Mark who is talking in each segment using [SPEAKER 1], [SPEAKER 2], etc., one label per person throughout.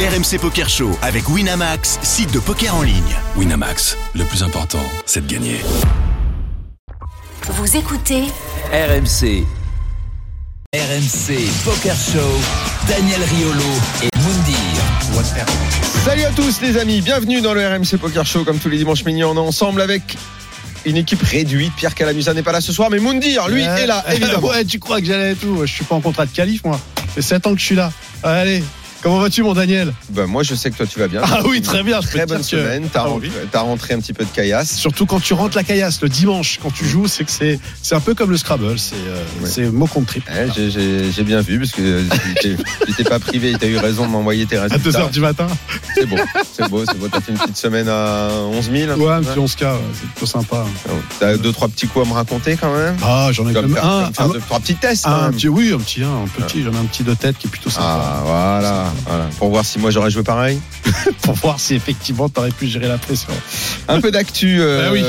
[SPEAKER 1] RMC Poker Show avec Winamax, site de poker en ligne.
[SPEAKER 2] Winamax, le plus important, c'est de gagner.
[SPEAKER 3] Vous écoutez
[SPEAKER 4] RMC. RMC Poker Show. Daniel Riolo et Moundir.
[SPEAKER 5] Salut à tous les amis, bienvenue dans le RMC Poker Show. Comme tous les dimanches mignons, on est ensemble avec une équipe réduite. Pierre Calamusa n'est pas là ce soir, mais Moundir, lui,
[SPEAKER 6] Ouais.
[SPEAKER 5] est là, évidemment.
[SPEAKER 6] ouais, tu crois que j'allais et tout Je suis pas en contrat de qualif, moi. C'est 7 ans que je suis là. Euh, Allez, comment vas-tu, mon Daniel
[SPEAKER 5] Ben, moi, je sais que toi, tu vas bien.
[SPEAKER 6] Ah oui, très bien. je peux
[SPEAKER 5] Très
[SPEAKER 6] te
[SPEAKER 5] bonne
[SPEAKER 6] dire que-
[SPEAKER 5] semaine. T'as
[SPEAKER 6] Ah
[SPEAKER 5] rentré,
[SPEAKER 6] oui.
[SPEAKER 5] t'as rentré un petit peu de caillasse.
[SPEAKER 6] Surtout quand tu rentres la caillasse le dimanche, quand tu joues, c'est que c'est c'est un peu comme le Scrabble, c'est euh,
[SPEAKER 5] Ouais.
[SPEAKER 6] c'est mot contre triple.
[SPEAKER 5] Ouais, Eh, j'ai- j'ai j'ai bien vu parce que j'étais- j'étais pas privé. T'as eu raison de m'envoyer tes
[SPEAKER 6] À 2h
[SPEAKER 5] résultats.
[SPEAKER 6] du matin
[SPEAKER 5] C'est beau, c'est beau, c'est beau. T'as fait une petite semaine à 11 000.
[SPEAKER 6] Ouais, un petit 11K, ouais, c'est plutôt sympa.
[SPEAKER 5] T'as deux trois petits coups à me raconter quand même.
[SPEAKER 6] Ah, j'en ai
[SPEAKER 5] Tu vas
[SPEAKER 6] quand
[SPEAKER 5] me faire,
[SPEAKER 6] même
[SPEAKER 5] tu vas
[SPEAKER 6] un.
[SPEAKER 5] me faire
[SPEAKER 6] un-
[SPEAKER 5] deux trois petits tests. quand
[SPEAKER 6] un
[SPEAKER 5] même.
[SPEAKER 6] petit, oui, un petit, un, un petit, j'en ai un petit de tête qui est plutôt sympa.
[SPEAKER 5] Ah voilà, voilà. Pour voir si moi j'aurais joué pareil.
[SPEAKER 6] Pour voir si effectivement t'aurais pu gérer la pression.
[SPEAKER 5] Un peu d'actu euh,
[SPEAKER 6] Bah oui.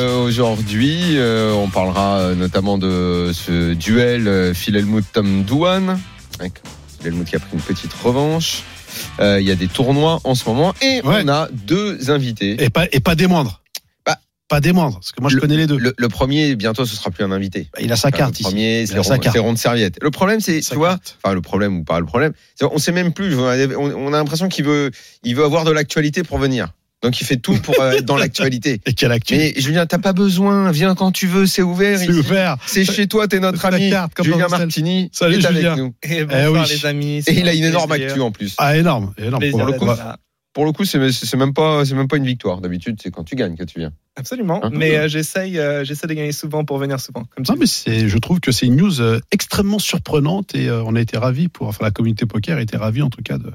[SPEAKER 5] aujourd'hui. Euh, on parlera euh, notamment de ce duel euh, Phil Helmut-Tom Douane. Avec Phil Helmut qui a pris une petite revanche. Euh, Il y a des tournois en ce moment. Et
[SPEAKER 6] Ouais.
[SPEAKER 5] on a deux invités.
[SPEAKER 6] Et pas, et pas des moindres.
[SPEAKER 5] Bah.
[SPEAKER 6] pas des moindres, parce que moi je connais les deux.
[SPEAKER 5] Le, le premier, bientôt, ce sera plus un invité.
[SPEAKER 6] Il a sa
[SPEAKER 5] Enfin,
[SPEAKER 6] carte
[SPEAKER 5] le
[SPEAKER 6] ici.
[SPEAKER 5] premier,
[SPEAKER 6] Il a sa
[SPEAKER 5] c'est
[SPEAKER 6] carte.
[SPEAKER 5] Ron- Ronde Serviette. Le problème, c'est, tu
[SPEAKER 6] Sa
[SPEAKER 5] vois,
[SPEAKER 6] carte.
[SPEAKER 5] enfin, le problème ou pas le problème, c'est- on sait même plus. On a- on a l'impression qu'il veut, il veut avoir de l'actualité pour venir. Donc, il fait tout pour euh, être dans l'actualité.
[SPEAKER 6] Et quelle actu
[SPEAKER 5] Mais Julien, t'as pas besoin. Viens quand tu veux, c'est ouvert.
[SPEAKER 6] C'est
[SPEAKER 5] ici.
[SPEAKER 6] ouvert.
[SPEAKER 5] C'est chez toi, t'es notre
[SPEAKER 6] Ta
[SPEAKER 5] ami.
[SPEAKER 6] carte, comme
[SPEAKER 5] Julien
[SPEAKER 6] dans le sel.
[SPEAKER 5] Martini
[SPEAKER 6] Salut,
[SPEAKER 5] est avec
[SPEAKER 6] Julien.
[SPEAKER 5] nous.
[SPEAKER 7] Et bonsoir
[SPEAKER 6] Eh oui.
[SPEAKER 7] les amis.
[SPEAKER 5] Et
[SPEAKER 7] c'est
[SPEAKER 5] il a
[SPEAKER 7] un
[SPEAKER 5] une énorme
[SPEAKER 7] plaisir.
[SPEAKER 5] actu hein, en plus.
[SPEAKER 6] Ah, énorme, énorme.
[SPEAKER 7] Plaisir
[SPEAKER 6] Pour le
[SPEAKER 7] d'être
[SPEAKER 6] coup,
[SPEAKER 7] là.
[SPEAKER 5] Pour le coup, c'est c'est même pas, c'est même pas une victoire. D'habitude, c'est quand tu gagnes que tu viens.
[SPEAKER 7] Absolument.
[SPEAKER 5] Hein Ah,
[SPEAKER 7] mais euh, j'essaye, euh, j'essaie de gagner souvent pour venir souvent. Comme tu
[SPEAKER 6] non, mais c'est, je trouve que c'est une news euh, extrêmement surprenante et euh, on a été ravis pour, enfin, la communauté poker a été ravie en tout cas de.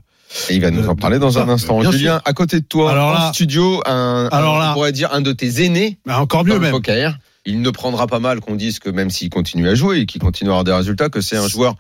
[SPEAKER 5] Et il va nous en parler dans un
[SPEAKER 6] Ah,
[SPEAKER 5] instant.
[SPEAKER 6] bien
[SPEAKER 5] Julien, à côté de toi,
[SPEAKER 6] Alors
[SPEAKER 5] en
[SPEAKER 6] là-
[SPEAKER 5] studio, un,
[SPEAKER 6] Alors
[SPEAKER 5] un-
[SPEAKER 6] là-
[SPEAKER 5] on pourrait dire un de tes aînés
[SPEAKER 6] Mais encore
[SPEAKER 5] dans
[SPEAKER 6] mieux
[SPEAKER 5] le
[SPEAKER 6] même.
[SPEAKER 5] poker. Il ne prendra pas mal qu'on dise que même s'il continue à jouer et qu'il continue à avoir des résultats, que c'est un joueur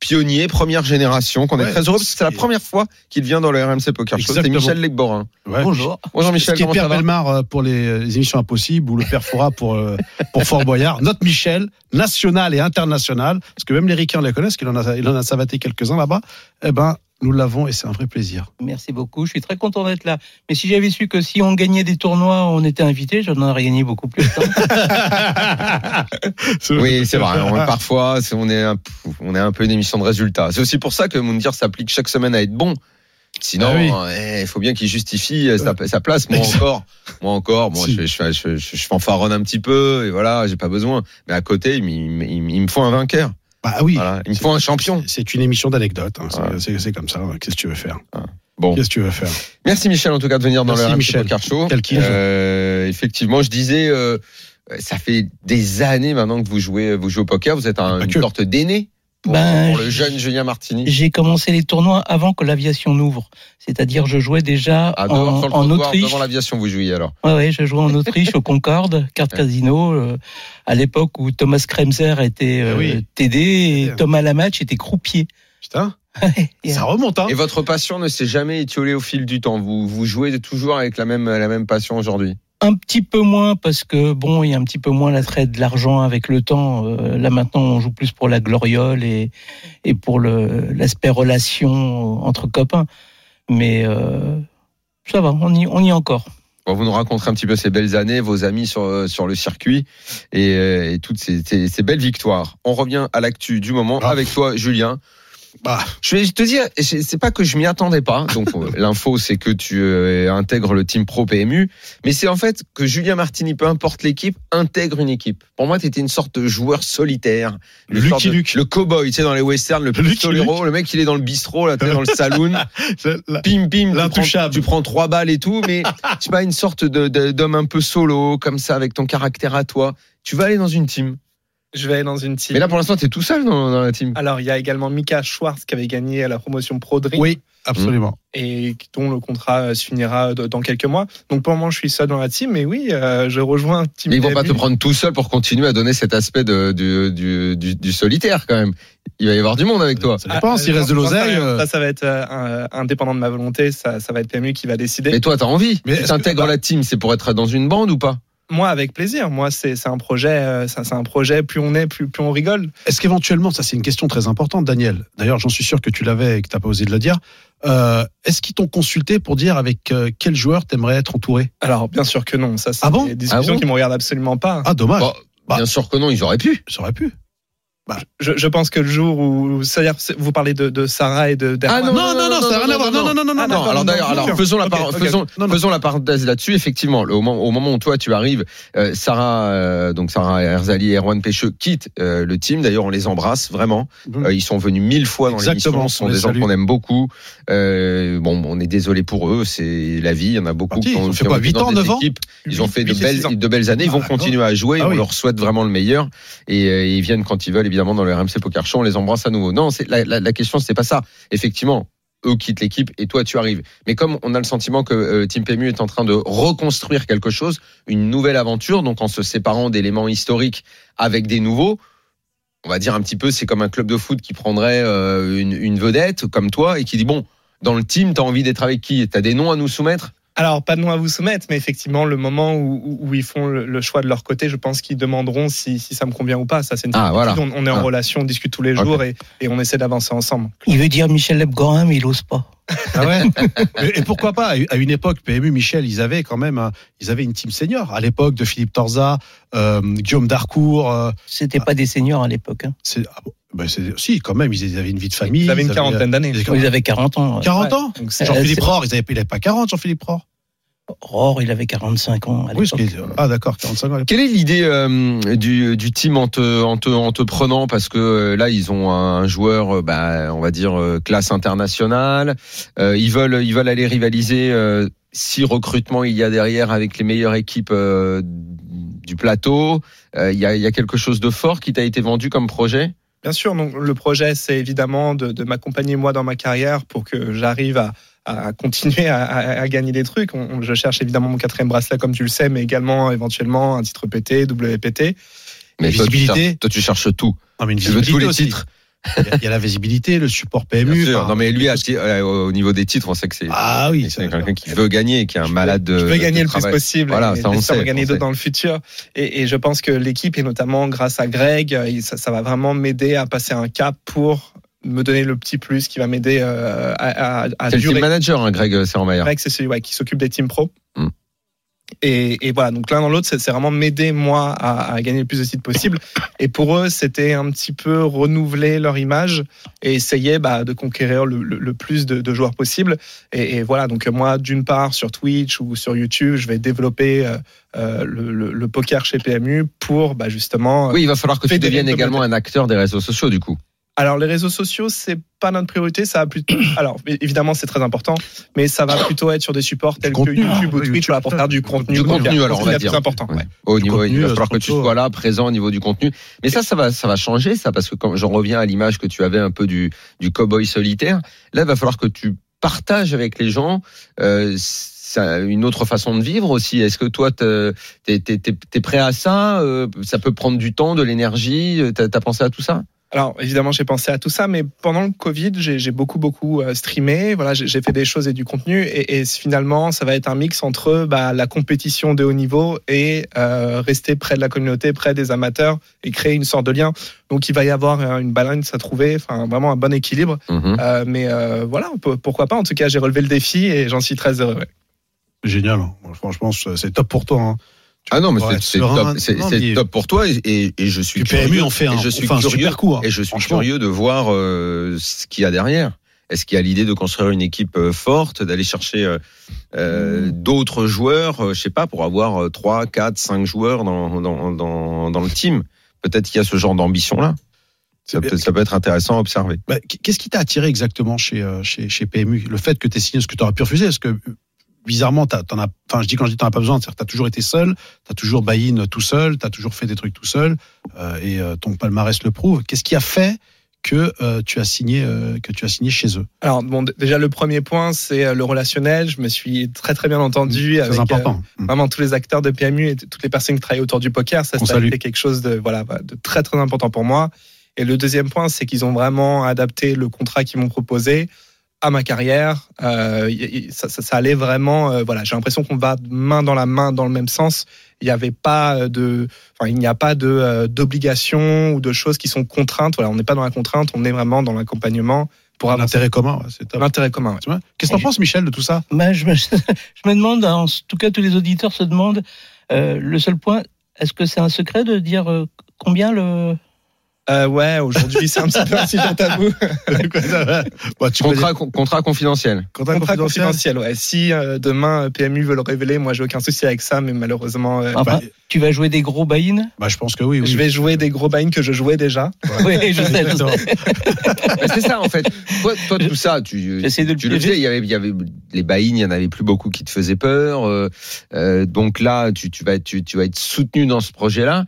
[SPEAKER 5] pionnier, première génération, qu'on est
[SPEAKER 6] Ouais,
[SPEAKER 5] très heureux parce que c'est la
[SPEAKER 6] c'est-
[SPEAKER 5] première fois qu'il vient dans le RMC Poker Show. C'est
[SPEAKER 6] Exactement.
[SPEAKER 5] Michel Legborin.
[SPEAKER 6] Ouais.
[SPEAKER 4] Bonjour.
[SPEAKER 5] Bonjour
[SPEAKER 6] Ce
[SPEAKER 5] Michel,
[SPEAKER 6] qui est
[SPEAKER 5] comment ça
[SPEAKER 6] Pierre
[SPEAKER 5] va
[SPEAKER 6] Belmar euh, pour les, euh, les émissions impossibles ou le Père Fora pour, euh, pour Fort Boyard. Notre Michel, national et international, parce que même les Ricains les connaissent, qu'il en a, il en a savaté quelques-uns là-bas. Eh ben, nous l'avons et c'est un vrai plaisir.
[SPEAKER 8] Merci beaucoup. Je suis très content d'être là. Mais si j'avais su que si on gagnait des tournois, on était invité, j'en aurais gagné beaucoup plus. hein.
[SPEAKER 5] Oui, c'est vrai. On- parfois, c'est- on est, un, pff, on est un peu une émission de résultats. C'est aussi pour ça que Moundir s'applique chaque semaine à être bon. Sinon,
[SPEAKER 6] Ah oui.
[SPEAKER 5] eh, il faut bien qu'il justifie euh, sa, sa place. Moi
[SPEAKER 6] Exact.
[SPEAKER 5] encore, moi encore, moi
[SPEAKER 6] Si.
[SPEAKER 5] je, je, je, je, je fanfaronne un petit peu et voilà, j'ai pas besoin. Mais à côté, il, me- il me- il me faut un vainqueur.
[SPEAKER 6] Bah oui.
[SPEAKER 5] Voilà, il me faut un champion.
[SPEAKER 6] C'est une émission d'anecdotes. hein. C'est-
[SPEAKER 5] Mm. Ouais.
[SPEAKER 6] C'est c'est comme ça. Qu'est-ce que tu veux faire
[SPEAKER 5] Bon,
[SPEAKER 6] Qu'est-ce que tu veux faire
[SPEAKER 5] merci Michel en tout cas de venir dans
[SPEAKER 6] Merci
[SPEAKER 5] le RMC
[SPEAKER 6] Michel.
[SPEAKER 5] Poker Show.
[SPEAKER 6] Quel kiff.
[SPEAKER 5] Euh, effectivement, je disais, euh, ça fait des années maintenant que vous jouez, vous jouez au poker. Vous êtes un,
[SPEAKER 6] Pas
[SPEAKER 5] une
[SPEAKER 6] que.
[SPEAKER 5] sorte d'aîné pour,
[SPEAKER 8] Ben,
[SPEAKER 5] pour le jeune Julien Martini.
[SPEAKER 8] J'ai commencé les tournois avant que l'aviation n'ouvre. C'est-à-dire, je jouais déjà
[SPEAKER 5] Ah, dehors,
[SPEAKER 8] en,
[SPEAKER 5] sur le
[SPEAKER 8] en
[SPEAKER 5] trottoir,
[SPEAKER 8] Autriche.
[SPEAKER 5] devant l'aviation, vous jouiez alors.
[SPEAKER 8] Ouais, ouais, je jouais en Autriche, au Concorde, carte casino, euh, à l'époque où Thomas Kremser était
[SPEAKER 5] Eh
[SPEAKER 8] euh,
[SPEAKER 6] Ah oui.
[SPEAKER 8] TD et
[SPEAKER 5] euh,
[SPEAKER 6] Bien.
[SPEAKER 8] Thomas Lamatch était croupier.
[SPEAKER 6] Putain,
[SPEAKER 8] Et,
[SPEAKER 6] ça remonte. Hein.
[SPEAKER 5] Et votre passion ne s'est jamais étiolée au fil du temps. Vous, vous jouez toujours avec la même, la même passion aujourd'hui.
[SPEAKER 8] Un petit peu moins parce que bon, il y a un petit peu moins l'attrait de l'argent avec le temps. Euh, là maintenant, on joue plus pour la gloriole et, et pour le l'aspect relation entre copains. Mais euh, ça va, on y, on y est encore.
[SPEAKER 5] Bon, vous nous raconterez un petit peu ces belles années, vos amis sur, euh, sur le circuit et, euh, et toutes ces, ces- ces belles victoires. On revient à l'actu du moment
[SPEAKER 6] Ah.
[SPEAKER 5] avec toi, Julien.
[SPEAKER 6] Bah.
[SPEAKER 5] Je vais te dire, c'est c'est pas que je m'y attendais pas. Donc euh, l'info, c'est que tu euh, intègres le team pro PMU, mais c'est en fait que Julien Martini, peu importe l'équipe, intègre une équipe. Pour moi, t'étais une sorte de joueur solitaire, une
[SPEAKER 6] Lucky
[SPEAKER 5] sorte de-
[SPEAKER 6] Luke.
[SPEAKER 5] le cowboy, tu sais, dans les westerns, le
[SPEAKER 6] Lucky
[SPEAKER 5] pistolero, le mec, il est dans le bistrot, là, tu sais, dans le saloon
[SPEAKER 6] La-
[SPEAKER 5] pim pim tu prends,
[SPEAKER 6] L'intouchable.
[SPEAKER 5] tu prends trois balles et tout mais tu pas une sorte de- de- d'homme un peu solo comme ça avec ton caractère à toi tu vas aller dans une team
[SPEAKER 7] dis. Je vais aller dans une team.
[SPEAKER 5] mais là pour l'instant t'es tout seul dans, dans la team
[SPEAKER 7] Alors, il y a également Mika Schwartz qui avait gagné à la promotion Pro Dream
[SPEAKER 6] Oui,
[SPEAKER 5] Mm.
[SPEAKER 6] absolument.
[SPEAKER 7] et dont le contrat euh, se finira euh, dans quelques mois. Donc, pour le moment, je suis seul dans la team, mais oui, euh, je rejoins un team.
[SPEAKER 5] mais ils vont pas te
[SPEAKER 7] PMU.
[SPEAKER 5] prendre tout seul pour continuer à donner cet aspect de, du, du, du- du solitaire quand même il va y avoir du monde avec toi
[SPEAKER 6] Ça dépend.
[SPEAKER 7] Ah,
[SPEAKER 6] S'il
[SPEAKER 7] euh,
[SPEAKER 6] reste de
[SPEAKER 7] non, ça,
[SPEAKER 6] l'oseille. euh,
[SPEAKER 7] Ça, ça va être euh, un- indépendant de ma volonté. Ça, ça va être PMU qui va décider.
[SPEAKER 5] mais toi t'as envie
[SPEAKER 6] Mais
[SPEAKER 5] tu
[SPEAKER 6] est-ce
[SPEAKER 5] t'intègres la team c'est pour être dans une bande ou pas
[SPEAKER 7] moi, avec plaisir. Moi, c'est c'est un projet. euh, ça, c'est un projet. Plus on est, plus, plus on rigole.
[SPEAKER 6] Est-ce qu'éventuellement, ça c'est une question très importante, Daniel. D'ailleurs, j'en suis sûr que tu l'avais et que t'as pas osé de le dire. Euh, Est-ce qu'ils t'ont consulté pour dire avec euh, quel joueur t'aimerais être entouré
[SPEAKER 7] Alors, bien sûr que non. Ça, c'est
[SPEAKER 6] Ah bon
[SPEAKER 7] des discussions
[SPEAKER 5] Ah bon
[SPEAKER 7] qui me regardent absolument pas.
[SPEAKER 6] Ah, dommage.
[SPEAKER 5] Bon,
[SPEAKER 6] Bah.
[SPEAKER 5] Bien sûr que non, ils auraient pu.
[SPEAKER 6] Ça aurait pu.
[SPEAKER 7] Je, je pense que le jour où, c'est-à-dire, c'est- vous parlez de, de Sarah et de. d'Erwan.
[SPEAKER 5] Ah non, non, non,
[SPEAKER 6] ça n'a rien
[SPEAKER 5] non,
[SPEAKER 6] à voir.
[SPEAKER 5] non,
[SPEAKER 6] Ah, Non, non, non, non,
[SPEAKER 7] Ah,
[SPEAKER 6] non.
[SPEAKER 5] Non, alors d'ailleurs,
[SPEAKER 6] non,
[SPEAKER 5] alors
[SPEAKER 6] non.
[SPEAKER 5] faisons la, par-
[SPEAKER 6] Ok, ok.
[SPEAKER 5] faisons,
[SPEAKER 6] Non, non.
[SPEAKER 5] faisons la parenthèse là-dessus. Effectivement, au moment, au moment où toi tu arrives, euh, Sarah, euh, donc Sarah Erzali et Erwan Pêcheux quittent euh, le team. D'ailleurs, on les embrasse vraiment.
[SPEAKER 6] Mmh.
[SPEAKER 5] Euh, ils sont venus mille fois dans
[SPEAKER 6] Exactement,
[SPEAKER 5] l'émission. Ce
[SPEAKER 6] on
[SPEAKER 5] sont
[SPEAKER 6] les
[SPEAKER 5] des gens
[SPEAKER 6] salue.
[SPEAKER 5] qu'on aime beaucoup. Euh, bon, on est désolé pour eux. C'est la vie. Il y en a beaucoup
[SPEAKER 6] Parti,
[SPEAKER 5] qui
[SPEAKER 6] ils
[SPEAKER 5] ont,
[SPEAKER 6] ont
[SPEAKER 5] qui
[SPEAKER 6] fait
[SPEAKER 5] ont
[SPEAKER 6] quoi,
[SPEAKER 5] été
[SPEAKER 6] huit
[SPEAKER 5] dans
[SPEAKER 6] ans,
[SPEAKER 5] des
[SPEAKER 6] neuf ans
[SPEAKER 5] équipes. Ils ont fait de
[SPEAKER 7] Huit, six
[SPEAKER 5] belles,
[SPEAKER 7] ans.
[SPEAKER 5] de belles années. Ils
[SPEAKER 6] Ah,
[SPEAKER 5] vont
[SPEAKER 6] d'accord.
[SPEAKER 5] continuer à jouer.
[SPEAKER 6] Ah
[SPEAKER 5] on
[SPEAKER 6] oui.
[SPEAKER 5] leur souhaite vraiment le meilleur. Et euh, ils viennent quand ils veulent, évidemment, dans le RMC Poker Show. On les embrasse à nouveau. Non, c'est la, la, la question, c'est pas ça. Effectivement, eux quittent l'équipe et toi, tu arrives. Mais comme on a le sentiment que euh, Team PMU est en train de reconstruire quelque chose, une nouvelle aventure, donc en se séparant d'éléments historiques avec des nouveaux, on va dire un petit peu, c'est comme un club de foot qui prendrait euh, une, une vedette comme toi et qui dit bon, dans le team, t'as envie d'être avec qui T'as des noms à nous soumettre
[SPEAKER 7] Alors, pas de nom à vous soumettre, mais effectivement, le moment où, où- où ils font le, le choix de leur côté, je pense qu'ils demanderont si, si ça me convient ou pas. Ça, c'est une
[SPEAKER 5] Ah, voilà.
[SPEAKER 7] certitude. on, on est en
[SPEAKER 5] Ah.
[SPEAKER 7] relation, on discute tous les
[SPEAKER 5] Ok.
[SPEAKER 7] jours et, et on essaie d'avancer ensemble.
[SPEAKER 8] Il veut dire Michel Lebrun, mais il ose pas.
[SPEAKER 6] Ah ouais et, et pourquoi pas À une époque, PMU, Michel, ils avaient quand même, un- ils avaient une team senior. À l'époque de Philippe Torza, euh, Guillaume Darcourt. euh,
[SPEAKER 8] C'était pas des seniors à l'époque. hein.
[SPEAKER 6] c'est, ah bon, ben, c'est- si, quand même, ils avaient une vie de famille.
[SPEAKER 7] Ils avaient une quarantaine d'années.
[SPEAKER 6] ils avaient-
[SPEAKER 8] Ils avaient 40 ans. ouais.
[SPEAKER 6] 40 ans
[SPEAKER 7] Donc, c'est-
[SPEAKER 5] Euh,
[SPEAKER 6] Jean-Philippe
[SPEAKER 8] c'est-
[SPEAKER 6] Rohr, ils avaient, il n'avait pas 40, Jean-Philippe Rohr.
[SPEAKER 8] Aurore, il avait 45 ans. à
[SPEAKER 6] Oui, ce
[SPEAKER 8] l'époque.
[SPEAKER 6] qui est- ah d'accord, 45 ans. à l'époque.
[SPEAKER 5] Quelle est l'idée euh, du, du team en te, en te, en te prenant Parce que euh, là, ils ont un, un joueur, euh, bah, on va dire, euh, classe internationale. Euh, ils, veulent, ils veulent aller rivaliser, euh, si recrutement il y a derrière, avec les meilleures équipes euh, du plateau. Euh, Il y, a, il y a quelque chose de fort qui t'a été vendu comme projet
[SPEAKER 7] Bien sûr, donc, le projet, c'est évidemment de, de m'accompagner moi dans ma carrière pour que j'arrive à, à continuer à, à- à gagner des trucs. On- on- je cherche évidemment mon quatrième bracelet, comme tu le sais, mais également éventuellement un titre PT, WPT.
[SPEAKER 5] Mais toi, tu
[SPEAKER 6] visibilité.
[SPEAKER 5] cherches- toi, tu cherches tout.
[SPEAKER 6] Non, mais une
[SPEAKER 5] Tu veux tous
[SPEAKER 6] visibilité
[SPEAKER 5] les
[SPEAKER 6] aussi.
[SPEAKER 5] titres.
[SPEAKER 6] Il y a- il y a la visibilité, le support
[SPEAKER 5] Bien
[SPEAKER 6] PMU.
[SPEAKER 5] sûr.
[SPEAKER 6] enfin,
[SPEAKER 5] non, mais lui, à-
[SPEAKER 7] Ah,
[SPEAKER 5] euh, au niveau des titres, on sait que c'est
[SPEAKER 6] Ah oui,
[SPEAKER 5] c'est quelqu'un qui veut gagner, et qui est un malade de.
[SPEAKER 7] je veux gagner
[SPEAKER 5] de
[SPEAKER 7] le plus
[SPEAKER 5] travail.
[SPEAKER 7] possible.
[SPEAKER 5] Voilà,
[SPEAKER 7] et
[SPEAKER 5] ça, on
[SPEAKER 7] j'espère en
[SPEAKER 5] sait, on
[SPEAKER 7] gagner
[SPEAKER 5] sait.
[SPEAKER 7] d'autres dans le futur. Et, et je pense que l'équipe, et notamment grâce à Greg, euh, il- ça, ça va vraiment m'aider à passer un cap pour me donner le petit plus qui va m'aider euh, à, à, à
[SPEAKER 5] C'est le team
[SPEAKER 7] durer.
[SPEAKER 5] manager, hein, Greg Serramayer.
[SPEAKER 7] Greg, c'est celui ouais, qui s'occupe des teams pro.
[SPEAKER 5] Hmm.
[SPEAKER 7] Et, et voilà, donc l'un dans l'autre, c'est c'est vraiment m'aider moi à, à gagner le plus de titres possible. Et pour eux, c'était un petit peu renouveler leur image et essayer bah, de conquérir le, le- le plus de, de joueurs possible. Et, et voilà, donc moi, d'une part, sur Twitch ou sur YouTube, je vais développer euh, euh, le, le- le poker chez PMU pour bah, justement. euh,
[SPEAKER 5] Oui, il va falloir que tu
[SPEAKER 7] Fédérer
[SPEAKER 5] deviennes
[SPEAKER 7] une
[SPEAKER 5] également un acteur des réseaux sociaux, du coup.
[SPEAKER 7] Alors les réseaux sociaux, c'est pas notre priorité, ça va plutôt. Alors é- évidemment, c'est très important, mais ça va plutôt être sur des supports tels que
[SPEAKER 6] contenu,
[SPEAKER 7] YouTube
[SPEAKER 6] ah,
[SPEAKER 7] ou
[SPEAKER 6] oui,
[SPEAKER 7] Twitch
[SPEAKER 6] YouTube,
[SPEAKER 7] voilà, pour faire du contenu.
[SPEAKER 5] Du contenu,
[SPEAKER 7] Donc,
[SPEAKER 5] alors, on
[SPEAKER 7] c'est
[SPEAKER 5] va
[SPEAKER 7] le
[SPEAKER 5] dire.
[SPEAKER 7] plus important.
[SPEAKER 5] Ouais. Au
[SPEAKER 6] Du
[SPEAKER 5] niveau,
[SPEAKER 6] contenu,
[SPEAKER 5] il va
[SPEAKER 6] euh,
[SPEAKER 5] falloir que tu
[SPEAKER 6] sponsor.
[SPEAKER 5] sois là, présent au niveau du contenu. Mais ça, ça va, ça va changer, ça, parce que quand j'en reviens à l'image que tu avais un peu du, du cow-boy solitaire, là, il va falloir que tu partages avec les gens. Euh, ça- une autre façon de vivre aussi. Est-ce que toi, t'es es, prêt à ça Euh, Ça peut prendre du temps, de l'énergie. Euh, T'as as pensé à tout ça
[SPEAKER 7] Alors évidemment, j'ai pensé à tout ça, mais pendant le Covid, j'ai j'ai beaucoup beaucoup euh, streamé. Voilà, j'ai j'ai fait des choses et du contenu, et, et finalement, ça va être un mix entre bah, la compétition de haut niveau et euh, rester près de la communauté, près des amateurs et créer une sorte de lien. Donc il va y avoir euh, une balance à trouver, enfin vraiment un bon équilibre.
[SPEAKER 5] Mhm.
[SPEAKER 7] Euh, mais euh, voilà, on peut- pourquoi pas. En tout cas, j'ai relevé le défi et j'en suis très heureux. ouais.
[SPEAKER 6] Génial. hein. Moi, franchement, c'est c'est top pour toi. hein.
[SPEAKER 5] Ah non, mais
[SPEAKER 6] Ouais,
[SPEAKER 5] c'est- c'est
[SPEAKER 6] serein.
[SPEAKER 5] top, c'est-
[SPEAKER 6] Non,
[SPEAKER 5] c'est
[SPEAKER 6] mais-
[SPEAKER 5] top pour toi et, et- et je suis
[SPEAKER 6] Puis
[SPEAKER 5] curieux.
[SPEAKER 6] PMU, on fait un,
[SPEAKER 5] et je
[SPEAKER 6] on
[SPEAKER 5] suis
[SPEAKER 6] fait un
[SPEAKER 5] curieux.
[SPEAKER 6] super coup. hein.
[SPEAKER 5] Et je suis
[SPEAKER 6] Franchement.
[SPEAKER 5] curieux de voir euh, ce qu'il y a derrière. Est-ce qu'il y a l'idée de construire une équipe euh, forte, d'aller chercher euh, euh, d'autres joueurs, euh, je sais pas, pour avoir 3, 4, 5 joueurs dans, dans, dans, dans le team Peut-être qu'il y a ce genre d'ambition-là. Ça, peut- ça peut être intéressant à observer.
[SPEAKER 6] Bah, Qu'est-ce qui t'a attiré exactement chez, euh, chez, chez PMU Le fait que tu signé ce que tu aurais pu refuser Est-ce que, euh, bizarrement, t'as- t'en as, enfin, je dis quand je dis t'en as pas besoin, c'est-à-dire que tu as toujours été seul, tu as toujours buy-in tout seul, tu as toujours fait des trucs tout seul, euh, et euh, ton palmarès le prouve. Qu'est-ce qui a fait que, euh, tu as signé, euh, que tu as signé chez eux
[SPEAKER 7] Alors, bon, d- déjà, le premier point, c'est euh, le relationnel. Je me suis très, très bien entendu
[SPEAKER 6] Très
[SPEAKER 7] avec euh,
[SPEAKER 6] important. Mm.
[SPEAKER 7] vraiment tous les acteurs de PMU et t- toutes les personnes qui travaillent autour du poker. Ça,
[SPEAKER 6] On
[SPEAKER 7] ça a
[SPEAKER 6] salue.
[SPEAKER 7] été quelque chose de, voilà, bah, de très, très important pour moi. Et le deuxième point, c'est qu'ils ont vraiment adapté le contrat qu'ils m'ont proposé à ma carrière. Euh, y- y- ça, ça- ça allait vraiment. euh, voilà, j'ai l'impression qu'on va main dans la main dans le même sens. Il n'y avait pas euh, de, enfin, il n'y a pas de euh, d'obligation ou de choses qui sont contraintes. Voilà, on n'est pas dans la contrainte, on est vraiment dans l'accompagnement pour avancer.
[SPEAKER 6] L'intérêt commun, ouais, c'est top.
[SPEAKER 7] L'intérêt commun. ouais.
[SPEAKER 6] Tu vois Qu'est-ce que t'en penses, Michel, de tout ça
[SPEAKER 8] Bah, je, me, je me demande, en tout cas tous les auditeurs se demandent, euh, le seul point, est-ce que c'est un secret de dire euh, combien le...
[SPEAKER 7] Euh, ouais, aujourd'hui c'est un petit peu un sujet tabou.
[SPEAKER 6] Bah, tu connais-
[SPEAKER 5] Contrat, con- contrat confidentiel.
[SPEAKER 6] contrat
[SPEAKER 7] Contrat
[SPEAKER 6] confidentiel.
[SPEAKER 7] confidentiel. Ouais. Si euh, demain euh, PMU veut le révéler, moi j'ai aucun souci avec ça, mais malheureusement, euh,
[SPEAKER 8] Enfin,
[SPEAKER 6] bah,
[SPEAKER 8] tu vas jouer des gros buy-in
[SPEAKER 6] Bah, je pense que oui. oui.
[SPEAKER 7] je vais jouer des gros bains que je jouais déjà.
[SPEAKER 8] Oui, je sais, je sais.
[SPEAKER 6] Exactement.
[SPEAKER 5] Bah, c'est ça en fait. Toi, toi, tout ça, tu,
[SPEAKER 8] J'essaie de le
[SPEAKER 5] tu le faisais. Il y avait, il y avait les buy il y en avait plus beaucoup qui te faisaient peur. euh, euh, donc là, tu, tu vas, être- tu, tu vas être soutenu dans ce projet-là,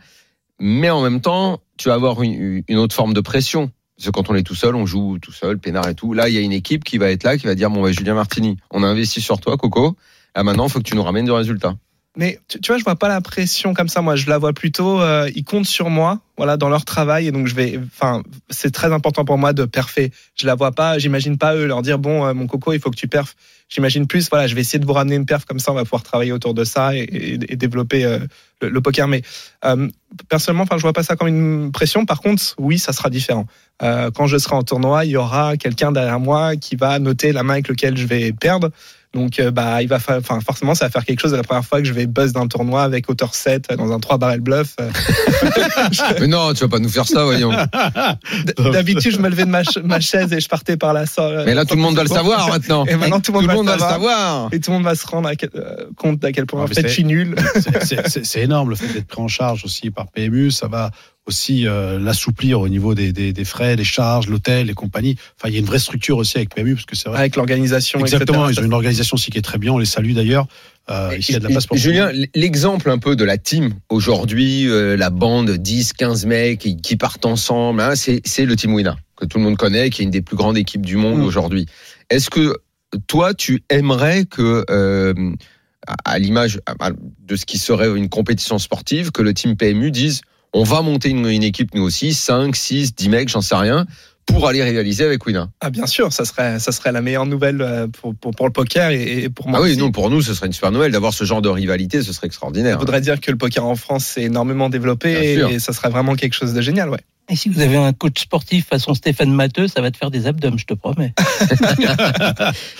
[SPEAKER 5] mais en même temps, tu vas avoir une, une autre forme de pression. Parce que quand on est tout seul, on joue tout seul, peinard et tout. Là, il y a une équipe qui va être là, qui va dire bon, bah, Julien Martini, on a investi sur toi, Coco. Là maintenant, il faut que tu nous ramènes du résultat.
[SPEAKER 7] Mais tu, tu vois, je vois pas la pression comme ça. Moi, je la vois plutôt. euh, ils comptent sur moi, voilà, dans leur travail, et donc je vais. Enfin, c'est très important pour moi de perfer. Je la vois pas. J'imagine pas eux leur dire bon, euh, mon coco, il faut que tu perfes. J'imagine plus, voilà, je vais essayer de vous ramener une perf comme ça. On va pouvoir travailler autour de ça et, et- et développer euh, le, le poker. Mais euh, personnellement, enfin, je vois pas ça comme une pression. Par contre, oui, ça sera différent. Euh, quand je serai en tournoi, il y aura quelqu'un derrière moi qui va noter la main avec laquelle je vais perdre. Donc, euh, bah, il va fa- enfin, forcément, ça va faire quelque chose de la première fois que je vais buzz d'un tournoi avec hauteur 7 euh, dans un 3 barrel bluff. Euh,
[SPEAKER 5] mais non, tu vas pas nous faire ça, voyons.
[SPEAKER 7] d- D'habitude, je me levais de ma, ch- ma chaise et je partais par la euh, sorte.
[SPEAKER 5] Mais là, tout le monde va le savoir hein. maintenant.
[SPEAKER 7] Et maintenant, tout le monde,
[SPEAKER 5] Tout le monde va
[SPEAKER 7] va
[SPEAKER 5] le savoir.
[SPEAKER 7] Et tout le monde va se rendre à quel- euh, compte à quel point,
[SPEAKER 6] Ah,
[SPEAKER 7] en
[SPEAKER 6] mais
[SPEAKER 7] fait,
[SPEAKER 6] c'est-
[SPEAKER 7] je suis nul.
[SPEAKER 6] C'est- c'est- c'est- C'est énorme le fait d'être pris en charge aussi par PMU. Ça va aussi euh, l'assouplir au niveau des, des- des frais, des charges, l'hôtel et compagnie. Enfin, il y a une vraie structure aussi avec PMU parce que c'est vrai.
[SPEAKER 7] Avec l'organisation,
[SPEAKER 6] Exactement,
[SPEAKER 7] etc.
[SPEAKER 6] ils ont une organisation aussi qui est très bien. On les salue d'ailleurs. Euh, ici, il y a de la place pour
[SPEAKER 5] Julien, l'exemple un peu de la team aujourd'hui, euh, la bande 10, 15 mecs qui, qui partent ensemble, hein, c'est c'est le Team Wina, que tout le monde connaît, qui est une des plus grandes équipes du monde
[SPEAKER 6] Mm.
[SPEAKER 5] aujourd'hui. Est-ce que toi, tu aimerais que, euh, à, à l'image à- à- de ce qui serait une compétition sportive, que le Team PMU dise on va monter une, une équipe nous aussi, 5, 6, 10 mecs, j'en sais rien, pour aller rivaliser avec Wina
[SPEAKER 7] Ah, bien sûr, ça serait, ça serait la meilleure nouvelle euh, pour, pour, pour le poker et, et pour moi.
[SPEAKER 5] Ah oui,
[SPEAKER 7] aussi.
[SPEAKER 5] non, pour nous, ce serait une super nouvelle d'avoir ce genre de rivalité, ce serait
[SPEAKER 7] Ça
[SPEAKER 5] extraordinaire.
[SPEAKER 7] voudrait dire que le poker en France s'est énormément
[SPEAKER 5] Bien
[SPEAKER 7] développé
[SPEAKER 5] sûr.
[SPEAKER 7] et, et ça serait vraiment quelque chose de génial, ouais.
[SPEAKER 8] Et si vous avez un coach sportif façon Stéphane Matteux, ça va te faire des abdomen, je te promets.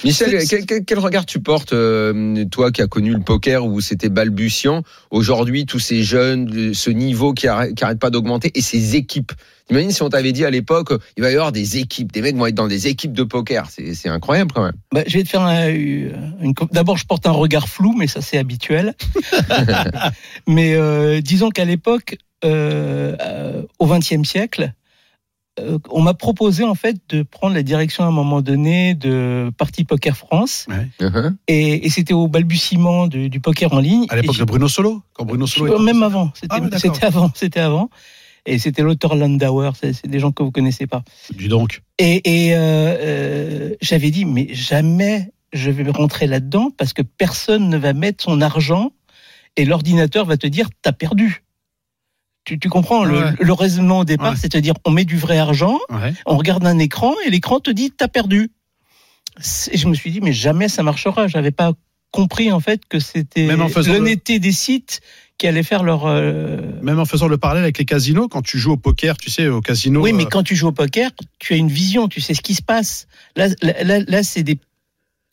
[SPEAKER 5] Michel, quel, quel- quel regard tu portes, euh, toi qui as connu le poker où c'était balbutiant, aujourd'hui tous ces jeunes, le- ce niveau qui arrête, qui arrête pas d'augmenter et ces équipes Imagine si on t'avait dit à l'époque, euh, il va y avoir des équipes, des mecs vont être dans des équipes de poker, c'est c'est incroyable quand même.
[SPEAKER 8] Bah, je vais te faire un- une. co- D'abord, je porte un regard flou, mais ça c'est habituel. mais euh, disons qu'à l'époque, euh, euh, au XXe siècle, euh, on m'a proposé en fait de prendre la direction à un moment donné de Parti Poker France,
[SPEAKER 5] Uhum.
[SPEAKER 8] et, et c'était au balbutiement du, du poker en ligne.
[SPEAKER 6] à l'époque de Bruno Solo, quand Bruno Solo
[SPEAKER 8] Euh,
[SPEAKER 6] était-
[SPEAKER 8] Même avant, c'était
[SPEAKER 6] Ah ouais, d'accord.
[SPEAKER 8] c'était avant, c'était avant, et c'était l'auteur Landauer, c'est c'est des gens que vous connaissez pas.
[SPEAKER 6] Dis donc.
[SPEAKER 8] Et, et, euh, euh, j'avais dit, mais jamais je vais rentrer là-dedans parce que personne ne va mettre son argent et l'ordinateur va te dire, t'as perdu. Tu, tu comprends le,
[SPEAKER 6] Ouais.
[SPEAKER 8] le raisonnement au départ,
[SPEAKER 6] Ouais.
[SPEAKER 8] c'est de dire, on met du vrai argent,
[SPEAKER 6] Ouais.
[SPEAKER 8] on regarde un écran et l'écran te dit, t'as perdu. C'est- Je me suis dit, mais jamais ça marchera. J'avais pas compris en fait que c'était
[SPEAKER 6] Même en faisant le-
[SPEAKER 8] l'honnêteté des sites qui allaient faire leur. euh,
[SPEAKER 6] Même en faisant le parallèle avec les casinos, quand tu joues au poker, tu sais, au casino.
[SPEAKER 8] Oui, mais
[SPEAKER 6] euh,
[SPEAKER 8] quand tu joues au poker, tu as une vision, tu sais ce qui se passe. Là, là, là, là, c'est des,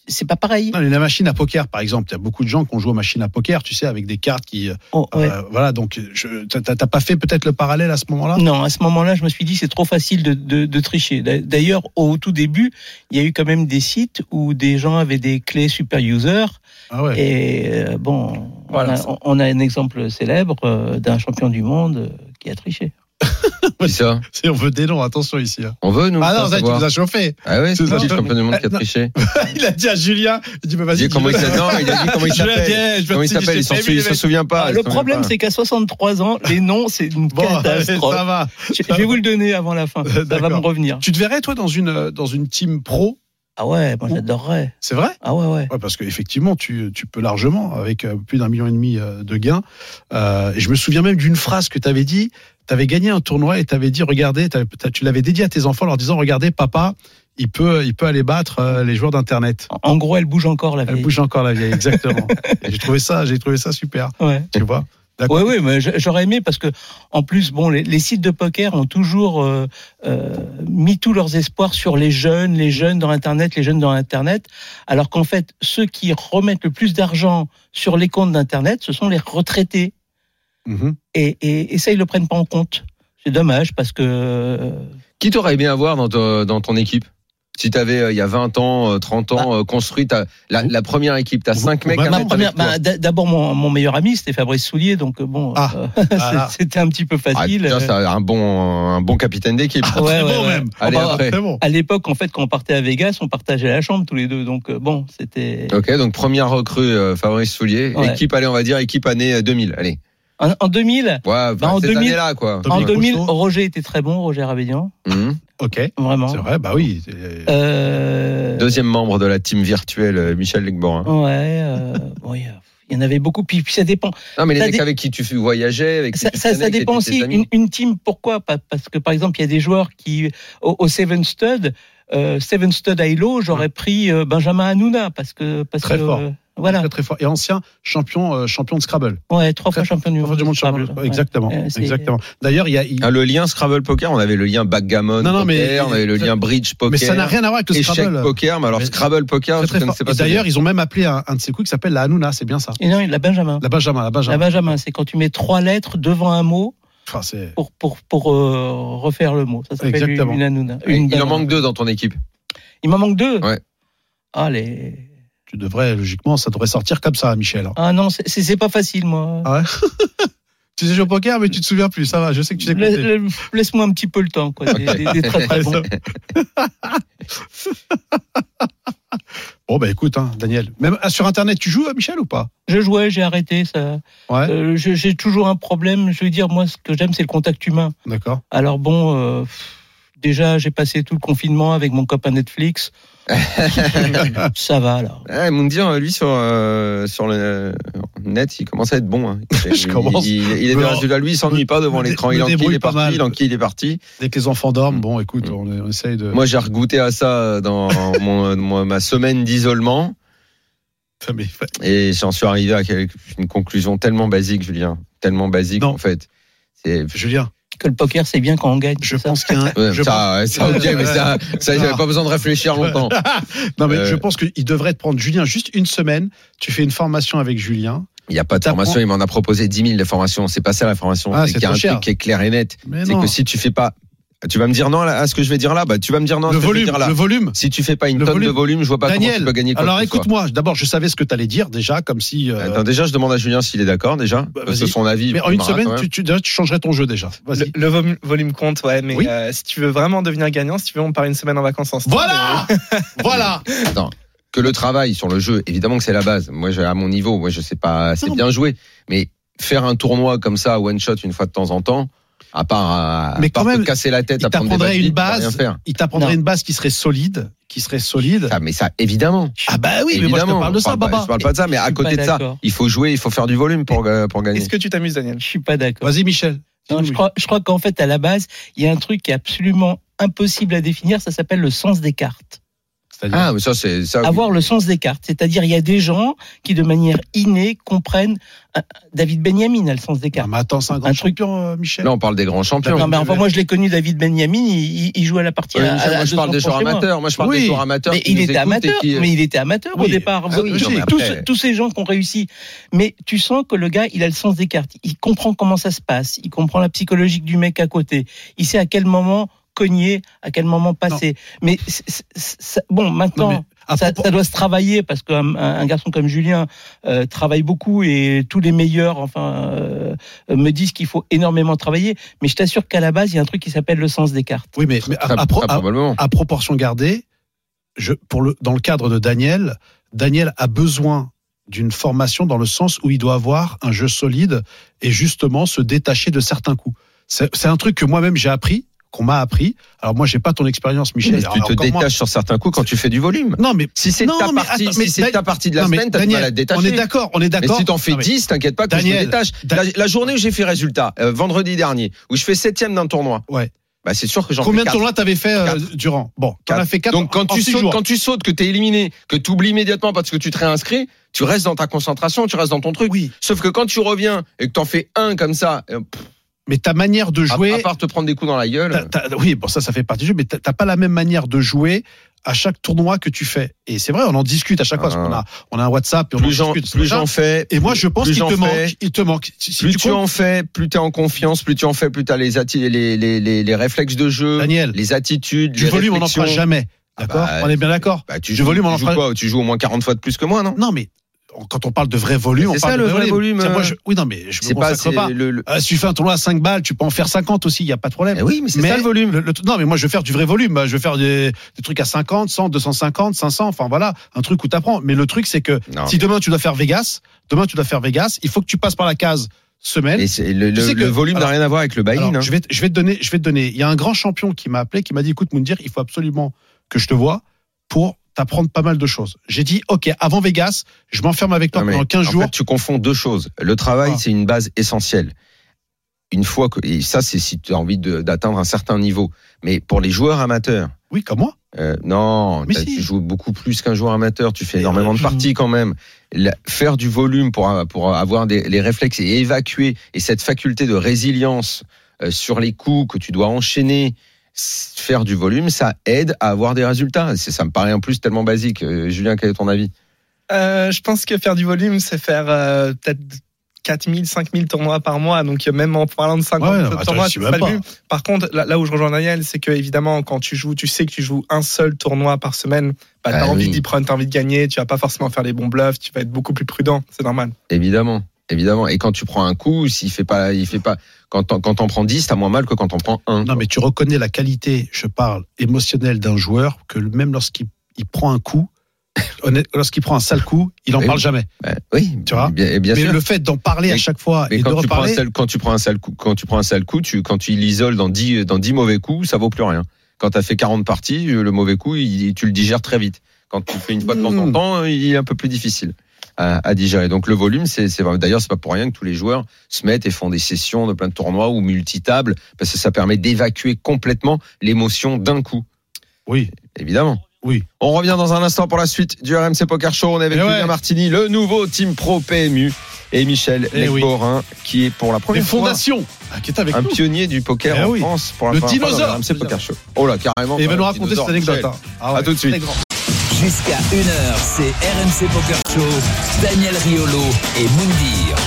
[SPEAKER 8] c'est pas pareil.
[SPEAKER 6] non, mais la machine à poker, par exemple, il y a beaucoup de gens qui ont joué aux machines à poker, tu sais, avec des cartes qui. euh,
[SPEAKER 8] Oh, ouais.
[SPEAKER 6] voilà, donc je- t'as- t'as t'as pas fait peut-être le parallèle à ce moment-là
[SPEAKER 8] Non, à ce moment-là, je me suis dit c'est trop facile de, de, de tricher. D'a- D'ailleurs, au tout début, il y a eu quand même des sites où des gens avaient des clés super user.
[SPEAKER 6] Ah ouais.
[SPEAKER 8] Et euh, bon, on
[SPEAKER 7] Voilà,
[SPEAKER 8] a-
[SPEAKER 7] ça.
[SPEAKER 8] on, a, un exemple célèbre euh, d'un champion du monde euh, qui a triché.
[SPEAKER 6] Ouais.
[SPEAKER 5] Qui ça
[SPEAKER 6] C'est- On veut des noms, attention ici. hein.
[SPEAKER 5] On veut nous
[SPEAKER 6] Ah
[SPEAKER 5] ça,
[SPEAKER 6] non, ça, tu
[SPEAKER 5] savoir
[SPEAKER 6] nous as chauffé.
[SPEAKER 5] Ah ouais, c'est
[SPEAKER 6] tu nous as- Ah,
[SPEAKER 5] le champion du monde qui a
[SPEAKER 6] Non.
[SPEAKER 5] triché.
[SPEAKER 6] Il a dit à Julien, il dit, mais
[SPEAKER 5] Il
[SPEAKER 6] vas-y,
[SPEAKER 5] dit comment il s'appelle Non, il a dit comment il
[SPEAKER 6] Je l'ai dit,
[SPEAKER 5] s'appelle.
[SPEAKER 6] je me
[SPEAKER 5] Comment il
[SPEAKER 6] suis dit,
[SPEAKER 5] s'appelle
[SPEAKER 6] je
[SPEAKER 5] Il s'en
[SPEAKER 6] l'ai
[SPEAKER 5] sou-
[SPEAKER 6] vu,
[SPEAKER 5] il s'en
[SPEAKER 6] mais- Ah,
[SPEAKER 5] souvient pas. il
[SPEAKER 8] Ah, le
[SPEAKER 5] s'en souvient
[SPEAKER 8] problème,
[SPEAKER 5] pas.
[SPEAKER 8] c'est qu'à 63 ans, les noms, c'est une
[SPEAKER 6] Bon, ça
[SPEAKER 8] catastrophe.
[SPEAKER 6] va.
[SPEAKER 8] Je, je vais vous le donner avant la fin. Ça va
[SPEAKER 6] D'accord.
[SPEAKER 8] me revenir.
[SPEAKER 6] Tu te verrais, toi, dans une, euh, dans une team pro
[SPEAKER 8] Ah ouais, moi j'adorerais.
[SPEAKER 6] C'est vrai
[SPEAKER 8] Ah ouais, ouais.
[SPEAKER 6] Ouais, parce qu'effectivement, tu, tu peux largement, avec euh, plus d'un million et demi euh, de gains. Euh, et je me souviens même d'une phrase que tu avais dit. Tu avais gagné un tournoi et tu avais dit, regardez, t'avais- t'as- tu l'avais dédié à tes enfants en leur disant, regardez, papa, il peut, il peut aller battre euh, les joueurs d'Internet.
[SPEAKER 8] En- En gros, elle bouge encore la
[SPEAKER 6] Elle
[SPEAKER 8] vieille.
[SPEAKER 6] bouge encore la vieille, exactement. Et j'ai trouvé ça, j'ai trouvé ça super,
[SPEAKER 8] Ouais.
[SPEAKER 6] tu vois. D'accord.
[SPEAKER 8] Oui, oui, mais j'a- j'aurais aimé parce que, en plus, bon, les, les sites de poker ont toujours euh, euh, mis tous leurs espoirs sur les jeunes, les jeunes dans Internet, les jeunes dans Internet, alors qu'en fait, ceux qui remettent le plus d'argent sur les comptes d'Internet, ce sont les retraités.
[SPEAKER 6] Mhm.
[SPEAKER 8] Et, et, et ça, ils le prennent pas en compte. C'est dommage parce que euh,
[SPEAKER 5] Qui t'aurais aimé avoir dans, ton- dans ton équipe Si t'avais, euh, il y a 20 ans, euh, 30 ans, euh, construit ta, la, la première équipe, t'as 5 mecs à
[SPEAKER 8] ma
[SPEAKER 5] mettre
[SPEAKER 8] première-
[SPEAKER 5] avec toi.
[SPEAKER 8] bah, d- d'abord mon, mon meilleur ami, c'était Fabrice Soulier, donc euh, bon,
[SPEAKER 6] Ah.
[SPEAKER 8] euh,
[SPEAKER 6] Ah, là.
[SPEAKER 8] c'est- c'était un petit peu
[SPEAKER 5] Ah,
[SPEAKER 8] facile.
[SPEAKER 5] putain, ça, un bon, un bon capitaine d'équipe.
[SPEAKER 8] Ouais,
[SPEAKER 6] Très
[SPEAKER 8] ouais,
[SPEAKER 6] bon
[SPEAKER 8] ouais.
[SPEAKER 6] même.
[SPEAKER 5] Allez,
[SPEAKER 6] Ah bah,
[SPEAKER 5] après.
[SPEAKER 6] très bon.
[SPEAKER 8] À l'époque, en fait, quand on partait à Vegas, on partageait la chambre tous les deux. Donc, euh, bon, c'était.
[SPEAKER 5] Ok, donc première recrue, euh, Fabrice Soulier.
[SPEAKER 8] Ouais.
[SPEAKER 5] Équipe, allez, on va dire équipe année euh, 2000. Allez.
[SPEAKER 8] En, en 2000,
[SPEAKER 5] Ouais, enfin,
[SPEAKER 8] Bah, en
[SPEAKER 5] cette
[SPEAKER 8] 2000,
[SPEAKER 5] année-là, quoi.
[SPEAKER 6] Dominique
[SPEAKER 8] en 2000
[SPEAKER 6] Rousseau.
[SPEAKER 8] Roger était très bon, Roger Rabédian.
[SPEAKER 6] Euh.
[SPEAKER 5] Mhm.
[SPEAKER 6] Ok,
[SPEAKER 8] Vraiment.
[SPEAKER 6] c'est vrai, bah oui. c'est-
[SPEAKER 8] Euh,
[SPEAKER 5] Deuxième membre de la team virtuelle, euh, Michel Legborin.
[SPEAKER 8] Ouais. euh, bon, il y a- il y en avait beaucoup. Puis, puis ça dépend.
[SPEAKER 5] Non, mais les
[SPEAKER 8] ça
[SPEAKER 5] mecs
[SPEAKER 8] dé-
[SPEAKER 5] avec qui tu fus- voyageais, avec qui
[SPEAKER 8] Ça,
[SPEAKER 5] tu
[SPEAKER 8] ça,
[SPEAKER 5] traînais,
[SPEAKER 8] ça
[SPEAKER 5] qui
[SPEAKER 8] dépend
[SPEAKER 5] étaient tes
[SPEAKER 8] aussi.
[SPEAKER 5] amis.
[SPEAKER 8] Une, une team, pourquoi Pas- Parce que, par exemple, il y a des joueurs qui, au, au Seven Stud, euh, Seven Stud à Ilo, j'aurais pris euh, Benjamin Hanouna. Parce que. Parce
[SPEAKER 6] Très
[SPEAKER 8] que,
[SPEAKER 6] fort.
[SPEAKER 8] euh, voilà.
[SPEAKER 6] Très, très fort. Et ancien champion, euh, champion de Scrabble.
[SPEAKER 8] Ouais, trois fois
[SPEAKER 6] Très-
[SPEAKER 8] champion du
[SPEAKER 6] Champion
[SPEAKER 8] monde.
[SPEAKER 6] du monde,
[SPEAKER 8] je parle.
[SPEAKER 6] champion-
[SPEAKER 8] Ouais.
[SPEAKER 6] Exactement.
[SPEAKER 8] Euh, c'est-
[SPEAKER 6] exactement. D'ailleurs, il y a. il-
[SPEAKER 5] Ah, le lien Scrabble Poker, on avait le lien Backgammon
[SPEAKER 6] Non,
[SPEAKER 5] Poker,
[SPEAKER 6] non, mais-
[SPEAKER 5] on avait le
[SPEAKER 6] ça-
[SPEAKER 5] lien Bridge Poker.
[SPEAKER 6] mais ça n'a rien à voir avec le
[SPEAKER 5] Échec
[SPEAKER 6] Scrabble.
[SPEAKER 5] Poker, mais alors
[SPEAKER 6] Mais-
[SPEAKER 5] Scrabble Poker,
[SPEAKER 6] Très,
[SPEAKER 5] je
[SPEAKER 6] très
[SPEAKER 5] ne
[SPEAKER 6] fort.
[SPEAKER 5] sais pas.
[SPEAKER 6] Et
[SPEAKER 5] ce que
[SPEAKER 6] D'ailleurs, ils ont même appelé un, un de ses coups qui s'appelle la Hanouna, c'est bien ça.
[SPEAKER 8] Et non, il a Benjamin.
[SPEAKER 6] La Benjamin, la
[SPEAKER 8] La
[SPEAKER 6] Benjamin.
[SPEAKER 8] Benjamin, c'est quand tu mets trois lettres devant un mot
[SPEAKER 6] Enfin, c'est-
[SPEAKER 8] pour, pour, pour euh, refaire le mot. Ça s'appelle une
[SPEAKER 6] Exactement.
[SPEAKER 8] une hanouna.
[SPEAKER 5] c'est.
[SPEAKER 8] Une
[SPEAKER 5] Il en
[SPEAKER 8] banane.
[SPEAKER 5] manque deux dans ton équipe.
[SPEAKER 8] Il m'en manque deux
[SPEAKER 5] Ouais.
[SPEAKER 8] Ah, les...
[SPEAKER 6] tu devrais, logiquement, ça devrait sortir comme ça, Michel. hein.
[SPEAKER 8] ah non, c'est- c'est c'est pas facile, moi.
[SPEAKER 6] Ah ouais Tu sais jouer au poker, mais tu te souviens plus. Ça va, je sais que tu sais
[SPEAKER 8] Laisse-
[SPEAKER 6] compter.
[SPEAKER 8] laisse- Laisse-moi un petit peu le temps, quoi. Des, des- des très, très bons.
[SPEAKER 6] Bon, bah écoute, hein, Daniel. Même ah, sur Internet, tu joues, euh, Michel, ou pas
[SPEAKER 8] Je jouais, j'ai arrêté ça.
[SPEAKER 6] Ouais,
[SPEAKER 8] Euh, je- j'ai toujours un problème. Je veux dire, moi, ce que j'aime, c'est le contact humain.
[SPEAKER 6] d'accord.
[SPEAKER 8] Alors bon, euh, pff, déjà, j'ai passé tout le confinement avec mon copain Netflix. ça va, là.
[SPEAKER 5] Ah, Moundir, lui, sur, euh, sur le net, il commence à être bon. hein. Il,
[SPEAKER 6] Je commence.
[SPEAKER 5] il- il est
[SPEAKER 6] Me-
[SPEAKER 5] dans là, lui, il s'ennuie pas devant
[SPEAKER 6] me dé-
[SPEAKER 5] l'écran.
[SPEAKER 6] me
[SPEAKER 5] Il enquille, il
[SPEAKER 6] débrouille
[SPEAKER 5] est
[SPEAKER 6] pas
[SPEAKER 5] parti,
[SPEAKER 6] mal.
[SPEAKER 5] il enquille, il est parti.
[SPEAKER 6] Dès que les enfants dorment, bon, écoute,
[SPEAKER 5] Mm.
[SPEAKER 6] on, on essaye de.
[SPEAKER 5] Moi, j'ai regoûté à ça euh, dans mon- mon- ma semaine d'isolement
[SPEAKER 6] Putain, mais-
[SPEAKER 5] et j'en suis arrivé à quelque- une conclusion tellement basique, Julien. Tellement basique,
[SPEAKER 6] Non.
[SPEAKER 5] en fait. C'est.
[SPEAKER 6] Julien,
[SPEAKER 8] Que le poker, c'est bien quand on gagne.
[SPEAKER 6] je
[SPEAKER 8] c'est ça
[SPEAKER 6] pense qu'il y a un-
[SPEAKER 5] Ouais,
[SPEAKER 6] je
[SPEAKER 5] ça, ouais, ça, ok, mais ça, ça, j'avais
[SPEAKER 6] Non.
[SPEAKER 5] pas besoin de réfléchir longtemps.
[SPEAKER 6] pense- Non, mais
[SPEAKER 5] Euh,
[SPEAKER 6] je pense qu'il devrait te prendre, Julien, juste une semaine. Tu fais une formation avec Julien.
[SPEAKER 5] Il n'y a pas de
[SPEAKER 6] T'apprends-
[SPEAKER 5] formation, il m'en a proposé 10 000 de formation. C'est pas ça la formation.
[SPEAKER 6] Ah,
[SPEAKER 5] c'est
[SPEAKER 6] c'est
[SPEAKER 5] qu'il y a
[SPEAKER 6] trop
[SPEAKER 5] un
[SPEAKER 6] cher.
[SPEAKER 5] truc qui est clair et net.
[SPEAKER 6] Mais
[SPEAKER 5] C'est
[SPEAKER 6] non.
[SPEAKER 5] que si tu fais pas, tu vas me dire non à à ce que je vais dire là, bah tu vas me dire non à
[SPEAKER 6] le
[SPEAKER 5] ce que je
[SPEAKER 6] volume,
[SPEAKER 5] vais dire là.
[SPEAKER 6] le volume.
[SPEAKER 5] Si tu fais pas une
[SPEAKER 6] Le
[SPEAKER 5] tonne de
[SPEAKER 6] volume.
[SPEAKER 5] volume, je vois pas comment tu
[SPEAKER 6] Daniel,
[SPEAKER 5] peux gagner quoi
[SPEAKER 6] alors
[SPEAKER 5] que ce soit.
[SPEAKER 6] écoute-moi, d'abord, je savais ce que tu allais dire, déjà, comme si. euh,
[SPEAKER 5] Attends, déjà, je demande à Julien s'il est d'accord, déjà.
[SPEAKER 6] Bah,
[SPEAKER 5] parce que
[SPEAKER 6] vas-y.
[SPEAKER 5] son avis.
[SPEAKER 6] mais en
[SPEAKER 5] il
[SPEAKER 6] une
[SPEAKER 5] m'arrête
[SPEAKER 6] semaine,
[SPEAKER 5] quand même.
[SPEAKER 6] tu, tu- déjà, tu changerais ton jeu déjà.
[SPEAKER 7] Le,
[SPEAKER 6] Vas-y.
[SPEAKER 7] le volume- volume compte, ouais, mais
[SPEAKER 6] Oui.
[SPEAKER 7] euh, si tu veux vraiment devenir gagnant, si tu veux, on part une semaine en vacances ensemble.
[SPEAKER 6] Voilà Voilà
[SPEAKER 5] Que le travail sur le jeu, évidemment que c'est la base. Moi, j'ai- à mon niveau, moi, je sais pas, c'est
[SPEAKER 6] Non.
[SPEAKER 5] bien joué. Mais faire un tournoi comme ça, one shot, une fois de temps en temps, à part, à, à
[SPEAKER 6] Mais
[SPEAKER 5] part
[SPEAKER 6] quand
[SPEAKER 5] te
[SPEAKER 6] même,
[SPEAKER 5] casser la tête,
[SPEAKER 6] il
[SPEAKER 5] à prendre des
[SPEAKER 6] t'apprendrait
[SPEAKER 5] backflips,
[SPEAKER 6] une
[SPEAKER 5] tu vas rien
[SPEAKER 6] base.
[SPEAKER 5] faire.
[SPEAKER 6] Il t'apprendrait
[SPEAKER 8] Non.
[SPEAKER 6] une base qui serait solide, qui serait solide.
[SPEAKER 5] Ça, mais ça, évidemment.
[SPEAKER 6] Ah bah oui, mais moi je te
[SPEAKER 5] Évidemment,
[SPEAKER 6] parle de ça,
[SPEAKER 5] pas-
[SPEAKER 6] Baba.
[SPEAKER 5] Je parle pas de ça, mais
[SPEAKER 8] Je
[SPEAKER 5] à
[SPEAKER 8] suis
[SPEAKER 5] côté
[SPEAKER 8] pas
[SPEAKER 5] de ça,
[SPEAKER 8] d'accord.
[SPEAKER 5] il faut jouer, il faut faire du volume pour, euh, pour gagner.
[SPEAKER 7] Est-ce que tu t'amuses, Daniel
[SPEAKER 8] Je suis pas d'accord.
[SPEAKER 6] Vas-y, Michel.
[SPEAKER 8] Non, je
[SPEAKER 6] Dis-nous.
[SPEAKER 8] crois, je crois qu'en fait, à la base, il y a un truc qui est absolument impossible à définir, ça s'appelle le sens des cartes.
[SPEAKER 6] C'est-à-dire-
[SPEAKER 5] Ah, mais ça, c'est ça. oui.
[SPEAKER 8] Avoir le sens des cartes, c'est-à-dire il y a des gens qui, de manière innée, comprennent. euh, David Benjamin a le sens des
[SPEAKER 6] Non,
[SPEAKER 8] cartes.
[SPEAKER 6] Ah, mais attends, c'est un grand
[SPEAKER 8] Un truc-
[SPEAKER 6] champion, euh, Michel.
[SPEAKER 5] Là, on parle des grands champions.
[SPEAKER 8] Non, mais enfin,
[SPEAKER 6] David-
[SPEAKER 8] moi, je l'ai connu, David Benjamin, il, il- il jouait à la partie.
[SPEAKER 5] Ouais,
[SPEAKER 8] à-
[SPEAKER 5] Michel,
[SPEAKER 8] à-
[SPEAKER 5] moi,
[SPEAKER 8] à
[SPEAKER 5] je parle des
[SPEAKER 8] 200
[SPEAKER 5] joueurs
[SPEAKER 8] chez moi.
[SPEAKER 5] amateurs. Moi, je parle
[SPEAKER 6] Oui,
[SPEAKER 5] des joueurs amateurs.
[SPEAKER 8] Mais
[SPEAKER 5] qui
[SPEAKER 8] il
[SPEAKER 5] nous
[SPEAKER 8] était
[SPEAKER 5] écoutent et
[SPEAKER 8] amateur,
[SPEAKER 5] qui-
[SPEAKER 8] mais il était amateur au
[SPEAKER 6] Oui.
[SPEAKER 8] départ.
[SPEAKER 5] Ah oui,
[SPEAKER 8] Tous-
[SPEAKER 5] non, mais
[SPEAKER 8] tous,
[SPEAKER 5] après-
[SPEAKER 8] tous ces gens qui ont réussi. Mais tu sens que le gars, il a le sens des cartes. Il comprend comment ça se passe. Il comprend la psychologique du mec à côté. Il sait à quel moment cogner, à quel moment passer. Mais c'est- c'est- c'est- bon, maintenant.
[SPEAKER 6] Non, mais à
[SPEAKER 8] Ça,
[SPEAKER 6] propos-
[SPEAKER 8] ça doit se travailler parce qu'un un- un garçon comme Julien euh, travaille beaucoup et tous les meilleurs enfin euh, me disent qu'il faut énormément travailler. Mais je t'assure qu'à la base il y a un truc qui s'appelle le sens des cartes.
[SPEAKER 6] Oui, mais, mais à,
[SPEAKER 5] Très-
[SPEAKER 6] à pro-
[SPEAKER 5] très
[SPEAKER 6] à-
[SPEAKER 5] probablement.
[SPEAKER 6] à proportion gardée, je, pour le, dans le cadre de Daniel, Daniel a besoin d'une formation dans le sens où il doit avoir un jeu solide et justement se détacher de certains coups. C'est c'est un truc que moi-même j'ai appris, qu'on m'a appris. Alors moi, j'ai pas ton expérience, Michel.
[SPEAKER 5] Tu
[SPEAKER 6] Alors,
[SPEAKER 5] te
[SPEAKER 6] encore moins-
[SPEAKER 5] détaches sur certains coups quand tu fais du volume.
[SPEAKER 6] Non, mais
[SPEAKER 5] Si c'est
[SPEAKER 6] Non,
[SPEAKER 5] ta
[SPEAKER 6] mais
[SPEAKER 5] partie,
[SPEAKER 6] attends, mais
[SPEAKER 5] si c'est
[SPEAKER 6] Dan-
[SPEAKER 5] ta partie de la
[SPEAKER 6] non, mais
[SPEAKER 5] semaine, t'as du
[SPEAKER 6] Daniel,
[SPEAKER 5] mal à te détacher.
[SPEAKER 6] on est d'accord, on est
[SPEAKER 5] Mais
[SPEAKER 6] d'accord.
[SPEAKER 5] si t'en fais
[SPEAKER 6] Non, mais-
[SPEAKER 5] 10, t'inquiète pas que je me
[SPEAKER 6] Daniel,
[SPEAKER 5] détache. La,
[SPEAKER 6] Dan-
[SPEAKER 5] la journée où j'ai fait résultat, euh, vendredi dernier, où je fais septième d'un tournoi,
[SPEAKER 6] Ouais.
[SPEAKER 5] Bah, c'est sûr que j'en fais
[SPEAKER 6] Combien de
[SPEAKER 5] quatre.
[SPEAKER 6] tournois t'avais fait euh,
[SPEAKER 5] Quatre.
[SPEAKER 6] Durant Bon, t'en as
[SPEAKER 5] Quatre.
[SPEAKER 6] fait 4
[SPEAKER 5] Donc quand
[SPEAKER 6] en
[SPEAKER 5] tu
[SPEAKER 6] six
[SPEAKER 5] sautes,
[SPEAKER 6] jours.
[SPEAKER 5] quand tu sautes, que t'es éliminé, que tu oublies immédiatement parce que tu te réinscris, tu restes dans ta concentration, tu restes dans ton truc.
[SPEAKER 6] Oui,
[SPEAKER 5] Sauf que quand tu reviens et que t'en fais un comme ça, euh, pff,
[SPEAKER 6] mais ta manière de
[SPEAKER 5] à-
[SPEAKER 6] jouer.
[SPEAKER 5] à, part te prendre des coups dans la gueule,
[SPEAKER 6] T'as- t'as- oui, bon, ça, ça fait partie du jeu, mais t'as t'as pas la même manière de jouer à chaque tournoi que tu fais. Et c'est vrai, on en discute à chaque fois, parce qu'on a, on a un WhatsApp et on en
[SPEAKER 5] Ah. plus j'en
[SPEAKER 6] discute.
[SPEAKER 5] plus j'en fais.
[SPEAKER 6] et moi, je pense
[SPEAKER 5] plus
[SPEAKER 6] qu'il
[SPEAKER 5] j'en
[SPEAKER 6] te
[SPEAKER 5] fais,
[SPEAKER 6] manque. Il te manque. Si, si
[SPEAKER 5] plus
[SPEAKER 6] tu
[SPEAKER 5] tu
[SPEAKER 6] comptes,
[SPEAKER 5] en fais, plus t'es en confiance, plus tu en fais, plus t'as les, atti- les, les, les, les réflexes de jeu,
[SPEAKER 6] Daniel,
[SPEAKER 5] les attitudes,
[SPEAKER 6] du
[SPEAKER 5] les
[SPEAKER 6] volume, on n'en fera
[SPEAKER 5] réflexions.
[SPEAKER 6] jamais. D'accord
[SPEAKER 5] bah,
[SPEAKER 6] On est bien d'accord
[SPEAKER 5] Bah, tu
[SPEAKER 6] Du
[SPEAKER 5] joues,
[SPEAKER 6] volume, on
[SPEAKER 5] tu
[SPEAKER 6] en
[SPEAKER 5] joues
[SPEAKER 6] fera-
[SPEAKER 5] quoi Tu joues au moins 40 fois de plus que moi, non
[SPEAKER 6] Non, mais on- quand on parle de vrai volume,
[SPEAKER 5] Mais
[SPEAKER 6] on
[SPEAKER 5] c'est
[SPEAKER 6] parle
[SPEAKER 5] ça,
[SPEAKER 6] de
[SPEAKER 5] le vrai volume,
[SPEAKER 6] Tiens, moi,
[SPEAKER 5] euh,
[SPEAKER 6] je- oui, non, mais je me
[SPEAKER 5] C'est pas,
[SPEAKER 6] consacre
[SPEAKER 5] c'est
[SPEAKER 6] pas.
[SPEAKER 5] le, le-
[SPEAKER 6] Euh, si tu fais un tournoi à 5 balles, tu peux en faire 50 aussi, il n'y a pas de problème.
[SPEAKER 5] Eh oui, mais c'est
[SPEAKER 6] Mais-
[SPEAKER 5] ça le volume.
[SPEAKER 6] Le- le- non, mais moi, je vais faire du vrai volume. Je vais faire des, des trucs à 50, 100, 250, 500. Enfin, voilà, un truc où t'apprends. Mais le truc, c'est que
[SPEAKER 5] Non,
[SPEAKER 6] si demain tu dois faire Vegas, demain tu dois faire Vegas, il faut que tu passes par la case semaine.
[SPEAKER 5] Et c'est- le,
[SPEAKER 6] Tu
[SPEAKER 5] le-
[SPEAKER 6] sais que-
[SPEAKER 5] le volume n'a
[SPEAKER 6] alors-
[SPEAKER 5] rien à voir avec le buy-in.
[SPEAKER 6] Alors,
[SPEAKER 5] hein.
[SPEAKER 6] je, vais, te- je vais te donner, je vais te donner. Il y a un grand champion qui m'a appelé, qui m'a dit, écoute, Moundir, il faut absolument que je te vois pour t'apprendre pas mal de choses. J'ai dit, ok, avant Vegas, je m'enferme avec toi
[SPEAKER 5] Non, mais
[SPEAKER 6] pendant 15
[SPEAKER 5] en
[SPEAKER 6] jours.
[SPEAKER 5] fait, tu confonds deux choses. Le travail,
[SPEAKER 6] Ah.
[SPEAKER 5] c'est une base essentielle. Une fois que, et ça, c'est si tu as envie de- d'atteindre un certain niveau. Mais pour les joueurs amateurs,
[SPEAKER 6] oui, comme moi.
[SPEAKER 5] euh, non,
[SPEAKER 6] Mais
[SPEAKER 5] t'as-
[SPEAKER 6] si.
[SPEAKER 5] tu joues beaucoup plus qu'un joueur amateur. Tu fais
[SPEAKER 6] Mais
[SPEAKER 5] énormément
[SPEAKER 6] ouais,
[SPEAKER 5] de
[SPEAKER 6] je-
[SPEAKER 5] parties quand même. La- faire du volume pour, a- pour euh, avoir des, les réflexes et évacuer et cette faculté de résilience euh, sur les coups que tu dois enchaîner. s- Faire du volume, ça aide à avoir des résultats. C'est- Ça me paraît en plus tellement basique. Euh, Julien, quel est ton avis
[SPEAKER 7] Euh, je pense que faire du volume, c'est faire euh, peut-être 4000, 5000 tournois par mois. Donc, euh, même en parlant de 50
[SPEAKER 6] Ouais, non, attends,
[SPEAKER 7] tournois,
[SPEAKER 6] je suis
[SPEAKER 7] c'est
[SPEAKER 6] même
[SPEAKER 7] pas le
[SPEAKER 6] pas.
[SPEAKER 7] but. Par contre, là, là où je rejoins Daniel, c'est que, évidemment, quand tu joues, tu sais que tu joues un seul tournoi par semaine, bah, t'as
[SPEAKER 5] Ah
[SPEAKER 7] envie
[SPEAKER 5] oui.
[SPEAKER 7] d'y prendre, t'as envie de gagner, tu vas pas forcément faire les bons bluffs, tu vas être beaucoup plus prudent, c'est normal.
[SPEAKER 5] Évidemment, évidemment. Et quand tu prends un coup, s'il fait pas, il fait pas. Quand t'en, quand t'en prends 10, t'as moins mal que quand t'en prends un.
[SPEAKER 6] Non, mais tu reconnais la qualité, je parle, émotionnelle d'un joueur que même lorsqu'il il prend un coup, honnête- lorsqu'il prend un sale coup, il en
[SPEAKER 5] Oui,
[SPEAKER 6] parle
[SPEAKER 5] oui.
[SPEAKER 6] jamais.
[SPEAKER 5] Ouais, Euh, oui,
[SPEAKER 6] Tu vois
[SPEAKER 5] bien, et bien
[SPEAKER 6] mais
[SPEAKER 5] sûr.
[SPEAKER 6] le fait d'en parler à
[SPEAKER 5] Mais-
[SPEAKER 6] chaque fois
[SPEAKER 5] mais
[SPEAKER 6] et de
[SPEAKER 5] quand tu, prends un
[SPEAKER 6] reparler,
[SPEAKER 5] sale, quand tu prends un sale coup, quand tu prends un sale coup, tu, quand tu l'isoles dans 10, dans 10 mauvais coups, ça vaut plus rien. Quand t'as fait 40 parties, euh, le mauvais coup, il- tu le digères très vite. Quand tu fais une fois de temps en
[SPEAKER 6] Mmh.
[SPEAKER 5] temps, il est un peu plus difficile à, à digérer. Donc le volume, c'est, c'est vrai. D'ailleurs, c'est pas pour rien que tous les joueurs se mettent et font des sessions de plein de tournois ou multitables, parce que ça permet d'évacuer complètement l'émotion d'un coup.
[SPEAKER 6] oui,
[SPEAKER 5] Évidemment.
[SPEAKER 6] Oui.
[SPEAKER 5] On revient dans un instant pour la suite du RMC Poker Show. On est avec
[SPEAKER 6] Eh ouais.
[SPEAKER 5] Julien Martini, le nouveau Team Pro PMU, et Michel
[SPEAKER 6] Eh oui.
[SPEAKER 5] Lecborin, qui est pour la
[SPEAKER 6] les
[SPEAKER 5] première fois
[SPEAKER 6] fondations, ah, qui est avec
[SPEAKER 5] un
[SPEAKER 6] nous.
[SPEAKER 5] pionnier du poker
[SPEAKER 6] Eh
[SPEAKER 5] en
[SPEAKER 6] oui.
[SPEAKER 5] France pour la
[SPEAKER 6] Le
[SPEAKER 5] première fois dans
[SPEAKER 6] dinosaure.
[SPEAKER 5] le RMC Poker Show. Oh là, carrément.
[SPEAKER 6] Et il va
[SPEAKER 5] le
[SPEAKER 6] nous raconter cette
[SPEAKER 5] dinosaure,
[SPEAKER 6] anecdote.
[SPEAKER 5] Michel.
[SPEAKER 6] hein. Ah ouais,
[SPEAKER 5] À tout de suite.
[SPEAKER 6] très grand.
[SPEAKER 4] Jusqu'à 1h, c'est RMC Poker Show. Daniel Riolo et Moundir.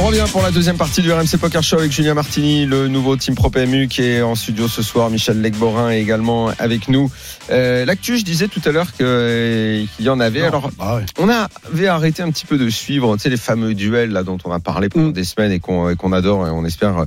[SPEAKER 5] On revient pour la deuxième partie du RMC Poker Show avec Julien Martini, le nouveau Team Pro PMU qui est en studio ce soir. Michel Legborin est également avec nous. Euh, L'actu, je disais tout à l'heure que, euh, qu'il y en avait.
[SPEAKER 6] Non,
[SPEAKER 5] Alors,
[SPEAKER 6] bah ouais.
[SPEAKER 5] On avait arrêté un petit peu de suivre tu sais, les fameux duels là, dont on a parlé pendant des semaines et qu'on et qu'on adore et on espère.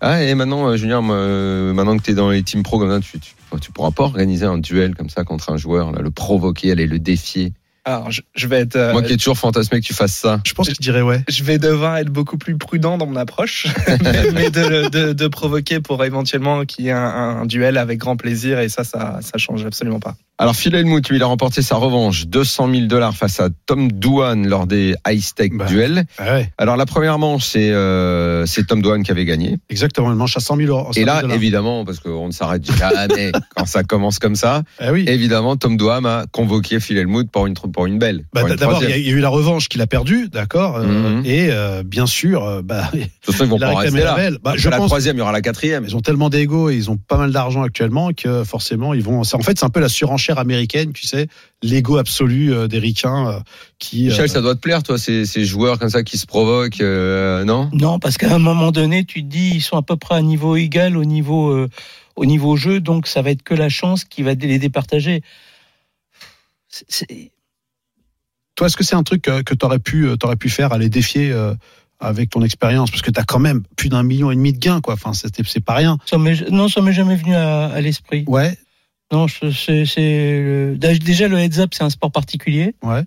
[SPEAKER 5] Ah, et maintenant, euh, Julien, euh, maintenant que tu es dans les teams pro, comme ça, tu, tu, tu pourras pas organiser un duel comme ça contre un joueur, là, le provoquer, aller le défier.
[SPEAKER 7] Alors, je, je vais être, euh,
[SPEAKER 5] Moi qui ai toujours fantasmé que tu fasses ça.
[SPEAKER 6] Je pense qu'il dirait ouais.
[SPEAKER 7] je vais devoir être beaucoup plus prudent dans mon approche, mais, mais de, de- de provoquer pour éventuellement qu'il y ait un, un duel avec grand plaisir, et ça, ça, ça change absolument pas.
[SPEAKER 5] Alors, Phil Hellmuth, lui, il a remporté sa revanche, 200 000 dollars face à Tom Douane lors des High Stake
[SPEAKER 6] Bah.
[SPEAKER 5] Duels.
[SPEAKER 6] Ah ouais,
[SPEAKER 5] Alors, la première manche, c'est euh, c'est Tom Douane qui avait gagné.
[SPEAKER 6] exactement. Il manche à 100 000 euros.
[SPEAKER 5] Et là,
[SPEAKER 6] 100 000 dollars.
[SPEAKER 5] évidemment, parce qu'on ne s'arrête jamais quand ça commence comme ça.
[SPEAKER 6] Eh oui.
[SPEAKER 5] Évidemment, Tom Doham a convoqué Phil Hellmuth pour une, tr- pour une belle.
[SPEAKER 6] Bah,
[SPEAKER 5] pour une
[SPEAKER 6] D'abord, il y, a-
[SPEAKER 5] troisième.
[SPEAKER 6] il y a eu la revanche qu'il a perdue, d'accord. euh,
[SPEAKER 5] Mhm.
[SPEAKER 6] Et euh, bien sûr, euh, bah,
[SPEAKER 5] De toute façon, ils vont
[SPEAKER 6] il a
[SPEAKER 5] pas en
[SPEAKER 6] réclamé
[SPEAKER 5] rester là.
[SPEAKER 6] la belle. Bah,
[SPEAKER 5] Après
[SPEAKER 6] je
[SPEAKER 5] la
[SPEAKER 6] pense
[SPEAKER 5] troisième, il y aura la quatrième.
[SPEAKER 6] Ils ont tellement d'ego et ils ont pas mal d'argent actuellement que forcément ils vont. c'est- En fait, c'est un peu la surenchère américaine, tu sais, l'ego absolu euh, des ricains euh, qui. euh,
[SPEAKER 5] Michel, ça doit te plaire, toi, ces, ces joueurs comme ça qui se provoquent, euh, non
[SPEAKER 8] Non, parce qu'à un moment donné, tu te dis, ils sont à peu près à niveau égal au niveau, euh, au niveau jeu, donc ça va être que la chance qui va les départager. C'est- c'est-
[SPEAKER 6] Toi, est-ce que c'est un truc euh, que t'aurais pu, euh, t'aurais pu faire, aller défier euh, avec ton expérience, parce que t'as quand même plus d'un million et demi de gains, quoi. Enfin, c'était- c'est pas rien.
[SPEAKER 8] ça m'est- non, ça m'est jamais venu à, à l'esprit.
[SPEAKER 6] Ouais,
[SPEAKER 8] Non, je- c'est c'est le- déjà le heads up, c'est un sport particulier
[SPEAKER 6] ouais.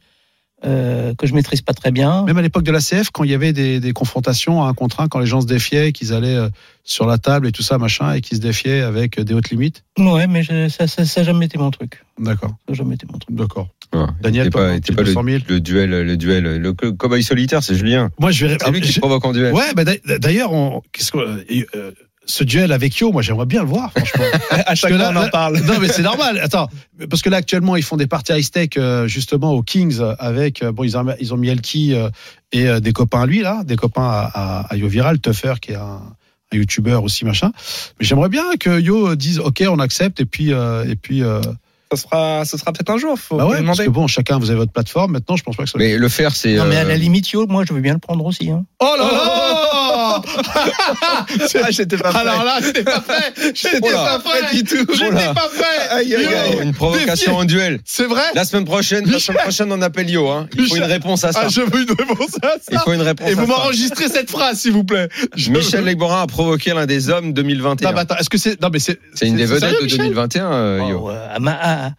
[SPEAKER 8] euh, que je maîtrise pas très
[SPEAKER 5] Oh.
[SPEAKER 8] bien.
[SPEAKER 6] Même à l'époque de la CF, quand il y avait des, des confrontations à un contre un, quand les gens se défiaient, qu'ils allaient euh, sur la table et tout ça, machin, et qu'ils se défiaient avec euh, des hautes limites.
[SPEAKER 8] Ouais, mais je- ça, ça, ça a jamais été mon truc.
[SPEAKER 6] D'accord,
[SPEAKER 8] Ça a jamais été mon truc.
[SPEAKER 6] d'accord.
[SPEAKER 5] Ouais.
[SPEAKER 6] Daniel,
[SPEAKER 5] T'es
[SPEAKER 6] toi,
[SPEAKER 5] pas,
[SPEAKER 6] un
[SPEAKER 5] t'es
[SPEAKER 6] petit
[SPEAKER 5] pas le,
[SPEAKER 6] 200 000.
[SPEAKER 5] le duel, le duel, le co- cowboy solitaire, c'est Julien.
[SPEAKER 6] Moi, je vais.
[SPEAKER 5] C'est lui qui
[SPEAKER 6] je-
[SPEAKER 5] te provoque en duel.
[SPEAKER 6] Ouais, bah, d'a- d'ailleurs, on- qu'est-ce qu'on- euh, euh, ce duel avec Yo, moi j'aimerais bien le voir, franchement.
[SPEAKER 7] À chaque
[SPEAKER 6] que
[SPEAKER 7] fois,
[SPEAKER 6] là-
[SPEAKER 7] on en parle.
[SPEAKER 6] non, mais c'est normal. Attends, parce que là actuellement, ils font des parties high tech justement aux Kings euh, avec euh, bon, ils ont ils ont mis Elki euh, et euh, des copains à lui là, des copains à, à, à Yo Viral, Tuffer qui est un, un youtubeur aussi machin. Mais j'aimerais bien que Yo euh, dise OK, on accepte et puis euh, et puis euh,
[SPEAKER 7] Ça sera, ça sera peut-être un jour. Faut
[SPEAKER 6] bah ouais, parce
[SPEAKER 7] demander.
[SPEAKER 6] que bon, chacun vous avez votre plateforme. Maintenant, je pense pas que ça.
[SPEAKER 5] Mais le faire, c'est.
[SPEAKER 8] Non, mais à
[SPEAKER 5] euh,
[SPEAKER 8] la limite, Yo, moi, je veux bien le prendre aussi. Hein.
[SPEAKER 6] Oh là là
[SPEAKER 7] Ah, j'étais pas prêt.
[SPEAKER 6] Oh Alors là, c'était pas prêt. J'étais
[SPEAKER 5] Oh là.
[SPEAKER 6] pas prêt du tout. J'étais
[SPEAKER 5] là.
[SPEAKER 6] pas prêt.
[SPEAKER 7] Aïe, aïe, aïe.
[SPEAKER 6] Yo.
[SPEAKER 5] Une provocation en duel.
[SPEAKER 6] C'est vrai
[SPEAKER 5] La semaine prochaine, la semaine prochaine, on appelle Yo. Hein. Il faut une
[SPEAKER 6] Michel-
[SPEAKER 5] réponse à ça.
[SPEAKER 6] Ah, je veux une réponse à
[SPEAKER 5] Il
[SPEAKER 6] ça.
[SPEAKER 5] faut une réponse
[SPEAKER 6] Et
[SPEAKER 5] à
[SPEAKER 6] vous
[SPEAKER 5] ça.
[SPEAKER 6] m'enregistrez cette phrase, s'il vous plaît. Je-
[SPEAKER 5] Michel Legrand a provoqué l'un des hommes
[SPEAKER 6] Non,
[SPEAKER 5] 2021.
[SPEAKER 6] mais attends, est-ce que c'est. Non, mais hein. c'est.
[SPEAKER 5] C'est une des
[SPEAKER 6] sérieux,
[SPEAKER 5] vedettes de
[SPEAKER 6] Michel
[SPEAKER 5] 2021, euh, Yo.
[SPEAKER 8] Oh, euh, à, ma- à-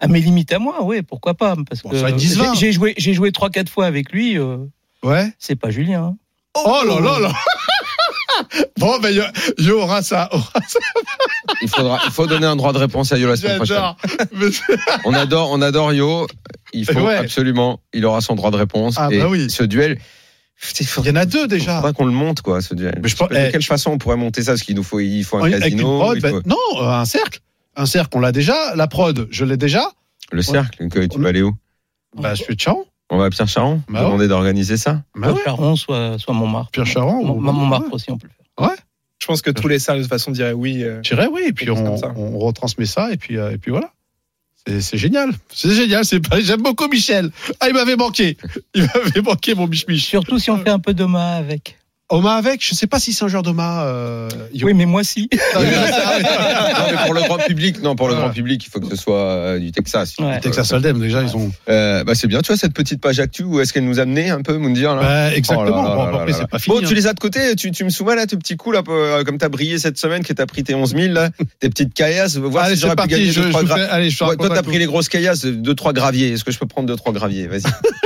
[SPEAKER 8] à mes limites à moi, oui, pourquoi pas Parce
[SPEAKER 6] Bon,
[SPEAKER 8] que
[SPEAKER 6] ça va être 10-20.
[SPEAKER 8] j'ai- j'ai joué, j'ai joué 3-4 fois avec lui, euh,
[SPEAKER 6] Ouais.
[SPEAKER 8] c'est pas Julien. hein.
[SPEAKER 6] Oh là là là. Bon, ben, yo, yo aura ça. aura ça,
[SPEAKER 5] Il, faudra, il faut donner un droit de réponse à Yo la semaine prochaine.
[SPEAKER 6] J'adore. Mais-
[SPEAKER 5] On adore, on adore Yo. Il faut
[SPEAKER 6] Ouais.
[SPEAKER 5] absolument, il aura son droit de réponse.
[SPEAKER 6] Ah,
[SPEAKER 5] et
[SPEAKER 6] bah oui.
[SPEAKER 5] ce duel, il
[SPEAKER 6] Il y en a deux déjà.
[SPEAKER 5] faudra qu'on le monte, quoi, ce duel.
[SPEAKER 6] Mais je pense-
[SPEAKER 5] de
[SPEAKER 6] eh,
[SPEAKER 5] quelle façon on pourrait monter ça Parce qu'il nous faut, il faut un
[SPEAKER 6] Avec une
[SPEAKER 5] casino,
[SPEAKER 6] prod,
[SPEAKER 5] il
[SPEAKER 6] ben,
[SPEAKER 5] faut-
[SPEAKER 6] Non, euh, un cercle. Un cercle, on l'a déjà. La prod, je l'ai déjà.
[SPEAKER 5] le cercle. que tu vas aller où
[SPEAKER 6] Bah, je suis Tchan.
[SPEAKER 5] On va à Pierre Charon
[SPEAKER 6] Bah
[SPEAKER 5] demander d'organiser ça.
[SPEAKER 6] Bah
[SPEAKER 8] soit
[SPEAKER 6] ouais.
[SPEAKER 8] Charon, soit, soit Montmartre.
[SPEAKER 6] Pierre Charon.
[SPEAKER 8] Mon-
[SPEAKER 6] ou-
[SPEAKER 8] Montmartre aussi, on peut le faire.
[SPEAKER 7] Je pense que tous les salles, de toute façon, diraient oui. euh,
[SPEAKER 6] Je dirais oui, et puis
[SPEAKER 7] Quelque chose
[SPEAKER 6] on,
[SPEAKER 7] comme ça.
[SPEAKER 6] on retransmet ça, et puis, euh, et puis voilà. C'est- C'est génial, c'est génial, c'est pas- j'aime beaucoup Michel. Ah, il m'avait manqué, il m'avait manqué mon biche-miche.
[SPEAKER 8] Surtout si on fait un peu d'Oma avec.
[SPEAKER 6] Oma avec, je sais pas si c'est un genre d'Oma. Euh, Yo.
[SPEAKER 8] Oui, mais moi si.
[SPEAKER 6] Non, mais ça,
[SPEAKER 5] non, mais pour le grand public, non, pour le
[SPEAKER 6] Voilà.
[SPEAKER 5] grand public, il faut que ce soit euh, du Texas.
[SPEAKER 8] Ouais.
[SPEAKER 6] Texas Hold'em, déjà, ils ont.
[SPEAKER 5] Euh, bah, c'est bien, tu vois, cette petite page actu où est-ce qu'elle nous amenait un peu, Moundir là
[SPEAKER 6] Ouais, exactement,
[SPEAKER 5] Oh là là
[SPEAKER 6] bon,
[SPEAKER 5] là
[SPEAKER 6] après,
[SPEAKER 5] là là.
[SPEAKER 6] c'est pas fini. hein.
[SPEAKER 5] Bon, tu les as de côté, tu, tu me soumets là tes petits coups, là, euh, comme t'as brillé cette semaine, que t'as pris tes 11 000, là, tes petites caillasses,
[SPEAKER 6] hein.
[SPEAKER 5] voir
[SPEAKER 6] Allez,
[SPEAKER 5] si j'aurais
[SPEAKER 6] c'est
[SPEAKER 5] pu gagner
[SPEAKER 6] parti, je,
[SPEAKER 5] deux,
[SPEAKER 6] je
[SPEAKER 5] trois
[SPEAKER 6] vous
[SPEAKER 5] gra-
[SPEAKER 6] fais- allez, je te
[SPEAKER 5] Ouais,
[SPEAKER 6] raconte
[SPEAKER 5] Toi, t'as
[SPEAKER 6] un
[SPEAKER 5] pris
[SPEAKER 6] coup.
[SPEAKER 5] les grosses caillasses, deux, trois graviers. Est-ce que je peux prendre deux, trois graviers Vas-y.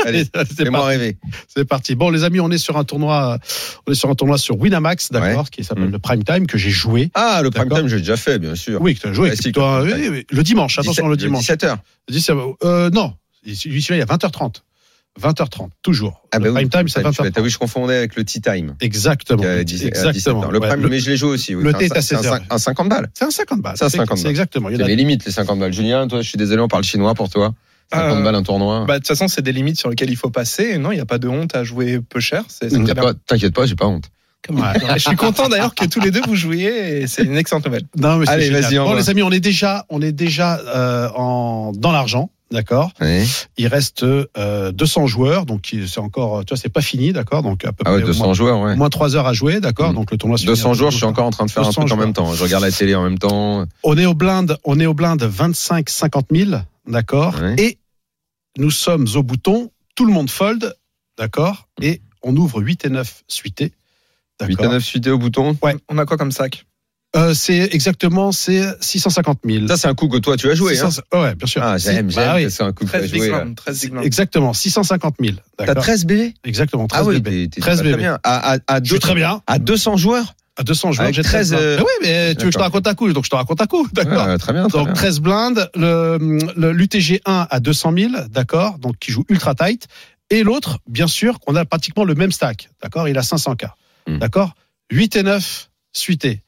[SPEAKER 5] Allez,
[SPEAKER 6] C'est
[SPEAKER 5] fais-moi
[SPEAKER 6] parti.
[SPEAKER 5] rêver.
[SPEAKER 6] C'est parti. Bon, les amis, on est sur un tournoi, on est sur un tournoi sur Winamax, d'accord, qui s'appelle
[SPEAKER 5] Mm.
[SPEAKER 6] le Prime Time, que j'ai joué.
[SPEAKER 5] Ah, le prime
[SPEAKER 6] D'accord.
[SPEAKER 5] time, j'ai déjà fait, bien sûr.
[SPEAKER 6] Oui, que tu as joué.
[SPEAKER 5] Classique,
[SPEAKER 6] Toi,
[SPEAKER 5] le Prime
[SPEAKER 6] oui,
[SPEAKER 5] Time.
[SPEAKER 6] oui, le dimanche, attention, le dimanche.
[SPEAKER 5] 17h.
[SPEAKER 6] Dix- euh, non, il celui-là, il y a 20h30. 20h30, toujours.
[SPEAKER 5] Ah, bah
[SPEAKER 6] le prime time, c'est 20h30.
[SPEAKER 5] T'as vu, je confondais avec le tea time.
[SPEAKER 6] Exactement.
[SPEAKER 5] qui est à 17 à 17.
[SPEAKER 6] Exactement.
[SPEAKER 5] Le
[SPEAKER 6] Ouais,
[SPEAKER 5] prime,
[SPEAKER 6] le-
[SPEAKER 5] mais je l'ai joué aussi. oui.
[SPEAKER 6] le
[SPEAKER 5] C'est un
[SPEAKER 6] thé est à
[SPEAKER 5] cin-
[SPEAKER 6] 16 heures.
[SPEAKER 5] c'est un cin- Un 50 balles.
[SPEAKER 6] C'est un 50 balles.
[SPEAKER 5] Ça,
[SPEAKER 6] C'est-
[SPEAKER 5] 50 balles.
[SPEAKER 6] C'est exactement. Il y
[SPEAKER 5] C'est
[SPEAKER 6] en a-
[SPEAKER 5] les limites, les 50 balles. Julien, toi, je suis désolé, on parle chinois pour toi. 50
[SPEAKER 7] Euh,
[SPEAKER 5] balles, un tournoi.
[SPEAKER 7] bah, de toute façon, c'est des limites sur lesquelles il faut passer. Non, il n'y a pas de honte à jouer peu cher. C'est c'est
[SPEAKER 5] T'inquiète
[SPEAKER 7] très bien.
[SPEAKER 5] Mm, pas, T'inquiète pas, j'ai pas honte.
[SPEAKER 8] Comme il
[SPEAKER 7] Je suis content d'ailleurs que tous les deux vous jouiez. et C'est une excellente nouvelle.
[SPEAKER 6] Non, mais c'est
[SPEAKER 5] Allez,
[SPEAKER 6] génial.
[SPEAKER 5] vas-y, on
[SPEAKER 6] Bon,
[SPEAKER 5] va.
[SPEAKER 6] les amis, on est déjà, on est déjà euh, en, dans l'argent. D'accord.
[SPEAKER 5] Ouais.
[SPEAKER 6] Il reste euh, 200 joueurs, donc il- c'est encore, tu vois, c'est pas fini, d'accord. Donc à peu
[SPEAKER 5] Ah ouais,
[SPEAKER 6] près au
[SPEAKER 5] 200
[SPEAKER 6] moins,
[SPEAKER 5] joueurs, ouais.
[SPEAKER 6] moins 3 heures à jouer, d'accord.
[SPEAKER 5] Mm.
[SPEAKER 6] Donc le tournoi. se finit à
[SPEAKER 5] 200 joueurs, je suis
[SPEAKER 6] 200.
[SPEAKER 5] encore en train de faire un
[SPEAKER 6] 200
[SPEAKER 5] truc en même
[SPEAKER 6] joueurs.
[SPEAKER 5] temps. Je regarde la télé en même temps.
[SPEAKER 6] On est au blind, on est au blind 25 50 000, d'accord
[SPEAKER 5] Ouais.
[SPEAKER 6] Et nous sommes au bouton, tout le monde fold, d'accord Et on ouvre 8 et 9 suités.
[SPEAKER 5] 8 à
[SPEAKER 6] D'accord.
[SPEAKER 5] 9 suités au bouton.
[SPEAKER 7] On a quoi comme sac
[SPEAKER 6] Euh, c'est exactement c'est 650 000.
[SPEAKER 5] Ça, c'est un coup que toi, tu as joué. hein.
[SPEAKER 6] 600 oh ouais, bien sûr.
[SPEAKER 5] Ah, j'aime,
[SPEAKER 6] C'est- bah
[SPEAKER 5] j'aime.
[SPEAKER 6] oui,
[SPEAKER 5] que C'est un coup que tu as
[SPEAKER 7] 13 big
[SPEAKER 5] joué. là.
[SPEAKER 7] blind, 13 big blind.
[SPEAKER 6] Exactement, 650 000.
[SPEAKER 5] T'as
[SPEAKER 6] D'accord.
[SPEAKER 5] 13 bébés
[SPEAKER 6] Exactement, 13
[SPEAKER 5] Ah oui,
[SPEAKER 6] bébés.
[SPEAKER 5] t'es- t'es
[SPEAKER 6] 13
[SPEAKER 5] très
[SPEAKER 6] bébés.
[SPEAKER 5] bien. À, à, à
[SPEAKER 6] Je
[SPEAKER 5] deux-
[SPEAKER 6] suis très bien.
[SPEAKER 5] à 200 joueurs
[SPEAKER 6] À 200 joueurs,
[SPEAKER 5] Avec
[SPEAKER 6] j'ai 13
[SPEAKER 5] 13, euh,
[SPEAKER 6] blindes. Mais oui, mais tu veux que je te
[SPEAKER 5] d'accord.
[SPEAKER 6] raconte un coup, donc je te raconte un coup. D'accord.
[SPEAKER 5] Ouais, Très bien. très
[SPEAKER 6] Donc
[SPEAKER 5] bien.
[SPEAKER 6] 13 blindes, l'UTG le, l'UTG 1 à 200 000, d'accord, donc qui joue ultra tight. Et l'autre, bien sûr, qu'on a pratiquement le même stack, d'accord, il a 500K,
[SPEAKER 5] Hmm.
[SPEAKER 6] d'accord 8 et 9, suité,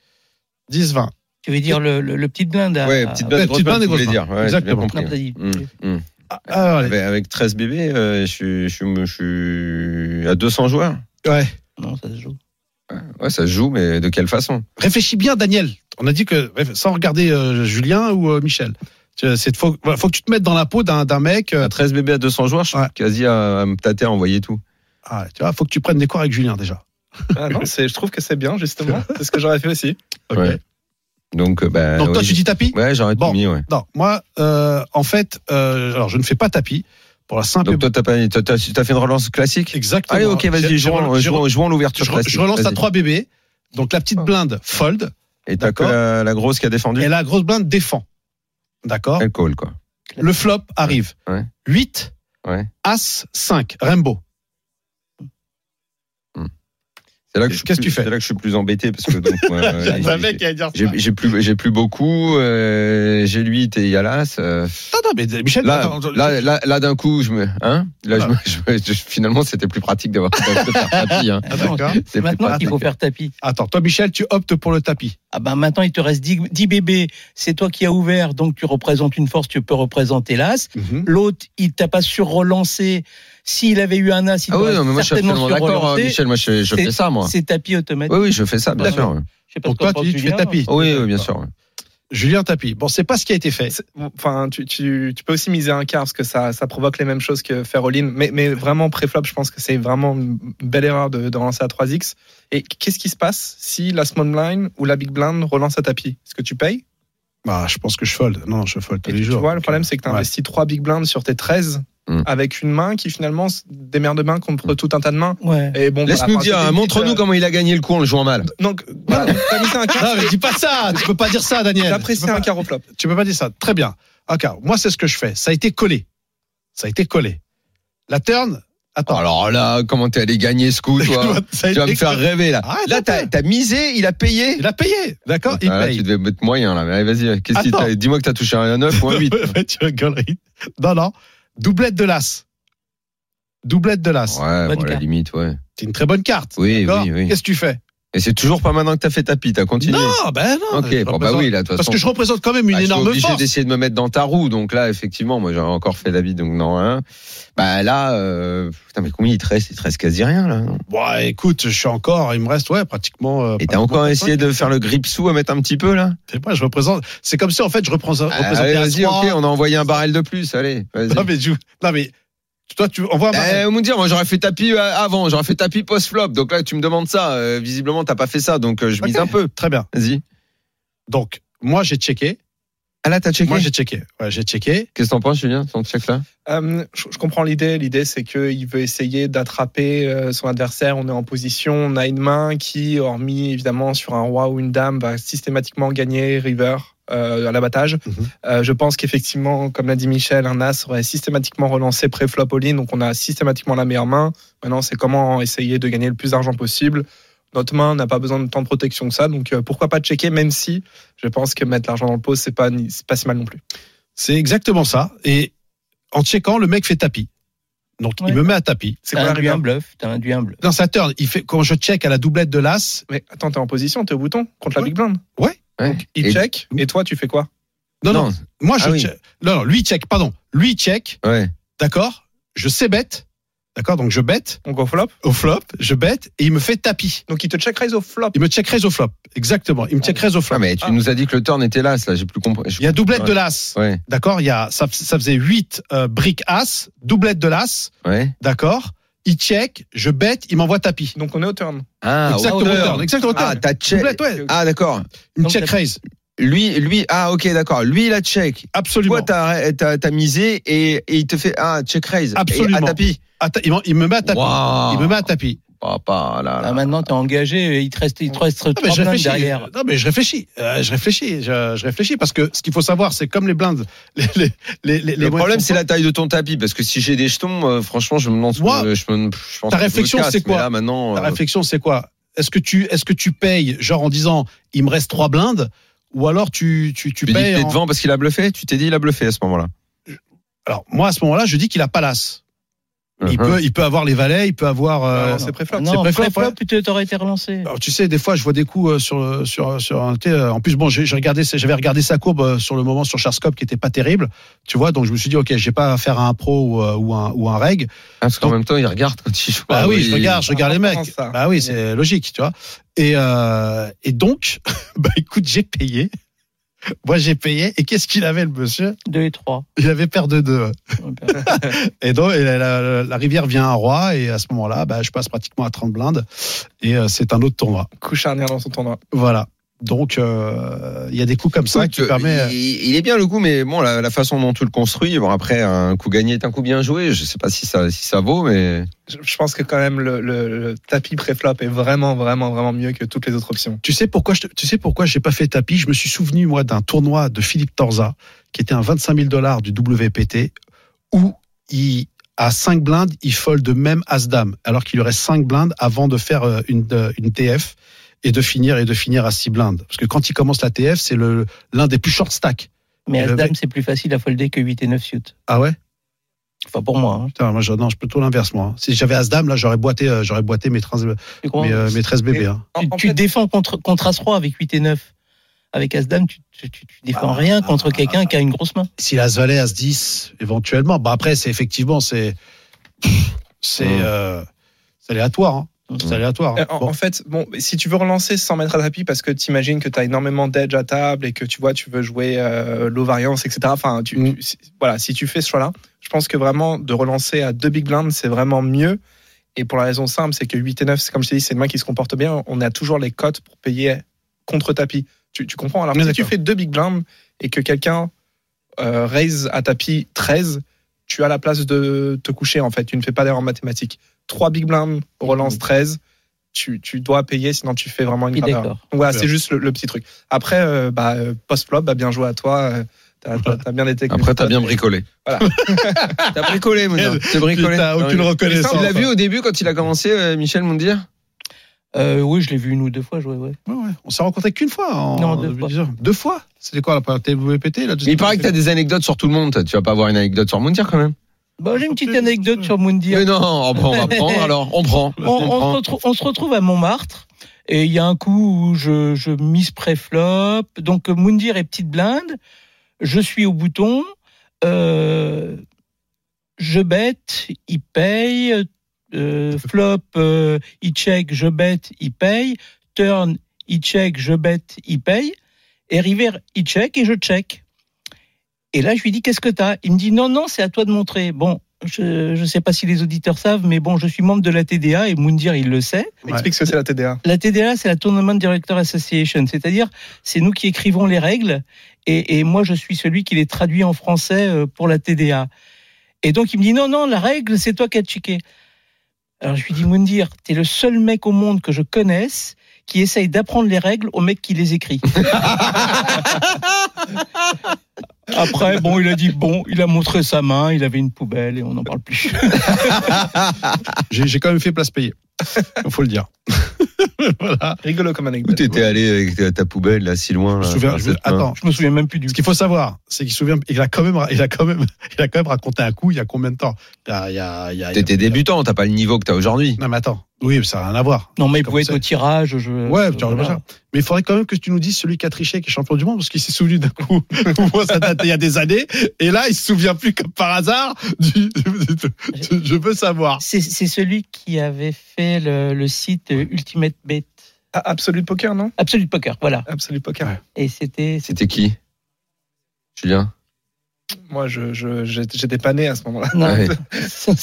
[SPEAKER 6] 10, 20.
[SPEAKER 8] Tu veux dire le, le, le petit blind à-
[SPEAKER 5] Ouais, petite
[SPEAKER 8] à-
[SPEAKER 5] blinde,
[SPEAKER 6] Ouais,
[SPEAKER 5] grosse
[SPEAKER 6] petite blinde
[SPEAKER 5] blinde,
[SPEAKER 6] et
[SPEAKER 5] tu voulais
[SPEAKER 6] grosse
[SPEAKER 5] dire. Ouais,
[SPEAKER 6] blinde.
[SPEAKER 5] j'ai bien
[SPEAKER 6] Exactement.
[SPEAKER 5] compris.
[SPEAKER 8] Non, t'as dit-
[SPEAKER 5] Hum, hum.
[SPEAKER 6] Ah, ah, allez.
[SPEAKER 5] Avec, avec 13 bébés, euh, je, suis- je, suis- je suis à 200 joueurs.
[SPEAKER 6] Ouais.
[SPEAKER 8] Non, ça se joue.
[SPEAKER 5] Ouais, ça se joue, mais de quelle façon
[SPEAKER 6] Réfléchis bien, Daniel. On a dit que, sans regarder euh, Julien ou euh, Michel, Tu- c'est faut, voilà, faut que tu te mettes dans la peau d'un d'un mec. euh,
[SPEAKER 5] À 13 bébés à 200 joueurs, je suis
[SPEAKER 6] Ouais.
[SPEAKER 5] quasi à, à me tâter à envoyer tout.
[SPEAKER 6] ah, tu vois, faut que tu prennes des cours avec Julien déjà.
[SPEAKER 7] Ah non, c'est- je trouve que c'est bien, justement. C'est ce que j'aurais fait aussi.
[SPEAKER 6] Ok.
[SPEAKER 5] Ouais. Donc, euh, bah,
[SPEAKER 6] Donc toi,
[SPEAKER 5] ouais,
[SPEAKER 6] tu dis tapis
[SPEAKER 5] Ouais, j'aurais
[SPEAKER 6] Bon.
[SPEAKER 5] tout mis, ouais.
[SPEAKER 6] Non, moi, euh, en fait, euh, alors je ne fais pas tapis pour la simple.
[SPEAKER 5] Donc toi, t'as pas- t'as- t'as- t'as fait une relance classique
[SPEAKER 6] Exactement.
[SPEAKER 5] Allez, ok,
[SPEAKER 6] J'ai-
[SPEAKER 5] vas-y,
[SPEAKER 6] j'ai
[SPEAKER 5] jouons,
[SPEAKER 6] rel- j'ai
[SPEAKER 5] jouons, jouons l'ouverture
[SPEAKER 6] Je, re-
[SPEAKER 5] classique.
[SPEAKER 6] je relance à
[SPEAKER 5] Vas-y.
[SPEAKER 6] 3 bébés. Donc la
[SPEAKER 5] Oh.
[SPEAKER 6] petite blinde fold
[SPEAKER 5] Et t'as que
[SPEAKER 6] D'accord.
[SPEAKER 5] la, la grosse qui a défendu
[SPEAKER 6] et la grosse blinde défend. D'accord
[SPEAKER 5] Elle colle, quoi.
[SPEAKER 6] Le flop arrive.
[SPEAKER 5] Ouais.
[SPEAKER 6] 8,
[SPEAKER 5] Ouais.
[SPEAKER 6] As 5, Rainbow.
[SPEAKER 5] C'est là que je suis
[SPEAKER 6] Qu'est-ce
[SPEAKER 5] plus-
[SPEAKER 6] que tu fais
[SPEAKER 5] C'est là que je suis plus embêté parce que donc moi, euh,
[SPEAKER 7] J'avais un mec
[SPEAKER 5] j'ai-
[SPEAKER 7] qui allait dire ça.
[SPEAKER 5] j'ai j'ai plus j'ai plus beaucoup. euh, j'ai lui, t'es Yalas. euh,
[SPEAKER 6] Non, non, mais Michel,
[SPEAKER 5] là,
[SPEAKER 6] attends,
[SPEAKER 5] là, là, là, d'un coup, je me, hein, là, je me- je me- je- finalement, c'était plus pratique d'avoir de faire tapis. Hein.
[SPEAKER 6] attends,
[SPEAKER 7] D'accord.
[SPEAKER 5] C'est plus
[SPEAKER 8] Maintenant
[SPEAKER 5] pratique.
[SPEAKER 8] qu'il faut faire tapis.
[SPEAKER 6] attends, toi, Michel, tu optes pour le tapis.
[SPEAKER 8] Ah ben maintenant, il te reste 10, 10 bébés. C'est toi qui as ouvert, donc tu représentes une force, tu peux représenter l'as.
[SPEAKER 6] Mhm.
[SPEAKER 8] L'autre, il t'a pas surrelancé. S'il avait eu un as, il
[SPEAKER 5] Ah oui,
[SPEAKER 8] t'aurait
[SPEAKER 5] non, mais moi, je suis
[SPEAKER 8] certainement
[SPEAKER 5] absolument d'accord, hein,
[SPEAKER 8] surrelancé.
[SPEAKER 5] Michel. Moi, je, je
[SPEAKER 8] C'est-
[SPEAKER 5] fais ça, moi.
[SPEAKER 8] C'est tapis automatique.
[SPEAKER 5] Oui, oui, je fais ça, bien
[SPEAKER 8] D'accord.
[SPEAKER 5] sûr. ouais.
[SPEAKER 8] Je sais pas
[SPEAKER 6] Donc
[SPEAKER 8] ce qu'en
[SPEAKER 6] toi, tu,
[SPEAKER 8] pense
[SPEAKER 6] tu fais
[SPEAKER 8] Julien.
[SPEAKER 6] tapis.
[SPEAKER 5] Oui, oui, bien sûr. ouais.
[SPEAKER 6] Julien tapis. Bon, c'est pas ce qui a été fait.
[SPEAKER 7] C'est- Enfin, tu, tu, tu peux aussi miser un quart parce que ça, ça provoque les mêmes choses que faire all-in. Mais, mais vraiment, pré-flop, je pense que c'est vraiment une belle erreur de, de relancer à 3x. Et qu'est-ce qui se passe si la small blind ou la big blind relance à tapis Est-ce que tu payes
[SPEAKER 6] Bah, je pense que je fold. Non, je fold tous
[SPEAKER 7] Et
[SPEAKER 6] les
[SPEAKER 7] tu, tu
[SPEAKER 6] jours.
[SPEAKER 7] vois, le
[SPEAKER 6] Donc,
[SPEAKER 7] problème, c'est que tu
[SPEAKER 6] ouais. Mm.
[SPEAKER 7] investis 3 big blinds sur tes 13
[SPEAKER 5] Hmm.
[SPEAKER 7] avec une main qui finalement se démerde bien contre tout un tas de mains.
[SPEAKER 8] hein. Ouais.
[SPEAKER 7] Et bon,
[SPEAKER 5] Laisse-nous
[SPEAKER 7] voilà,
[SPEAKER 5] dire,
[SPEAKER 7] enfin,
[SPEAKER 5] hein,
[SPEAKER 7] c'était une
[SPEAKER 5] montre-nous
[SPEAKER 6] euh,
[SPEAKER 7] petite,
[SPEAKER 5] comment il a gagné le coup en le jouant mal.
[SPEAKER 7] euh, Donc, voilà, donc, t'as misé un quart.
[SPEAKER 6] Non, mais dis pas ça. Tu peux pas dire ça, Ah, Daniel. Tu
[SPEAKER 7] J'apprécie
[SPEAKER 6] peux
[SPEAKER 7] un
[SPEAKER 6] pas-
[SPEAKER 7] quart au flop.
[SPEAKER 6] Tu peux pas dire ça. Très bien. Ok, moi, c'est ce que je fais. Ça a été collé. Ça a été collé. La turn. Attends.
[SPEAKER 5] Alors là, comment t'es allé gagner ce coup, toi
[SPEAKER 6] Ça a
[SPEAKER 5] Tu vas
[SPEAKER 6] été
[SPEAKER 5] me faire
[SPEAKER 6] collé.
[SPEAKER 5] rêver là.
[SPEAKER 6] Ah,
[SPEAKER 5] Là, t'as
[SPEAKER 6] t'as-
[SPEAKER 5] t'as misé, il a payé.
[SPEAKER 6] Il a payé. D'accord Il
[SPEAKER 5] Ah, là,
[SPEAKER 6] paye.
[SPEAKER 5] tu devais mettre moyen là. Mais allez, vas-y, qu'est-ce que
[SPEAKER 6] Attends.
[SPEAKER 5] t'as- dis-moi que t'as touché un 9 ou un 8.
[SPEAKER 6] Ouais, tu rigoles. Non, non. Doublette de l'as. Doublette de l'as.
[SPEAKER 5] Ouais,
[SPEAKER 8] Bonne
[SPEAKER 5] bon, à la
[SPEAKER 8] carte.
[SPEAKER 5] limite, ouais.
[SPEAKER 6] C'est une très bonne carte.
[SPEAKER 5] Oui,
[SPEAKER 6] d'accord
[SPEAKER 5] oui, oui.
[SPEAKER 6] Qu'est-ce que tu fais
[SPEAKER 5] Et c'est toujours pas maintenant que t'as fait tapis, t'as continué.
[SPEAKER 6] Non, ben non.
[SPEAKER 5] Ok,
[SPEAKER 6] je
[SPEAKER 5] bon, bah
[SPEAKER 6] représente-
[SPEAKER 5] oui, là, de toute
[SPEAKER 6] Parce
[SPEAKER 5] façon.
[SPEAKER 6] que je représente quand même une
[SPEAKER 5] Bah, je suis
[SPEAKER 6] énorme
[SPEAKER 5] obligé
[SPEAKER 6] force.
[SPEAKER 5] d'essayer de me mettre dans ta roue. Donc là, effectivement, moi, j'aurais encore fait David, donc non, hein. Bah là, euh, putain, mais combien il te reste Il te reste quasi rien, là. non
[SPEAKER 6] Bon, écoute, je suis encore, il me reste, ouais, pratiquement. euh,
[SPEAKER 5] Et t'as
[SPEAKER 6] pratiquement
[SPEAKER 5] encore
[SPEAKER 6] cinq.
[SPEAKER 5] essayé de faire le grip sous à mettre un petit peu, là
[SPEAKER 6] Je sais pas, je représente. C'est comme si, en fait, je représente.
[SPEAKER 5] Ah,
[SPEAKER 6] représente
[SPEAKER 5] allez,
[SPEAKER 6] les
[SPEAKER 5] Vas-y,
[SPEAKER 6] As-Rois.
[SPEAKER 5] ok, on a envoyé un barrel de plus, allez, vas-y.
[SPEAKER 6] Non, mais, tu- non, mais toi, tu envoies un barrel.
[SPEAKER 5] Eh, on me dire, moi j'aurais fait tapis euh, avant, j'aurais fait tapis post flop. Donc là, tu me demandes ça. euh, visiblement, t'as pas fait ça, donc euh, je mise
[SPEAKER 6] Ok.
[SPEAKER 5] un peu.
[SPEAKER 6] Très bien.
[SPEAKER 5] Vas-y.
[SPEAKER 6] Donc, moi, j'ai checké.
[SPEAKER 5] Ah là, t'as checké.
[SPEAKER 6] Moi, j'ai checké. Ouais, j'ai checké.
[SPEAKER 5] Qu'est-ce que t'en penses, Julien, ton check là
[SPEAKER 7] Euh, je, je comprends l'idée. L'idée, c'est qu'il veut essayer d'attraper euh, son adversaire. On est en position, on a une main qui, hormis évidemment sur un roi ou une dame, va systématiquement gagner river euh, à l'abattage.
[SPEAKER 6] Mhm.
[SPEAKER 7] Euh, je pense qu'effectivement, comme l'a dit Michel, un as aurait systématiquement relancé pré-flop all-in, donc on a systématiquement la meilleure main. Maintenant, c'est comment essayer de gagner le plus d'argent possible. Notre main n'a pas besoin de tant de protection que ça, donc euh, pourquoi pas checker, même si je pense que mettre l'argent dans le pot, c'est pas, ni- c'est pas si mal non plus.
[SPEAKER 6] C'est exactement ça. Et en checkant, le mec fait tapis. Donc,
[SPEAKER 8] Ouais.
[SPEAKER 6] il me met à tapis.
[SPEAKER 7] C'est
[SPEAKER 8] T'as
[SPEAKER 5] Ah,
[SPEAKER 7] quoi la
[SPEAKER 8] induit
[SPEAKER 7] river
[SPEAKER 8] un bluff. T'as induit un bluff.
[SPEAKER 6] Dans sa turn, il fait, quand je check à la doublette de l'as,
[SPEAKER 7] Mais attends, t'es en position, t'es au bouton contre la
[SPEAKER 6] Ouais.
[SPEAKER 7] Big Blind.
[SPEAKER 5] Ouais.
[SPEAKER 7] Il
[SPEAKER 5] Et-
[SPEAKER 7] check, et toi, tu fais quoi
[SPEAKER 6] non, non, moi, je
[SPEAKER 5] Ah oui.
[SPEAKER 6] check. Non, non, lui check, pardon. Lui check,
[SPEAKER 5] Ouais.
[SPEAKER 6] d'accord Je sais bête. D'accord Donc, je bête
[SPEAKER 7] On go flop
[SPEAKER 6] au flop, je bête, et il me fait tapis.
[SPEAKER 7] Donc il te check raise au flop.
[SPEAKER 6] Il me check raise au flop. Exactement. Il me check raise au flop.
[SPEAKER 5] Ah, mais tu
[SPEAKER 7] Ah.
[SPEAKER 5] nous as dit que le turn était là, là, j'ai plus compris. Je-
[SPEAKER 6] Il y a doublette
[SPEAKER 5] Ouais.
[SPEAKER 6] de l'as.
[SPEAKER 5] Ouais,
[SPEAKER 6] D'accord Il y a, ça, ça faisait 8 briques as, doublette de l'as.
[SPEAKER 5] ouais.
[SPEAKER 6] D'accord Il check, je bête, il m'envoie tapis.
[SPEAKER 7] Donc on est au turn.
[SPEAKER 5] Ah,
[SPEAKER 6] exactement,
[SPEAKER 5] hauteur.
[SPEAKER 6] turn, exactement.
[SPEAKER 5] Ah,
[SPEAKER 6] turn.
[SPEAKER 5] t'as check.
[SPEAKER 6] Doublette, ouais.
[SPEAKER 5] Ah, d'accord.
[SPEAKER 6] Une
[SPEAKER 8] Donc,
[SPEAKER 6] check
[SPEAKER 8] t'as-
[SPEAKER 6] raise.
[SPEAKER 5] Lui, lui, ah, ok, d'accord. Lui, il a check.
[SPEAKER 6] Absolument.
[SPEAKER 5] Toi, t'as, t'as, t'as misé et, et il te fait, ah, check raise. Et
[SPEAKER 6] Absolument.
[SPEAKER 5] à tapis.
[SPEAKER 6] Atta- il, m'en- il me met à tapis.
[SPEAKER 5] Waouh.
[SPEAKER 6] Il me met à tapis.
[SPEAKER 5] Papa, là,
[SPEAKER 8] Ah,
[SPEAKER 5] là.
[SPEAKER 8] maintenant, t'es engagé. et Il te reste, il te reste
[SPEAKER 6] Non, Ah, mais
[SPEAKER 8] trois
[SPEAKER 6] je
[SPEAKER 8] blindes
[SPEAKER 6] réfléchis.
[SPEAKER 8] derrière.
[SPEAKER 6] Non, mais je réfléchis. Euh, je réfléchis. Je, je réfléchis parce que ce qu'il faut savoir, c'est comme les blindes. Les, les, les, les- les
[SPEAKER 5] Le problème,
[SPEAKER 6] moyens
[SPEAKER 5] c'est
[SPEAKER 6] sont-
[SPEAKER 5] la taille de ton tapis, parce que si j'ai des jetons, euh, franchement, je me lance.
[SPEAKER 6] Moi,
[SPEAKER 5] euh, je me- je pense que je
[SPEAKER 6] ta
[SPEAKER 5] me
[SPEAKER 6] réflexion,
[SPEAKER 5] casse,
[SPEAKER 6] c'est quoi
[SPEAKER 5] mais Là, maintenant,
[SPEAKER 6] La
[SPEAKER 5] euh,
[SPEAKER 6] réflexion, c'est quoi Est-ce que tu, est-ce que tu payes, genre en disant, il me reste trois blindes, ou alors tu, tu,
[SPEAKER 5] tu
[SPEAKER 6] tu
[SPEAKER 5] dis que
[SPEAKER 6] payes
[SPEAKER 5] t'es
[SPEAKER 6] en-
[SPEAKER 5] devant parce qu'il a bluffé. Tu t'es dit, il a bluffé à ce moment-là.
[SPEAKER 6] Alors moi, à ce moment-là, je dis qu'il a pas l'as.
[SPEAKER 5] Uh-huh.
[SPEAKER 6] Il peut, il peut avoir les valets, il peut avoir. euh,
[SPEAKER 7] Alors, c'est pré-flop.
[SPEAKER 6] c'est
[SPEAKER 8] Non,
[SPEAKER 6] préflop,
[SPEAKER 8] flop,
[SPEAKER 6] ouais.
[SPEAKER 8] flop, tu t'aurais été relancé.
[SPEAKER 6] Alors, tu sais, des fois, je vois des coups euh, sur sur sur un. thé, euh, En plus, bon, j'ai j'ai regardé, c'est- j'avais regardé sa courbe euh, sur le moment sur Charscope qui était pas terrible, tu vois. Donc je me suis dit, ok, j'ai pas affaire à un pro ou, euh, ou un ou un reg.
[SPEAKER 5] Ah, parce qu'en
[SPEAKER 6] Donc-
[SPEAKER 5] même temps, il regarde quand il joue.
[SPEAKER 6] Bah
[SPEAKER 5] Ah
[SPEAKER 6] oui, je regarde, je regarde les
[SPEAKER 7] important,
[SPEAKER 6] mecs.
[SPEAKER 7] ça.
[SPEAKER 6] Bah oui, c'est logique, tu vois. Et euh, et donc, bah écoute, j'ai payé. Moi, j'ai payé. Et qu'est-ce qu'il avait le monsieur
[SPEAKER 8] Deux et trois.
[SPEAKER 6] Il avait paire de deux. Et donc, et la, la- la rivière vient à roi, et à ce moment-là, bah, je passe pratiquement à 30 blindes, et euh, c'est un autre tournoi.
[SPEAKER 7] Couche arrière dans son tournoi.
[SPEAKER 6] Voilà. Donc, euh, il y a des coups comme ça
[SPEAKER 5] Écoute, euh,
[SPEAKER 6] qui permettent.
[SPEAKER 5] il, il est bien le coup, mais bon, la, la façon dont tu le construis, bon après un coup gagné est un coup bien joué. Je sais pas si ça, si ça vaut, mais
[SPEAKER 7] Je, je pense que quand même le, le- le tapis pré-flop est vraiment, vraiment, vraiment mieux que toutes les autres options.
[SPEAKER 6] euh, Tu sais pourquoi je te- tu sais pourquoi j'ai pas fait tapis Je me suis souvenu moi d'un tournoi de Philippe Torza qui était un 25 000 dollars du WPT où il à 5 blindes, il fold même As-Dame, alors qu'il lui reste 5 blindes avant de faire euh, une, de- une TF et de finir et de finir à 6 blindes. Parce que quand il commence la TF, c'est le- l'un des plus short stacks.
[SPEAKER 8] Mais
[SPEAKER 6] Et le
[SPEAKER 8] As-Dame,
[SPEAKER 6] mec-
[SPEAKER 8] c'est plus facile à folder que 8 et 9 suites.
[SPEAKER 6] Ah ouais
[SPEAKER 8] Enfin, pour moi. hein.
[SPEAKER 6] Putain, moi, je, non, je plutôt l'inverse, moi. hein. Si j'avais As-Dame, là, j'aurais boité, euh, j'aurais boité mes, 13 mes,
[SPEAKER 8] Tu comprends
[SPEAKER 6] euh, mes 13 bébés. hein.
[SPEAKER 7] En-
[SPEAKER 8] Tu,
[SPEAKER 7] en
[SPEAKER 8] tu
[SPEAKER 7] fait-
[SPEAKER 8] défends contre, contre As-3 avec 8 et 9. Avec As-Dame, tu, tu, tu- tu défends rien contre quelqu'un qui a une grosse main.
[SPEAKER 6] Si As-Valet, As-10, éventuellement. Bah, après, c'est effectivement, c'est. C'est.
[SPEAKER 5] Mm.
[SPEAKER 6] euh, c'est aléatoire. hein. C'est
[SPEAKER 8] Ah,
[SPEAKER 6] aléatoire. hein.
[SPEAKER 7] Euh, En,
[SPEAKER 6] Bon.
[SPEAKER 7] en fait, bon, si tu veux relancer sans mettre à tapis parce que tu imagines que tu as énormément d'edge à table et que tu vois, tu veux jouer euh, low variance, etc. Enfin, tu,
[SPEAKER 6] Mm.
[SPEAKER 7] tu- si- voilà, si tu fais ce choix-là, je pense que vraiment de relancer à deux big blinds, c'est vraiment mieux. Et pour la raison simple, c'est que 8 et 9, c'est comme je t'ai dit, c'est une main qui se comporte bien. On a toujours les cotes pour payer contre tapis. Tu, tu comprends Alors,
[SPEAKER 6] Oui,
[SPEAKER 7] si tu
[SPEAKER 6] d'accord.
[SPEAKER 7] fais deux big blinds et que quelqu'un euh, raise à tapis 13, tu as la place de te coucher en fait. Tu ne fais pas d'erreur en mathématiques. 3 big blinds, relance 13, tu, tu dois payer sinon tu fais vraiment une
[SPEAKER 8] Oui,
[SPEAKER 7] grave erreur.
[SPEAKER 8] d'accord.
[SPEAKER 7] Donc voilà,
[SPEAKER 6] Bien.
[SPEAKER 7] c'est juste le, le petit truc. Après, euh, bah, euh, post-flop, bah, bien joué à toi. euh, T'as t'as- t'as bien été.
[SPEAKER 5] Après, t'as bien bricolé.
[SPEAKER 7] Voilà.
[SPEAKER 5] t'as bricolé, mon gars. T'as bricolé. Ah
[SPEAKER 6] Putain, aucune
[SPEAKER 5] Non, mais-
[SPEAKER 6] reconnaissance.
[SPEAKER 5] Tu l'as vu au début quand il a commencé, euh, Michel Moundir
[SPEAKER 8] Euh, oui, je l'ai vu une ou deux fois jouer. Ouais.
[SPEAKER 6] Ouais, ouais. On s'est rencontrés qu'une fois. En
[SPEAKER 8] Non, deux fois.
[SPEAKER 6] fois. Deux fois C'était quoi la première TWPT la deuxième
[SPEAKER 5] Mais il paraît que t'as des anecdotes sur tout le monde. Tu vas pas avoir une anecdote sur Moundir quand même.
[SPEAKER 8] Bon, Bah, J'ai une petite anecdote sur Mundi. hein.
[SPEAKER 5] Mais non, on prend, on va prendre alors. On prend.
[SPEAKER 8] on, on se retrouve, on se retrouve à Montmartre et il y a un coup où je, je mise pré-flop. Donc euh, Moundir est petite blinde. Je suis au bouton. euh, je bête, il paye. euh, flop, euh, il check, je bête, il paye. Turn, il check, je bête, il paye. Et river, il check et je check. Et là, je lui dis, qu'est-ce que t'as Il me dit, non, non, c'est à toi de montrer. Bon, je ne sais pas si les auditeurs savent, mais bon, je suis membre de la TDA et Moundir, il le sait.
[SPEAKER 7] Explique ce que c'est la TDA.
[SPEAKER 8] La TDA, c'est la Tournament Director Association, c'est-à-dire, c'est nous qui écrivons les règles et, et moi, je suis celui qui les traduit en français euh, pour la TDA. Et donc, il me dit, non, non, la règle, c'est toi qui as checké. Alors, je lui dis, Moundir, t'es le seul mec au monde que je connaisse qui essaye d'apprendre les règles au mec qui les écrit. Après, bon, il a dit bon, il a montré sa main, il avait une poubelle et on n'en parle plus.
[SPEAKER 6] J'ai j'ai quand même fait place payée. Il faut le dire. voilà.
[SPEAKER 7] Rigolo comme anecdote.
[SPEAKER 5] Où t'étais allé avec ta- ta poubelle là, si loin là,
[SPEAKER 6] Je me souviens,
[SPEAKER 5] par
[SPEAKER 6] je-
[SPEAKER 5] cette main
[SPEAKER 6] attends,
[SPEAKER 8] Je me souviens même plus du.
[SPEAKER 6] Ce qu'il faut savoir, c'est qu'il se souvient, il a quand même, il a quand même, il a quand même raconté un coup il y a combien de temps Il y a, il y a, il y a-
[SPEAKER 5] T'étais
[SPEAKER 6] il y a-
[SPEAKER 5] débutant, t'as pas le niveau que t'as aujourd'hui.
[SPEAKER 6] Non mais attends, oui, mais ça n'a rien à voir.
[SPEAKER 8] Non, mais il
[SPEAKER 6] Comme
[SPEAKER 8] pouvait être
[SPEAKER 6] c'est-
[SPEAKER 8] au tirage. Je...
[SPEAKER 6] Ouais, tu
[SPEAKER 8] voilà.
[SPEAKER 6] regardes ça. Mais il faudrait quand même que tu nous dises celui qui a triché, qui est champion du monde, parce qu'il s'est souvenu d'un coup. Moi, ça datait il y a des années, et là, il se souvient plus comme par hasard du. du- du- du- je veux savoir.
[SPEAKER 8] C'est c'est celui qui avait fait le, le site euh, Ultimate Bet.
[SPEAKER 7] Ah, Absolute Poker, non
[SPEAKER 8] Absolute Poker, voilà.
[SPEAKER 7] Absolute Poker.
[SPEAKER 8] Et c'était. c'était-
[SPEAKER 5] C'était qui Julien
[SPEAKER 7] Moi, je- je- j'étais j'étais pas né à ce moment-là.
[SPEAKER 8] Non.
[SPEAKER 5] Ah oui.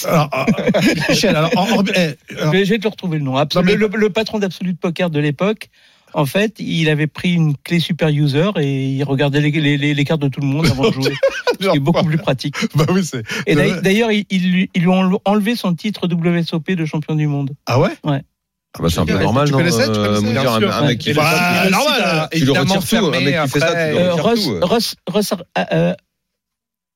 [SPEAKER 6] Alors, euh, Michel, alors, en- en- eh, alors,
[SPEAKER 8] Mais Je vais te le retrouver le nom. Absol-
[SPEAKER 6] Non, mais-
[SPEAKER 8] le, le patron d'Absolute Poker de l'époque, en fait, il avait pris une clé super user et il regardait les, les- les- les cartes de tout le monde avant de jouer.
[SPEAKER 6] genre,
[SPEAKER 8] C'était beaucoup
[SPEAKER 6] quoi
[SPEAKER 8] plus pratique.
[SPEAKER 6] Bah oui, c'est.
[SPEAKER 8] Et
[SPEAKER 6] C'est
[SPEAKER 8] d'ailleurs-
[SPEAKER 6] vrai.
[SPEAKER 8] d'ailleurs, ils ils lui, ils lui ont enlevé son titre WSOP de champion du monde.
[SPEAKER 6] Ah ouais.
[SPEAKER 5] Ah bah, c'est un peu
[SPEAKER 7] Tu
[SPEAKER 5] normal,
[SPEAKER 6] tu
[SPEAKER 5] non
[SPEAKER 6] connaissais, tu
[SPEAKER 5] euh,
[SPEAKER 6] connaissais
[SPEAKER 5] Mounir,
[SPEAKER 7] Bien
[SPEAKER 5] un-
[SPEAKER 7] sûr.
[SPEAKER 5] un mec qui
[SPEAKER 7] Et
[SPEAKER 5] fait
[SPEAKER 7] le-
[SPEAKER 5] ça,
[SPEAKER 6] Bah,
[SPEAKER 7] le site
[SPEAKER 6] normal,
[SPEAKER 7] a
[SPEAKER 5] tu le retires
[SPEAKER 7] évidemment
[SPEAKER 5] tout, un mec
[SPEAKER 7] fermé
[SPEAKER 5] qui fait ça, tu le
[SPEAKER 7] après.
[SPEAKER 5] retires. surtout,
[SPEAKER 8] Euh, Russ,
[SPEAKER 5] euh.
[SPEAKER 8] Russ, Russ, euh, euh,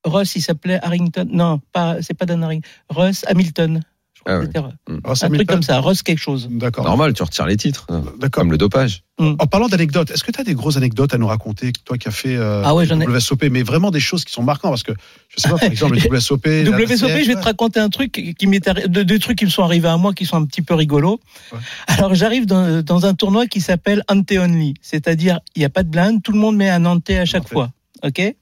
[SPEAKER 8] Russ, il s'appelait Harrington. Non, pas, c'est pas Dan Harrington. Russ Hamilton. Je crois
[SPEAKER 5] Ah
[SPEAKER 8] que
[SPEAKER 5] ouais.
[SPEAKER 8] c'était Russ.
[SPEAKER 6] Alors, ça
[SPEAKER 8] Un truc
[SPEAKER 6] m'étonne.
[SPEAKER 8] comme ça, Russ quelque chose.
[SPEAKER 6] D'accord.
[SPEAKER 5] Normal, tu retires les titres. euh,
[SPEAKER 6] D'accord.
[SPEAKER 5] Comme le dopage.
[SPEAKER 6] En parlant d'anecdotes, est-ce que tu as des grosses anecdotes à nous raconter, toi qui as fait euh,
[SPEAKER 8] Ah ouais, j'en ai.
[SPEAKER 6] le WSOP, mais vraiment des choses qui sont marquantes Parce que, je sais pas, par exemple, le WSOP. la
[SPEAKER 8] WSOP,
[SPEAKER 6] TCF,
[SPEAKER 8] je vais te raconter un truc qui m'est arri- deux, deux trucs qui me sont arrivés à moi qui sont un petit peu rigolos.
[SPEAKER 6] Ouais.
[SPEAKER 8] Alors j'arrive dans, dans un tournoi qui s'appelle ante only, c'est-à-dire il n'y a pas de blinde, tout le monde met un ante à chaque
[SPEAKER 6] Parfait.
[SPEAKER 8] fois, ok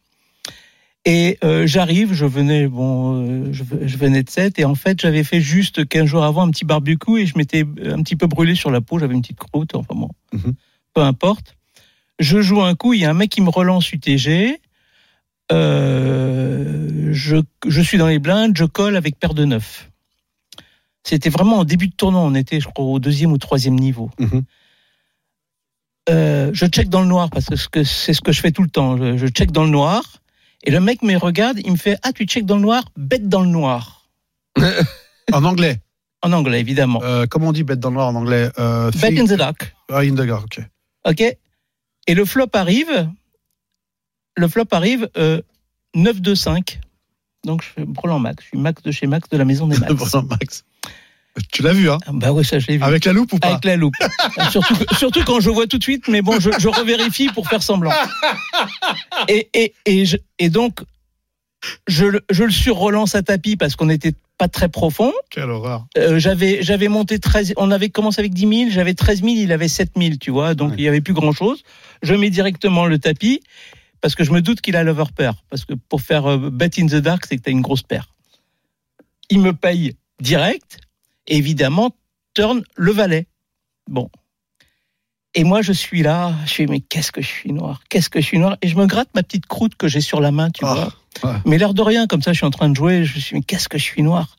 [SPEAKER 8] Et euh, j'arrive, je venais bon, euh, je, je venais de 7 et en fait j'avais fait juste 15 jours avant un petit barbecue et je m'étais un petit peu brûlé sur la peau, j'avais une petite croûte, enfin bon,
[SPEAKER 6] Mhm.
[SPEAKER 8] peu importe. Je joue un coup, il y a un mec qui me relance UTG. Euh, je, je suis dans les blindes, je colle avec paire de neuf. C'était vraiment en début de tournoi, on était, je crois, au deuxième ou troisième niveau.
[SPEAKER 6] Mhm.
[SPEAKER 8] Euh, je check dans le noir parce que ce que- c'est ce que je fais tout le temps. Je, je check dans le noir et le mec me regarde, il me fait Ah, tu check dans le noir, bête dans le noir.
[SPEAKER 6] En anglais.
[SPEAKER 8] En anglais, évidemment.
[SPEAKER 6] Euh, comment on dit bête dans le noir en anglais euh,
[SPEAKER 8] Bet
[SPEAKER 6] three-
[SPEAKER 8] in the dark.
[SPEAKER 6] Ah, in the dark, ok.
[SPEAKER 8] OK Et le flop arrive, le flop arrive euh, 9-2-5. Donc je fais Brolan Max. Je suis Max de chez Max de la maison des Max.
[SPEAKER 6] Bon, Max. Tu l'as vu, hein
[SPEAKER 8] Ah, bah oui, ça je l'ai vu. Ah,
[SPEAKER 6] Avec
[SPEAKER 8] Avec,
[SPEAKER 6] la loupe ou pas
[SPEAKER 8] la loupe. surtout, surtout quand je vois tout de suite, mais bon, je, je revérifie pour faire semblant. Et, et, et, je- et donc, je, le- je le surrelance à tapis parce qu'on n'était pas très profond.
[SPEAKER 6] Quelle horreur.
[SPEAKER 8] Euh, j'avais j'avais monté 13 on avait commencé avec 10 000 j'avais 13 000 il avait 7 000 tu vois donc il y avait plus grand chose je mets directement le tapis parce que je me doute qu'il a l'overpair parce que pour faire euh, bet in the dark c'est que t'as une grosse paire il me paye direct et évidemment turn le valet bon et moi je suis là je suis mais qu'est-ce que je suis noir qu'est-ce que je suis noir et je me gratte ma petite croûte que j'ai sur la main tu
[SPEAKER 6] Ah.
[SPEAKER 8] vois
[SPEAKER 6] Ouais.
[SPEAKER 8] mais l'air de rien, comme ça, je suis en train de jouer, je me suis, mais qu'est-ce que je suis noir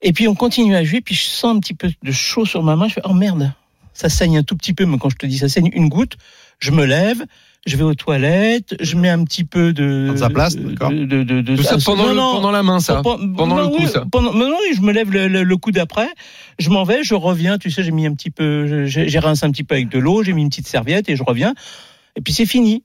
[SPEAKER 8] Et puis on continue à jouer, puis je sens un petit peu de chaud sur ma main, je fais, oh merde, ça saigne un tout petit peu, mais quand je te dis ça saigne une goutte, je me lève, je vais aux toilettes, je mets un petit peu de...
[SPEAKER 6] Dans sa place,
[SPEAKER 8] de-
[SPEAKER 6] d'accord.
[SPEAKER 8] de- de- de- de-
[SPEAKER 5] Tout ça
[SPEAKER 8] ah,
[SPEAKER 5] pendant,
[SPEAKER 8] non,
[SPEAKER 5] le-
[SPEAKER 8] non,
[SPEAKER 5] pendant la main, ça.
[SPEAKER 8] pen-
[SPEAKER 5] pendant le coup,
[SPEAKER 8] oui,
[SPEAKER 5] ça.
[SPEAKER 8] pendant- mais non, oui, je me lève le, le- le coup d'après, je m'en vais, je reviens. Tu sais, j'ai mis un petit peu, je- j'ai j'ai rincé un petit peu avec de l'eau, j'ai mis une petite serviette et je reviens. Et puis c'est fini.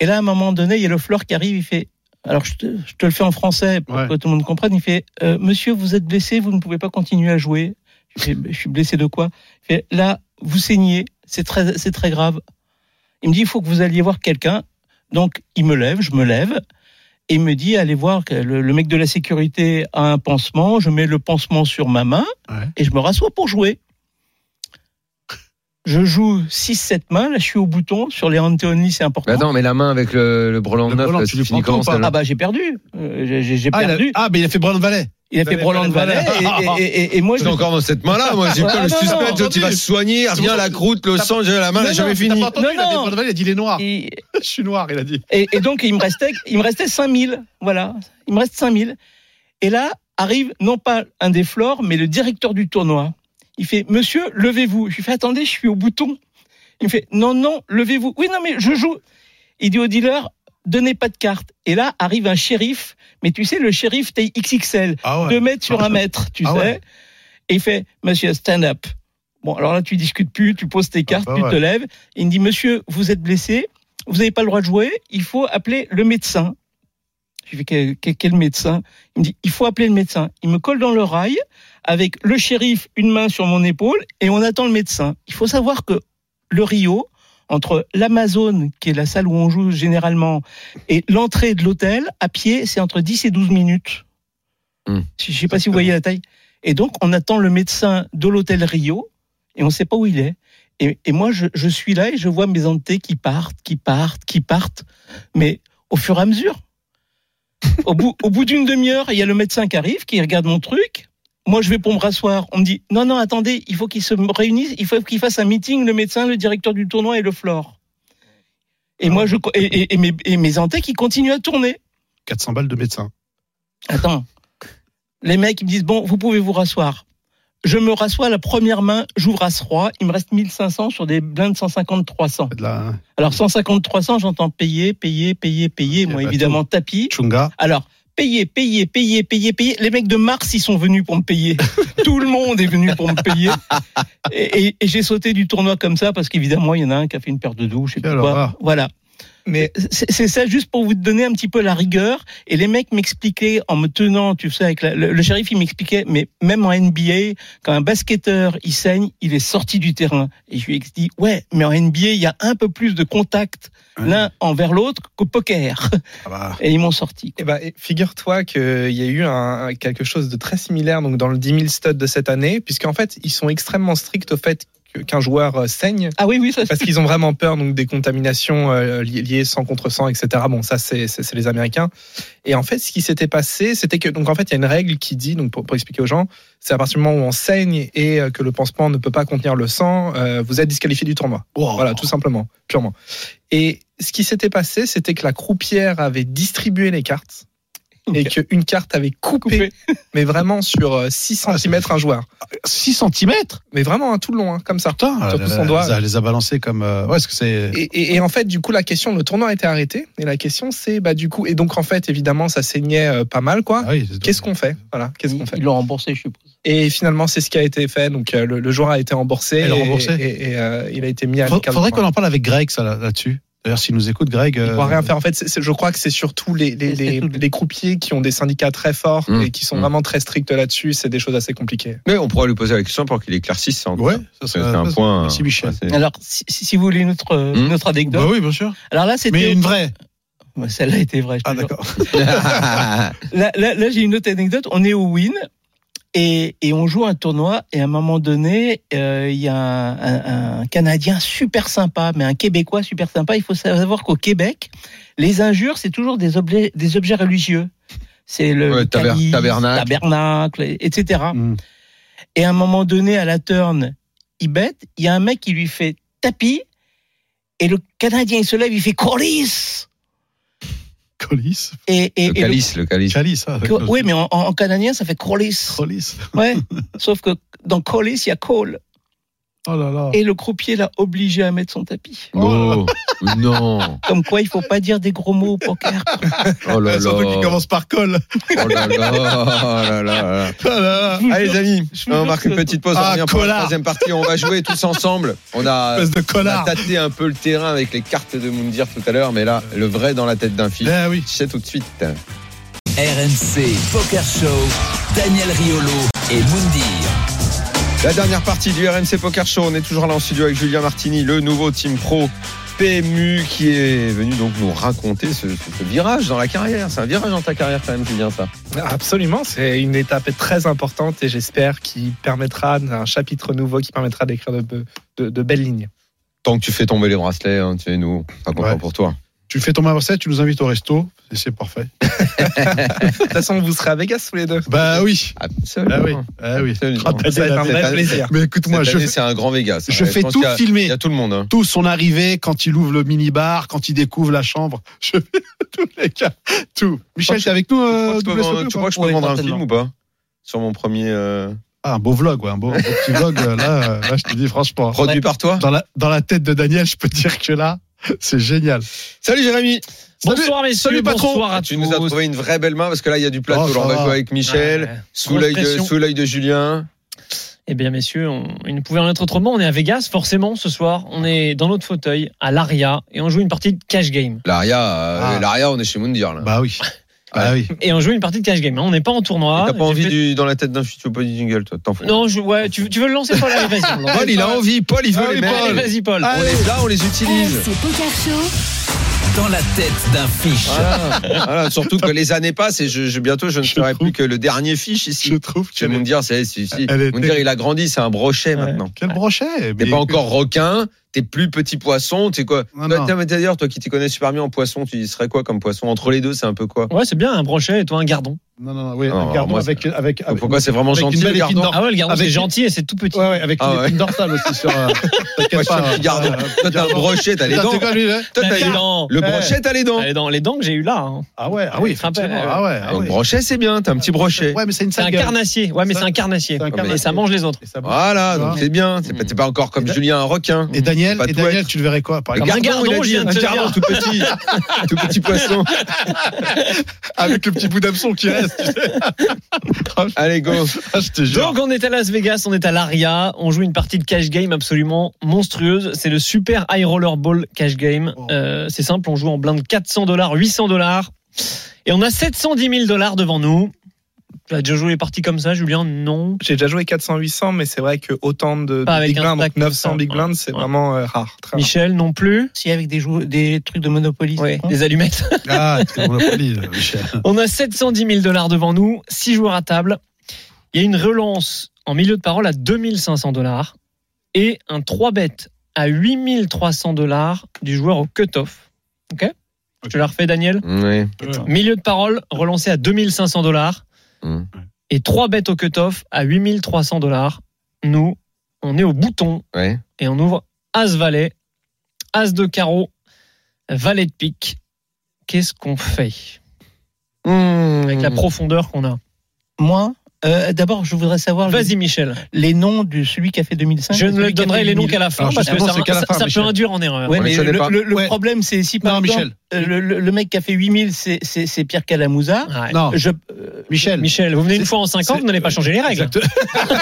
[SPEAKER 8] Et là, à un moment donné, il y a le fleur qui arrive, il fait. Alors, je te, je te le fais en français pour
[SPEAKER 6] Ouais.
[SPEAKER 8] que tout le monde comprenne. Il fait euh, Monsieur, vous êtes blessé, vous ne pouvez pas continuer à jouer. Je, fais, je suis blessé de quoi Il fait Là, vous saignez, c'est très, c'est très grave. Il me dit Il faut que vous alliez voir quelqu'un. Donc, il me lève, je me lève, et il me dit Allez voir, que le, le mec de la sécurité a un pansement, je mets le pansement sur ma main,
[SPEAKER 6] Ouais.
[SPEAKER 8] et je me rassois pour jouer. Je joue 6-7 mains, là je suis au bouton, sur les hand only c'est important.
[SPEAKER 5] Mais attends, Bah mais la main avec le, le brelan
[SPEAKER 6] Le
[SPEAKER 5] de neuf,
[SPEAKER 6] brelan,
[SPEAKER 5] là,
[SPEAKER 6] tu
[SPEAKER 5] c'est
[SPEAKER 6] lui
[SPEAKER 5] fini
[SPEAKER 6] prends
[SPEAKER 5] comment
[SPEAKER 6] tout
[SPEAKER 5] ça
[SPEAKER 6] ou pas
[SPEAKER 8] Ah
[SPEAKER 5] là
[SPEAKER 8] bah j'ai perdu, Euh, j'ai- j'ai j'ai
[SPEAKER 6] Ah, il a-
[SPEAKER 8] perdu.
[SPEAKER 6] ah, mais il a fait Brown Valley.
[SPEAKER 8] Il a fait
[SPEAKER 7] Valet,
[SPEAKER 8] Broland Valet
[SPEAKER 7] Valet,
[SPEAKER 8] et, et, et, et moi
[SPEAKER 6] Ah,
[SPEAKER 5] Je
[SPEAKER 8] je
[SPEAKER 5] suis encore dans cette main-là, moi. J'ai
[SPEAKER 8] Ah,
[SPEAKER 5] putain, le
[SPEAKER 8] non,
[SPEAKER 5] suspect,
[SPEAKER 8] non,
[SPEAKER 5] toi, tu vas
[SPEAKER 6] entendu.
[SPEAKER 5] se soigner,
[SPEAKER 6] C'est
[SPEAKER 5] reviens
[SPEAKER 6] pour
[SPEAKER 5] la
[SPEAKER 6] ça-
[SPEAKER 5] croûte, le
[SPEAKER 6] T'as-
[SPEAKER 5] sang, j'ai la main,
[SPEAKER 6] Non,
[SPEAKER 5] elle est
[SPEAKER 6] non,
[SPEAKER 5] jamais
[SPEAKER 6] t'as
[SPEAKER 5] fini.
[SPEAKER 6] pas entendu,
[SPEAKER 8] Non,
[SPEAKER 6] il a fait
[SPEAKER 8] non.
[SPEAKER 6] Brown Valley, il a dit il est noir.
[SPEAKER 8] et,
[SPEAKER 6] Je suis noir, il a dit.
[SPEAKER 8] et- et donc il me restait il me restait 5000, voilà, il me reste 5000. Et là arrive non pas un des flores mais le directeur du tournoi. Il fait "Monsieur, levez-vous." Je lui fais "Attendez, je suis au bouton." Il me fait "Non non, levez-vous." "Oui non mais je joue." Il dit au dealer "Donnez pas de carte." Et là arrive un shérif, mais tu sais le shérif taille XXL.
[SPEAKER 6] Ah ouais.
[SPEAKER 8] deux mètres sur un mètre, tu
[SPEAKER 6] Ah
[SPEAKER 8] sais.
[SPEAKER 6] ouais.
[SPEAKER 8] Et il fait, monsieur, stand up. Bon, alors là, tu discutes plus, tu poses tes cartes,
[SPEAKER 6] bah
[SPEAKER 8] tu
[SPEAKER 6] ouais.
[SPEAKER 8] te lèves. Il me dit, monsieur, vous êtes blessé, vous n'avez pas le droit de jouer, il faut appeler le médecin. Je lui fais, quel, quel médecin Il me dit, il faut appeler le médecin. Il me colle dans le rail avec le shérif, une main sur mon épaule, et on attend le médecin. Il faut savoir que le Rio, entre l'Amazone, qui est la salle où on joue généralement, et l'entrée de l'hôtel, à pied, c'est entre 10 et 12 minutes.
[SPEAKER 5] Hmm.
[SPEAKER 8] Je ne sais pas si vous voyez la taille. Et donc, on attend le médecin de l'hôtel Rio, et on ne sait pas où il est. Et, et moi, je, je suis là et je vois mes hantés qui partent, qui partent, qui partent, mais au fur et à mesure. au bout, au bout d'une demi-heure, il y a le médecin qui arrive, qui regarde mon truc. Moi, je vais pour me rasseoir. On me dit non, non, attendez, il faut qu'ils se réunissent, il faut qu'ils fassent un meeting, le médecin, le directeur du tournoi et le flore. Et moi, je co- et, et- et mes, et mes hantés qui continuent à tourner.
[SPEAKER 6] 400 balles de médecin.
[SPEAKER 8] Attends. Les mecs, ils me disent, bon, vous pouvez vous rasseoir. Je me rassois la première main, j'ouvre à ce roi, il me reste 1500 sur des blindes 150-300.
[SPEAKER 6] De la hein,
[SPEAKER 8] Alors 150-300, j'entends payer, payer, payer, payer.
[SPEAKER 6] Ok,
[SPEAKER 8] Moi,
[SPEAKER 6] bah,
[SPEAKER 8] évidemment, tapis.
[SPEAKER 6] Chunga.
[SPEAKER 8] Alors, payer, payer, payer, payer, payer. Les mecs de Mars, ils sont venus pour me payer. Tout le monde est venu pour me payer. Et, et- et j'ai sauté du tournoi comme ça parce qu'évidemment, il y en a un qui a fait une paire de douches. je sais plus
[SPEAKER 6] Quelle
[SPEAKER 8] quoi.
[SPEAKER 6] horreur.
[SPEAKER 8] Voilà. Mais c'est c'est ça juste pour vous donner un petit peu la rigueur. Et les mecs m'expliquaient en me tenant, tu sais, avec la- le, le shérif, il m'expliquait, mais même en NBA, quand un basketteur, il saigne, il est sorti du terrain. Et je lui ai dit, ouais, mais en NBA, il y a un peu plus de contact l'un envers l'autre qu'au poker.
[SPEAKER 6] Ah bah,
[SPEAKER 8] Et ils m'ont sorti.
[SPEAKER 7] Eh ben, et figure-toi qu'il y a eu un, quelque chose de très similaire donc dans le 10 000 studs de cette année, puisqu'en fait, ils sont extrêmement stricts au fait que- qu'un joueur euh, saigne.
[SPEAKER 8] Ah oui, oui, ça
[SPEAKER 7] Parce qu'ils ont vraiment peur donc des contaminations euh, li- liées sang contre sang, etc. Bon, ça c'est c'est- c'est les Américains. Et en fait, ce qui s'était passé, c'était que donc en fait il y a une règle qui dit donc pour, pour expliquer aux gens, c'est à partir du moment où on saigne et euh, que le pansement ne peut pas contenir le sang, euh, vous êtes disqualifié du tournoi.
[SPEAKER 6] wow.
[SPEAKER 7] Voilà, tout simplement, purement. Et ce qui s'était passé, c'était que la croupière avait distribué les cartes et qu'une carte avait coupé,
[SPEAKER 8] Coupé.
[SPEAKER 7] mais vraiment sur euh, 6
[SPEAKER 6] Ah,
[SPEAKER 7] cm un joueur.
[SPEAKER 6] 6 cm
[SPEAKER 7] Mais vraiment un tout le long, hein, comme ça.
[SPEAKER 6] Putain,
[SPEAKER 7] Surtout
[SPEAKER 6] elle-
[SPEAKER 7] son
[SPEAKER 6] elle-
[SPEAKER 7] doigt.
[SPEAKER 6] elle- Elle les a balancés comme. euh, Ouais, est-ce que c'est.
[SPEAKER 7] Et, et- et en fait, du coup, la question, le tournoi a été arrêté. Et la question, c'est, bah, du coup, et donc, en fait, évidemment, ça saignait euh, pas mal, quoi.
[SPEAKER 6] Ah oui, c'est-
[SPEAKER 7] Qu'est-ce qu'on fait Voilà, qu'est-ce qu'on fait
[SPEAKER 8] Ils l'ont remboursé, je suppose.
[SPEAKER 7] Et finalement, c'est ce qui a été fait. Donc, euh, le, le joueur a été remboursé.
[SPEAKER 6] Elle est
[SPEAKER 7] et-
[SPEAKER 6] remboursée
[SPEAKER 7] Et, et, euh, il a été mis à
[SPEAKER 6] Faudrait
[SPEAKER 7] l'écart de
[SPEAKER 6] faudrait qu'on
[SPEAKER 7] points.
[SPEAKER 6] en parle avec Greg, ça, là- là-dessus. D'ailleurs, s'il nous écoute, Greg.
[SPEAKER 7] Il
[SPEAKER 6] euh,
[SPEAKER 7] pourra rien faire. En fait, c'est- c'est- je crois que c'est surtout les, les,
[SPEAKER 8] C'est
[SPEAKER 7] les,
[SPEAKER 8] tout.
[SPEAKER 7] les croupiers qui ont des syndicats très forts
[SPEAKER 5] Mmh.
[SPEAKER 7] et qui sont
[SPEAKER 5] Mmh.
[SPEAKER 7] vraiment très stricts là-dessus. C'est des choses assez compliquées.
[SPEAKER 5] Mais on pourra lui poser la question pour qu'il éclaircisse ça. encore.
[SPEAKER 6] Ouais, ça
[SPEAKER 5] c'est
[SPEAKER 6] serait
[SPEAKER 5] un point.
[SPEAKER 6] Merci, Michel.
[SPEAKER 5] ouais, c'est-
[SPEAKER 8] Alors, si, si- si vous voulez une autre, euh,
[SPEAKER 5] Hmm.
[SPEAKER 8] une autre anecdote.
[SPEAKER 6] Bah oui, bien sûr.
[SPEAKER 8] Alors là, c'était.
[SPEAKER 6] Mais une vraie.
[SPEAKER 8] Ouais, Celle-là était vraie. je te
[SPEAKER 6] Ah,
[SPEAKER 8] jure.
[SPEAKER 6] d'accord.
[SPEAKER 8] Là, là- là, j'ai une autre anecdote. On est au Win et, et on joue un tournoi. Et à un moment donné, euh, il y a un, un- un Canadien super sympa, mais un Québécois super sympa. Il faut savoir qu'au Québec, les injures, c'est toujours des objets, des objets religieux. C'est le
[SPEAKER 5] Ouais, taber-
[SPEAKER 8] calice,
[SPEAKER 5] tabernacle.
[SPEAKER 8] tabernacle, etc.
[SPEAKER 6] Mm.
[SPEAKER 8] Et à un moment donné, à la turn, il bête. Il y a un mec qui lui fait tapis. Et le Canadien, il se lève, il fait colis.
[SPEAKER 6] Colis.
[SPEAKER 8] Et, et,
[SPEAKER 5] le
[SPEAKER 8] et le-
[SPEAKER 5] calice, le calice.
[SPEAKER 6] Chalice, ça.
[SPEAKER 8] que- oui, mais en, en- en canadien, ça fait crolis.
[SPEAKER 6] Colis.
[SPEAKER 8] Ouais. Sauf que dans colis, il y a call.
[SPEAKER 6] Oh là là.
[SPEAKER 8] Et le croupier l'a obligé à mettre son tapis.
[SPEAKER 5] Oh, non.
[SPEAKER 8] Comme quoi, il faut pas dire des gros mots au poker.
[SPEAKER 5] Oh là là.
[SPEAKER 6] Surtout qu'il commence par col.
[SPEAKER 5] Oh là là. Oh là là.
[SPEAKER 6] Oh là là.
[SPEAKER 5] Allez les amis,
[SPEAKER 8] Je vous
[SPEAKER 5] on
[SPEAKER 8] jure
[SPEAKER 5] marque
[SPEAKER 8] que-
[SPEAKER 5] une petite pause.
[SPEAKER 6] Ah,
[SPEAKER 5] on revient pour la
[SPEAKER 6] connard.
[SPEAKER 5] troisième partie. On va jouer tous ensemble. On
[SPEAKER 7] Euh,
[SPEAKER 5] a,
[SPEAKER 6] Espèce de
[SPEAKER 5] on a
[SPEAKER 6] connard.
[SPEAKER 5] tâté un peu le terrain avec les cartes de Moundir tout à l'heure, mais là, le vrai dans la tête d'un fils.
[SPEAKER 6] Eh oui.
[SPEAKER 5] C'est tout de suite.
[SPEAKER 4] RMC Poker Show, Daniel Riolo et Moundir.
[SPEAKER 5] La dernière partie du RMC Poker Show. On est toujours là en studio avec Julien Martini, le nouveau team pro PMU qui est venu donc nous raconter ce, ce- ce virage dans la carrière. C'est un virage dans ta carrière quand même, Julien, ça.
[SPEAKER 7] Absolument. C'est une étape très importante et j'espère qu'il permettra un chapitre nouveau qui permettra d'écrire de, de- de belles lignes.
[SPEAKER 5] Tant que tu fais tomber les bracelets, hein, tu es nous. Pas content
[SPEAKER 6] Ouais.
[SPEAKER 5] pour toi.
[SPEAKER 6] Tu fais ton recette, tu nous invites au resto. Et c'est parfait.
[SPEAKER 7] De toute façon, vous serez à Vegas tous les deux.
[SPEAKER 6] Bah oui.
[SPEAKER 5] Absolument.
[SPEAKER 6] Ah oui. Ah oui.
[SPEAKER 5] Absolument.
[SPEAKER 6] Ah, t'as dit
[SPEAKER 7] Ça va être
[SPEAKER 6] la
[SPEAKER 7] un
[SPEAKER 6] tête.
[SPEAKER 7] vrai
[SPEAKER 5] année-
[SPEAKER 7] plaisir.
[SPEAKER 6] Mais écoute-moi,
[SPEAKER 5] Cette
[SPEAKER 6] je,
[SPEAKER 5] année, c'est un grand Vegas.
[SPEAKER 6] je
[SPEAKER 5] Ouais,
[SPEAKER 6] fais
[SPEAKER 5] pense
[SPEAKER 6] tout
[SPEAKER 5] qu'il y a- Il
[SPEAKER 6] filmer.
[SPEAKER 5] y a tout le monde. hein.
[SPEAKER 6] tout son arrivée, quand il ouvre le minibar, quand il découvre la chambre. Je fais tous les cas. Tout. Michel, t'es avec nous
[SPEAKER 5] Tu
[SPEAKER 6] euh,
[SPEAKER 5] crois que je peux
[SPEAKER 6] WSOP,
[SPEAKER 5] vendre-
[SPEAKER 6] ou
[SPEAKER 5] tu
[SPEAKER 6] pas
[SPEAKER 5] crois que je peux
[SPEAKER 8] Ouais,
[SPEAKER 5] vendre un
[SPEAKER 8] certainement.
[SPEAKER 5] film ou pas Sur mon premier. euh,
[SPEAKER 6] Ah, un beau vlog, ouais, un beau, un beau petit vlog. euh, Là, euh, là, je te dis franchement.
[SPEAKER 5] Produit par toi
[SPEAKER 6] Dans la, dans la tête de Daniel, je peux te dire que là, c'est génial.
[SPEAKER 5] Salut Jérémy
[SPEAKER 6] Salut.
[SPEAKER 3] Bonsoir messieurs,
[SPEAKER 6] salut, patron.
[SPEAKER 3] bonsoir à
[SPEAKER 5] Ah, Tu
[SPEAKER 3] tous.
[SPEAKER 5] nous as trouvé une vraie belle main parce que là, il y a du plateau.
[SPEAKER 6] Oh, ça
[SPEAKER 5] Alors, on va
[SPEAKER 6] va.
[SPEAKER 5] jouer avec Michel,
[SPEAKER 3] Ouais.
[SPEAKER 5] sous
[SPEAKER 3] Grosse
[SPEAKER 5] l'œil de-
[SPEAKER 3] pression.
[SPEAKER 5] sous l'œil de Julien.
[SPEAKER 3] Eh bien messieurs, on- il ne pouvait en être autrement. On est à Vegas, forcément, ce soir. On est dans notre fauteuil, à l'Aria, et on joue une partie de cash game.
[SPEAKER 5] L'aria, euh,
[SPEAKER 6] Ah.
[SPEAKER 5] l'aria, on est chez Moundir là.
[SPEAKER 6] Bah oui.
[SPEAKER 5] Ah
[SPEAKER 6] Bah oui.
[SPEAKER 3] Et on joue une partie de cash game. hein. On n'est pas en tournoi.
[SPEAKER 5] T'as pas
[SPEAKER 3] J'ai
[SPEAKER 5] envie
[SPEAKER 3] fait-
[SPEAKER 5] du, dans la tête d'un fils, tu veux pas du jingle, toi, t'en fous.
[SPEAKER 3] Non, je... ouais, tu, tu veux le lancer Paul Allez, vas-y. on le lance.
[SPEAKER 5] Paul, il a envie, Paul, il veut
[SPEAKER 6] Ah oui,
[SPEAKER 5] les mettre.
[SPEAKER 3] Allez, vas-y Paul.
[SPEAKER 5] On les a, on les utilise.
[SPEAKER 9] RMC Poker Show,
[SPEAKER 4] Dans la tête d'un fiche.
[SPEAKER 5] Voilà. Voilà, surtout que les années passent et je, je- bientôt je ne
[SPEAKER 6] Je
[SPEAKER 5] ferai
[SPEAKER 6] trouve-
[SPEAKER 5] plus que le dernier fiche
[SPEAKER 6] Je
[SPEAKER 5] ici.
[SPEAKER 6] trouve
[SPEAKER 5] Chez
[SPEAKER 6] que.
[SPEAKER 5] Moundir, c'est si, si.
[SPEAKER 6] Elle était-
[SPEAKER 5] Moundir, il a grandi, c'est un brochet maintenant.
[SPEAKER 6] Quel brochet
[SPEAKER 5] T'es
[SPEAKER 6] mais-
[SPEAKER 5] pas encore requin, t'es plus petit poisson, t'es quoi
[SPEAKER 6] Non,
[SPEAKER 5] Bah,
[SPEAKER 6] non.
[SPEAKER 5] tiens, mais D'ailleurs, toi qui t'y connais super bien en poisson, tu serais quoi comme poisson Entre les deux, c'est un peu quoi
[SPEAKER 3] Ouais, c'est bien, un brochet et toi un gardon.
[SPEAKER 6] Non, non, non, oui,
[SPEAKER 5] Non,
[SPEAKER 6] un gardon
[SPEAKER 5] moi,
[SPEAKER 6] avec, avec, avec.
[SPEAKER 5] Pourquoi c'est vraiment
[SPEAKER 6] Ah, avec une
[SPEAKER 5] gentil le
[SPEAKER 6] belle épine
[SPEAKER 5] gardon
[SPEAKER 6] d'or-
[SPEAKER 3] Ah ouais, le gardon,
[SPEAKER 6] Avec-
[SPEAKER 3] c'est gentil et c'est tout petit.
[SPEAKER 6] Ouais, ouais, avec
[SPEAKER 5] Ah
[SPEAKER 6] une
[SPEAKER 5] ouais.
[SPEAKER 6] épine dorsale aussi sur. euh,
[SPEAKER 5] Moi,
[SPEAKER 6] T'inquiète
[SPEAKER 5] je suis un
[SPEAKER 6] pas.
[SPEAKER 5] petit gardon.
[SPEAKER 6] euh,
[SPEAKER 5] Toi, t'as un brochet, t'as les
[SPEAKER 6] Putain,
[SPEAKER 5] dents.
[SPEAKER 6] c'est quoi, lui, là
[SPEAKER 5] Toi, t'as
[SPEAKER 3] Les
[SPEAKER 5] les dents.
[SPEAKER 3] dents.
[SPEAKER 5] Le
[SPEAKER 6] Ouais.
[SPEAKER 5] brochet, t'as les dents.
[SPEAKER 3] Les dents, hein. les dents que j'ai eu là. hein.
[SPEAKER 6] Ah ouais, ah oui,
[SPEAKER 3] Il frappait,
[SPEAKER 6] effectivement.
[SPEAKER 3] ouais.
[SPEAKER 6] Ah ouais, ah
[SPEAKER 5] Donc,
[SPEAKER 6] ouais.
[SPEAKER 5] brochet, c'est bien, t'as un petit brochet.
[SPEAKER 6] Ouais, mais c'est une
[SPEAKER 3] euh, C'est
[SPEAKER 6] sale
[SPEAKER 3] un
[SPEAKER 6] gueule.
[SPEAKER 3] carnassier. Ouais, mais
[SPEAKER 6] Ça-
[SPEAKER 3] c'est un carnassier.
[SPEAKER 6] C'est un
[SPEAKER 3] Et
[SPEAKER 6] carnassier.
[SPEAKER 3] ça mange les autres.
[SPEAKER 5] Ah.
[SPEAKER 6] Et ça bouge.
[SPEAKER 5] Voilà,
[SPEAKER 6] Tu vois
[SPEAKER 5] donc c'est bien. C'est pas-
[SPEAKER 6] Mm.
[SPEAKER 5] T'es pas encore comme
[SPEAKER 6] Et da-
[SPEAKER 5] Julien, un requin.
[SPEAKER 6] Et Daniel,
[SPEAKER 5] Pas tout
[SPEAKER 6] et Daniel
[SPEAKER 5] être.
[SPEAKER 6] tu le verrais quoi par
[SPEAKER 5] Le
[SPEAKER 6] exemple
[SPEAKER 3] un
[SPEAKER 5] il a
[SPEAKER 3] gardon, je
[SPEAKER 5] dit,
[SPEAKER 3] viens de
[SPEAKER 5] un
[SPEAKER 3] te
[SPEAKER 5] gardon
[SPEAKER 3] dire.
[SPEAKER 5] tout petit, tout petit poisson.
[SPEAKER 6] Avec le petit bout d'hameçon qui reste. tu sais.
[SPEAKER 5] Allez, go.
[SPEAKER 6] Ah, je te jure.
[SPEAKER 3] Donc on est à Las Vegas, on est à l'Aria, on joue une partie de cash game absolument monstrueuse. C'est le super high roller ball cash game.
[SPEAKER 6] Oh.
[SPEAKER 3] Euh, c'est simple, on joue en blinde 400 dollars, 800 dollars, et on a 710 000 dollars devant nous. Tu as déjà joué les parties comme ça, Julien Non.
[SPEAKER 7] J'ai déjà joué 400-800, mais c'est vrai que autant de, de
[SPEAKER 3] Pas avec
[SPEAKER 7] big
[SPEAKER 3] un
[SPEAKER 7] blinds,
[SPEAKER 3] stack
[SPEAKER 7] donc
[SPEAKER 3] comme
[SPEAKER 7] 900
[SPEAKER 3] ça.
[SPEAKER 7] big blinds, c'est
[SPEAKER 3] Ouais.
[SPEAKER 7] vraiment euh, rare. Très rare.
[SPEAKER 3] Michel non plus.
[SPEAKER 8] Si avec des, jou- des trucs de Monopoly.
[SPEAKER 3] Ouais,
[SPEAKER 8] c'est con.
[SPEAKER 3] les allumettes.
[SPEAKER 6] Ah, c'est Monopoly, là, Michel.
[SPEAKER 3] On a 710 000 dollars devant nous, 6 joueurs à table. Il y a une relance en milieu de parole à 2500 dollars et un 3 bet à 8300 dollars du joueur au cut-off. Ok Je la refais, Daniel.
[SPEAKER 5] Ouais.
[SPEAKER 3] Milieu de parole relancé à 2500 dollars
[SPEAKER 5] Mm.
[SPEAKER 3] et 3 bêtes au cut-off à 8300 dollars. Nous, on est au bouton
[SPEAKER 5] Ouais.
[SPEAKER 3] et on ouvre As-Valet, As de carreau, Valet de pique. Qu'est-ce qu'on fait avec
[SPEAKER 5] Mmh.
[SPEAKER 3] la profondeur qu'on a
[SPEAKER 8] Moi, euh, d'abord, je voudrais savoir
[SPEAKER 3] Vas-y,
[SPEAKER 8] les,
[SPEAKER 3] Michel.
[SPEAKER 8] les noms de celui qui a fait 2005.
[SPEAKER 3] Je
[SPEAKER 8] et
[SPEAKER 3] ne
[SPEAKER 8] celui
[SPEAKER 3] le
[SPEAKER 8] qui a
[SPEAKER 3] donnerai
[SPEAKER 8] fait
[SPEAKER 3] les noms
[SPEAKER 8] 2000.
[SPEAKER 3] qu'à la fin
[SPEAKER 6] Alors,
[SPEAKER 3] parce que
[SPEAKER 6] justement,
[SPEAKER 3] ça,
[SPEAKER 6] c'est qu'à la
[SPEAKER 3] ça-
[SPEAKER 6] fin,
[SPEAKER 3] ça peut
[SPEAKER 6] Michel.
[SPEAKER 3] induire en erreur.
[SPEAKER 8] Ouais,
[SPEAKER 5] On les
[SPEAKER 8] mais
[SPEAKER 5] connaît
[SPEAKER 8] le,
[SPEAKER 5] pas.
[SPEAKER 8] le- le
[SPEAKER 6] Ouais.
[SPEAKER 8] problème, c'est si par
[SPEAKER 6] Non,
[SPEAKER 8] exemple,
[SPEAKER 6] Michel.
[SPEAKER 8] euh, le, le- le mec qui a fait 8000, c'est- c'est c'est Pierre Calamouza.
[SPEAKER 3] Ouais.
[SPEAKER 6] Non,
[SPEAKER 8] Je, euh,
[SPEAKER 6] Michel.
[SPEAKER 3] Michel, vous venez une
[SPEAKER 6] C'est-
[SPEAKER 3] fois en 5 ans,
[SPEAKER 6] c'est-
[SPEAKER 3] vous n'allez pas changer les règles.
[SPEAKER 6] Exactement.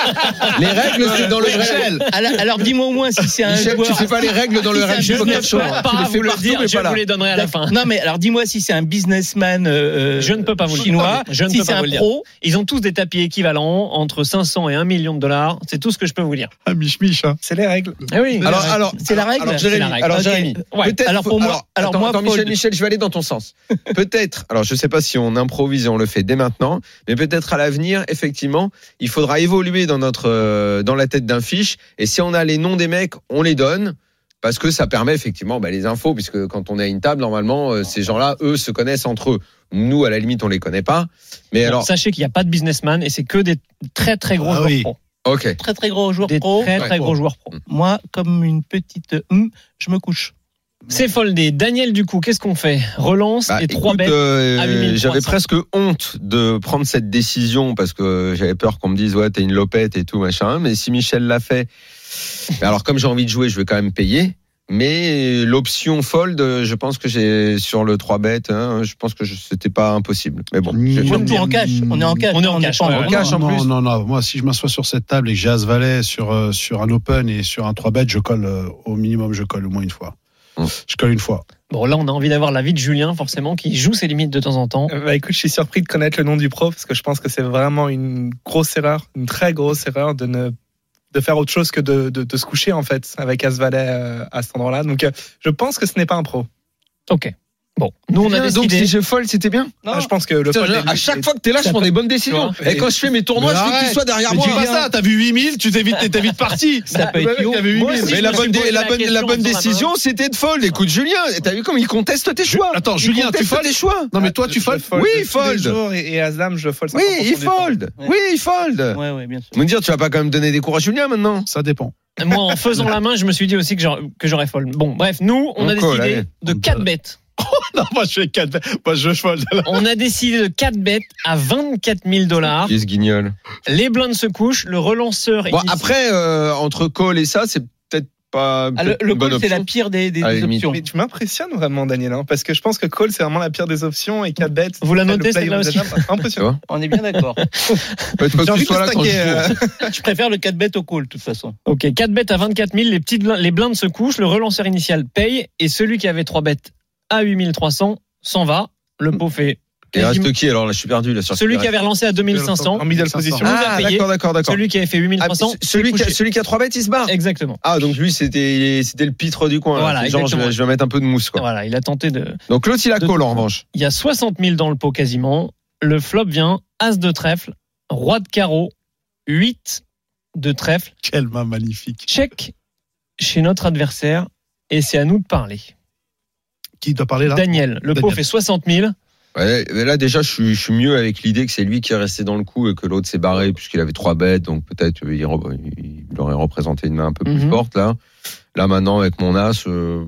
[SPEAKER 5] Les règles, c'est dans le réel.
[SPEAKER 8] alors alors dis-moi au moins si c'est un
[SPEAKER 5] Michel,
[SPEAKER 8] joueur.
[SPEAKER 5] tu fais pas les règles dans
[SPEAKER 8] Si
[SPEAKER 5] le
[SPEAKER 8] c'est un
[SPEAKER 5] réel.
[SPEAKER 3] Je
[SPEAKER 5] Je
[SPEAKER 8] business
[SPEAKER 5] peux
[SPEAKER 3] ne
[SPEAKER 5] pas faire ça.
[SPEAKER 8] match,
[SPEAKER 3] peux pas
[SPEAKER 5] Tu le fais
[SPEAKER 3] vous
[SPEAKER 5] le
[SPEAKER 3] le dire,
[SPEAKER 5] mais
[SPEAKER 3] je
[SPEAKER 5] pas là.
[SPEAKER 3] vous les donnerai à la fin.
[SPEAKER 8] Non mais alors dis-moi si c'est un businessman euh,
[SPEAKER 3] Je ne peux pas vous le dire.
[SPEAKER 8] chinois,
[SPEAKER 3] Je ne
[SPEAKER 8] si
[SPEAKER 3] peux
[SPEAKER 8] c'est
[SPEAKER 3] pas
[SPEAKER 8] un
[SPEAKER 3] vous le dire.
[SPEAKER 8] pro,
[SPEAKER 3] Ils ont tous des tapis équivalents entre 500 et 1 million de dollars. C'est tout ce que je peux vous dire.
[SPEAKER 6] Ah, Mich Mich. hein.
[SPEAKER 7] C'est les règles.
[SPEAKER 3] Ah oui.
[SPEAKER 5] Alors, alors,
[SPEAKER 8] c'est la règle.
[SPEAKER 5] alors,
[SPEAKER 3] C'est la
[SPEAKER 5] Jérémy,
[SPEAKER 3] règle.
[SPEAKER 5] alors,
[SPEAKER 8] Ok.
[SPEAKER 5] Jérémy,
[SPEAKER 3] Ouais.
[SPEAKER 5] peut-être
[SPEAKER 8] alors,
[SPEAKER 5] faut-
[SPEAKER 8] pour moi- alors,
[SPEAKER 5] attends,
[SPEAKER 8] moi,
[SPEAKER 5] attends,
[SPEAKER 8] Paul-
[SPEAKER 5] Michel, Michel, je vais aller dans ton sens. peut-être, alors je sais pas si on improvise et on le fait dès maintenant, mais peut-être à l'avenir, effectivement, il faudra évoluer dans notre, euh, dans la tête d'un fiche. Et si on a les noms des mecs, on les donne. Parce que ça permet effectivement bah, les infos, puisque quand on est à une table, normalement, euh, ces gens-là, eux, se connaissent entre eux. Nous, à la limite, on les connaît pas. Mais
[SPEAKER 3] Bon,
[SPEAKER 5] alors,
[SPEAKER 3] Sachez qu'il n'y a pas de businessman et c'est que des très très gros
[SPEAKER 6] Ah
[SPEAKER 3] joueurs
[SPEAKER 6] oui.
[SPEAKER 3] pro.
[SPEAKER 5] ok.
[SPEAKER 8] très très gros joueur
[SPEAKER 3] Des
[SPEAKER 8] pro. Mm.
[SPEAKER 3] très très
[SPEAKER 5] Ouais.
[SPEAKER 3] gros joueurs pro.
[SPEAKER 8] Moi, comme une petite, euh, hum, je me couche.
[SPEAKER 3] C'est foldé. Daniel, du coup, qu'est-ce qu'on fait Relance
[SPEAKER 5] Bah,
[SPEAKER 3] et 3
[SPEAKER 5] écoute,
[SPEAKER 3] bêtes.
[SPEAKER 5] euh,
[SPEAKER 3] à 8300.
[SPEAKER 5] J'avais presque honte de prendre cette décision parce que j'avais peur qu'on me dise ouais t'es une lopette et tout machin. Mais si Michel l'a fait, bah, alors comme j'ai envie de jouer, je vais quand même payer. Mais l'option fold, euh, je pense que j'ai sur le 3 bet, hein, je pense que je- c'était pas impossible. Mais bon, je-
[SPEAKER 6] Mmh.
[SPEAKER 8] Surtout en cash. On est en cash.
[SPEAKER 3] mm, On est en
[SPEAKER 8] n'est
[SPEAKER 3] cash,
[SPEAKER 8] pas
[SPEAKER 3] ouais,
[SPEAKER 5] ouais. cash, en
[SPEAKER 6] Ah, non,
[SPEAKER 5] plus.
[SPEAKER 6] Non, non, moi, si je m'assois sur cette table et que j'ai As Valet sur, euh, sur un Open et sur un 3-bet, je colle euh, au minimum, je colle au moins une fois.
[SPEAKER 5] Mmh.
[SPEAKER 6] Je colle une fois.
[SPEAKER 3] Bon, là, on a envie d'avoir l'avis de Julien, forcément, qui joue ses limites de temps en temps.
[SPEAKER 7] Euh, Bah écoute, je suis surpris de connaître le nom du pro parce que je pense que c'est vraiment une grosse erreur, une très grosse erreur de ne de faire autre chose que de, de, de se coucher en fait avec As Valet euh, à cet endroit-là. Donc euh, je pense que ce n'est pas un pro.
[SPEAKER 3] Ok. Bon, nous, on a
[SPEAKER 5] Bien, donc si
[SPEAKER 3] décidé.
[SPEAKER 5] je fold, c'était bien.
[SPEAKER 7] Ah, je pense que le
[SPEAKER 5] Putain,
[SPEAKER 7] fold
[SPEAKER 5] à
[SPEAKER 7] est-
[SPEAKER 5] chaque fois que t'es là, je prends des bonnes décisions.
[SPEAKER 7] Tu vois,
[SPEAKER 5] Et quand je fais mes tournois,
[SPEAKER 6] Mais
[SPEAKER 5] je veux que tu
[SPEAKER 6] arrête.
[SPEAKER 5] sois derrière
[SPEAKER 6] Mais
[SPEAKER 5] moi. hein.
[SPEAKER 6] dis pas ça, t'as vu 8000, tu t'es vite, t'es vite parti.
[SPEAKER 8] Ça peut
[SPEAKER 5] oh
[SPEAKER 6] Le
[SPEAKER 8] être
[SPEAKER 6] mec,
[SPEAKER 8] yo.
[SPEAKER 6] il avait 8000.
[SPEAKER 3] aussi,
[SPEAKER 5] Mais
[SPEAKER 3] je
[SPEAKER 5] la
[SPEAKER 3] me
[SPEAKER 5] bonne,
[SPEAKER 3] suis
[SPEAKER 5] dé-
[SPEAKER 3] posé
[SPEAKER 5] la
[SPEAKER 3] la
[SPEAKER 5] bonne- la
[SPEAKER 3] question en
[SPEAKER 5] bonne
[SPEAKER 3] faisant la main.
[SPEAKER 5] décision, c'était de fold. Écoute, Julien, t'as vu comme il conteste tes choix.
[SPEAKER 6] Attends,
[SPEAKER 5] Il
[SPEAKER 6] Julien, tu
[SPEAKER 5] conteste
[SPEAKER 6] folles
[SPEAKER 5] tes choix.
[SPEAKER 6] Non, mais toi, tu
[SPEAKER 7] je
[SPEAKER 6] folles
[SPEAKER 5] Oui,
[SPEAKER 7] de tous les
[SPEAKER 5] fold.
[SPEAKER 7] jours Et, et As-Dame, je fold.
[SPEAKER 5] Oui,
[SPEAKER 7] 50%
[SPEAKER 5] il
[SPEAKER 7] du temps.
[SPEAKER 5] fold.
[SPEAKER 8] Ouais.
[SPEAKER 5] Oui, il fold.
[SPEAKER 8] Ouais, ouais, bien sûr.
[SPEAKER 5] Vous me dire, tu vas pas quand même donner des cours à Julien maintenant
[SPEAKER 6] Ça dépend.
[SPEAKER 3] Moi, en faisant la main, je me suis dit aussi que j'aurais- que j'aurais fold. Bon, bref, nous, on,
[SPEAKER 5] On
[SPEAKER 3] a
[SPEAKER 5] colle,
[SPEAKER 3] décidé
[SPEAKER 5] allez.
[SPEAKER 3] de 4 bêtes.
[SPEAKER 6] Non, moi, je fais 4 Moi, je fold.
[SPEAKER 3] On a décidé de 4 bêtes à 24 000 dollars.
[SPEAKER 5] Il se guignol.
[SPEAKER 3] Les blindes se couchent, le relanceur
[SPEAKER 5] Bon,
[SPEAKER 3] initie-
[SPEAKER 5] après, euh, entre call et ça, c'est peut-être pas.
[SPEAKER 8] Ah, le
[SPEAKER 5] peut-être
[SPEAKER 8] le
[SPEAKER 5] une bonne
[SPEAKER 8] call, c'est
[SPEAKER 5] option.
[SPEAKER 8] la pire des, des
[SPEAKER 5] À la limite.
[SPEAKER 8] options.
[SPEAKER 7] Mais tu m'impressionnes vraiment, Daniel, hein, parce que je pense que call, c'est vraiment la pire des options et 4 bêtes.
[SPEAKER 3] Vous la
[SPEAKER 7] le
[SPEAKER 3] notez,
[SPEAKER 7] play
[SPEAKER 3] celle-là
[SPEAKER 7] on
[SPEAKER 3] aussi
[SPEAKER 7] déjà- Impressionnant.
[SPEAKER 8] On est bien d'accord.
[SPEAKER 5] Peut-être pas
[SPEAKER 7] J'ai
[SPEAKER 5] que tu
[SPEAKER 7] envie de
[SPEAKER 5] sois là quand je
[SPEAKER 7] stacker, euh,
[SPEAKER 5] joue.
[SPEAKER 8] je préfère le 4 bet au call, de toute façon.
[SPEAKER 3] Ok, 4 bêtes à 24 000, les, petites blin- les blindes se couchent, le relanceur initial paye, et celui qui avait 3 bêtes à 8300 s'en va. Le pot fait.
[SPEAKER 5] Il
[SPEAKER 3] quasiment-
[SPEAKER 5] reste qui alors là Je suis perdu là sur
[SPEAKER 3] Celui qui avait relancé à 2500,
[SPEAKER 7] En middle position.
[SPEAKER 5] Ah,
[SPEAKER 3] a payé.
[SPEAKER 5] d'accord, d'accord, d'accord.
[SPEAKER 3] celui qui avait fait
[SPEAKER 5] Ah,
[SPEAKER 3] 8300,
[SPEAKER 5] c- celui,
[SPEAKER 3] s'est
[SPEAKER 5] qui a,
[SPEAKER 3] couché.
[SPEAKER 5] celui qui a 3 bêtes, il se barre.
[SPEAKER 3] Exactement.
[SPEAKER 5] Ah, donc lui, c'était il est- c'était le pitre du coin. là.
[SPEAKER 3] Voilà,
[SPEAKER 5] C'est genre, je
[SPEAKER 3] exactement.
[SPEAKER 5] vais, je vais mettre un peu de mousse. Quoi.
[SPEAKER 3] Voilà, il a tenté de.
[SPEAKER 5] Donc l'autre, il a
[SPEAKER 3] De-
[SPEAKER 5] call en revanche.
[SPEAKER 3] Il y a 60 000 dans le pot quasiment. Le flop vient As de trèfle, Roi de carreau, 8 de trèfle,
[SPEAKER 6] Quelle main magnifique.
[SPEAKER 3] check chez notre adversaire, et c'est à nous de parler.
[SPEAKER 6] Qui doit parler là
[SPEAKER 3] Daniel, le pot
[SPEAKER 6] Daniel.
[SPEAKER 3] fait 60 000.
[SPEAKER 5] Ouais, mais là, déjà, je suis, je suis mieux avec l'idée que c'est lui qui est resté dans le coup et que l'autre s'est barré puisqu'il avait trois bêtes. Donc peut-être euh, il, re- il aurait représenté une main un peu plus
[SPEAKER 3] Mhm.
[SPEAKER 5] forte. Là, là maintenant, avec mon as, euh,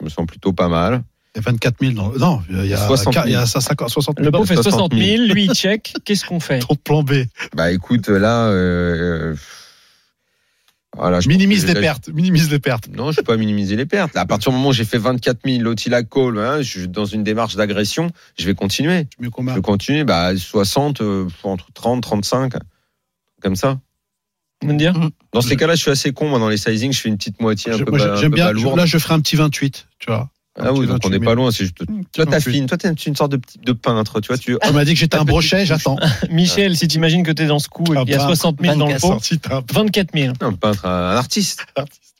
[SPEAKER 5] je me sens plutôt pas mal.
[SPEAKER 6] Il y a 24 000. Dans... Non, il y a
[SPEAKER 5] 60 000.
[SPEAKER 6] il y a 50 60
[SPEAKER 3] Le
[SPEAKER 6] 000.
[SPEAKER 3] pot fait 60
[SPEAKER 5] 60
[SPEAKER 3] 000.
[SPEAKER 5] 000.
[SPEAKER 3] Lui, il check. Qu'est-ce qu'on fait
[SPEAKER 6] Ton plan B.
[SPEAKER 5] Bah écoute, là, euh, euh, voilà, je
[SPEAKER 6] Minimise
[SPEAKER 5] pense que j'ai-
[SPEAKER 6] les pertes. Minimise les pertes.
[SPEAKER 5] Non, je peux pas minimiser les pertes. Là, à partir du moment où j'ai fait 24 000, l'autre il a call, hein, je suis dans une démarche d'agression, je vais continuer.
[SPEAKER 6] Mieux qu'on
[SPEAKER 5] Je vais continuer, bah 60, euh, entre 30, 35, comme ça.
[SPEAKER 3] Me dire
[SPEAKER 5] Dans ces cas-là, je suis assez con. Moi, dans les sizing, je fais une petite moitié un
[SPEAKER 6] Je-
[SPEAKER 5] peu,
[SPEAKER 6] moi,
[SPEAKER 5] ba-
[SPEAKER 6] j'ai-
[SPEAKER 5] un
[SPEAKER 6] J'aime
[SPEAKER 5] peu
[SPEAKER 6] bien.
[SPEAKER 5] balourde.
[SPEAKER 6] Là, je ferai un petit 28, tu Mmh, vois. Un
[SPEAKER 5] Ah oui,
[SPEAKER 6] petit
[SPEAKER 5] donc on
[SPEAKER 6] 28
[SPEAKER 5] n'est
[SPEAKER 6] 000.
[SPEAKER 5] pas loin. C'est juste. Toi,
[SPEAKER 6] tu-
[SPEAKER 5] t'affines. Toi, t'es une- une sorte de, petit- de peintre. Tu vois, tu.
[SPEAKER 6] On m'a dit que j'étais un brochet, j'attends.
[SPEAKER 3] Michel, si tu imagines que tu es dans ce coup et
[SPEAKER 6] Ah,
[SPEAKER 3] qu'il y a
[SPEAKER 6] bah,
[SPEAKER 3] 60 000 dans le pot,
[SPEAKER 6] Si t'as un
[SPEAKER 3] 24 000.
[SPEAKER 5] Un peintre, un artiste.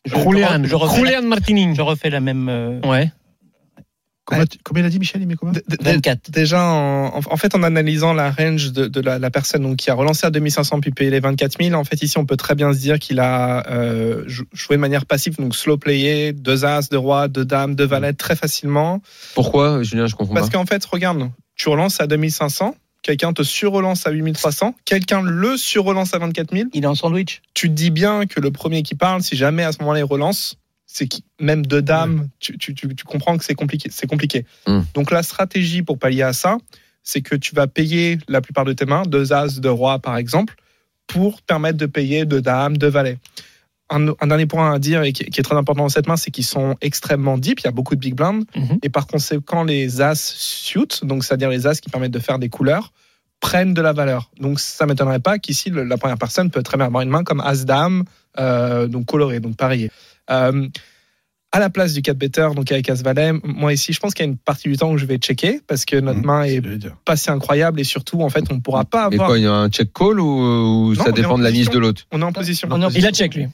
[SPEAKER 8] Je,
[SPEAKER 3] Rouléane,
[SPEAKER 8] je refais la-
[SPEAKER 3] Rouléane Martini.
[SPEAKER 8] je refais la même euh,
[SPEAKER 3] Ouais.
[SPEAKER 6] Combien tu- combien il a dit, Michel Il met combien
[SPEAKER 7] D- d-
[SPEAKER 8] 24.
[SPEAKER 7] Déjà, en, en fait, en analysant la range de, de la, la personne donc, qui a relancé à 2500 puis payé les 24 000, en fait, ici, on peut très bien se dire qu'il a euh, jou- joué de manière passive, donc slow playé, deux as, deux rois, deux dames, deux valets très facilement.
[SPEAKER 5] Pourquoi, Julien, je comprends
[SPEAKER 7] Parce
[SPEAKER 5] pas.
[SPEAKER 7] qu'en fait, regarde, tu relances à 2500, quelqu'un te surrelance à 8300, quelqu'un le surrelance à 24 000.
[SPEAKER 8] Il est en sandwich.
[SPEAKER 7] Tu te dis bien que le premier qui parle, si jamais à ce moment-là il relance, c'est qui même deux dames, tu, tu- tu- tu comprends que c'est compliqué. C'est compliqué.
[SPEAKER 5] Mm.
[SPEAKER 7] Donc la stratégie pour pallier à ça, c'est que tu vas payer la plupart de tes mains, deux as, deux rois par exemple, pour te permettre de payer deux dames, deux valets. un, un dernier point à dire et qui, qui est très important dans cette main, c'est qu'ils sont extrêmement deep. Il y a beaucoup de big blinds.
[SPEAKER 3] Mhm.
[SPEAKER 7] Et par conséquent, les As suit, donc c'est-à-dire les As qui permettent de faire des couleurs, prennent de la valeur. Donc ça m'étonnerait pas qu'ici, le- la première personne peut très bien avoir une main comme As-Dame, euh, donc colorée, donc pariée. Euh, à la place du 4 better, donc avec As-Valet, moi ici, je pense qu'il y a une partie du temps où je vais checker parce que notre
[SPEAKER 6] Mhm.
[SPEAKER 7] main
[SPEAKER 6] Je
[SPEAKER 7] est
[SPEAKER 6] veux dire.
[SPEAKER 7] pas si incroyable et surtout, en fait, on ne pourra
[SPEAKER 6] ah,
[SPEAKER 7] pas
[SPEAKER 5] Et
[SPEAKER 7] avoir.
[SPEAKER 5] quoi, il y a un check call ou, ou
[SPEAKER 7] Non, on
[SPEAKER 5] ça
[SPEAKER 7] est
[SPEAKER 5] dépend
[SPEAKER 7] en
[SPEAKER 5] de la mise
[SPEAKER 7] position.
[SPEAKER 5] de l'autre
[SPEAKER 7] On est en position.
[SPEAKER 5] Non,
[SPEAKER 3] Il a check lui.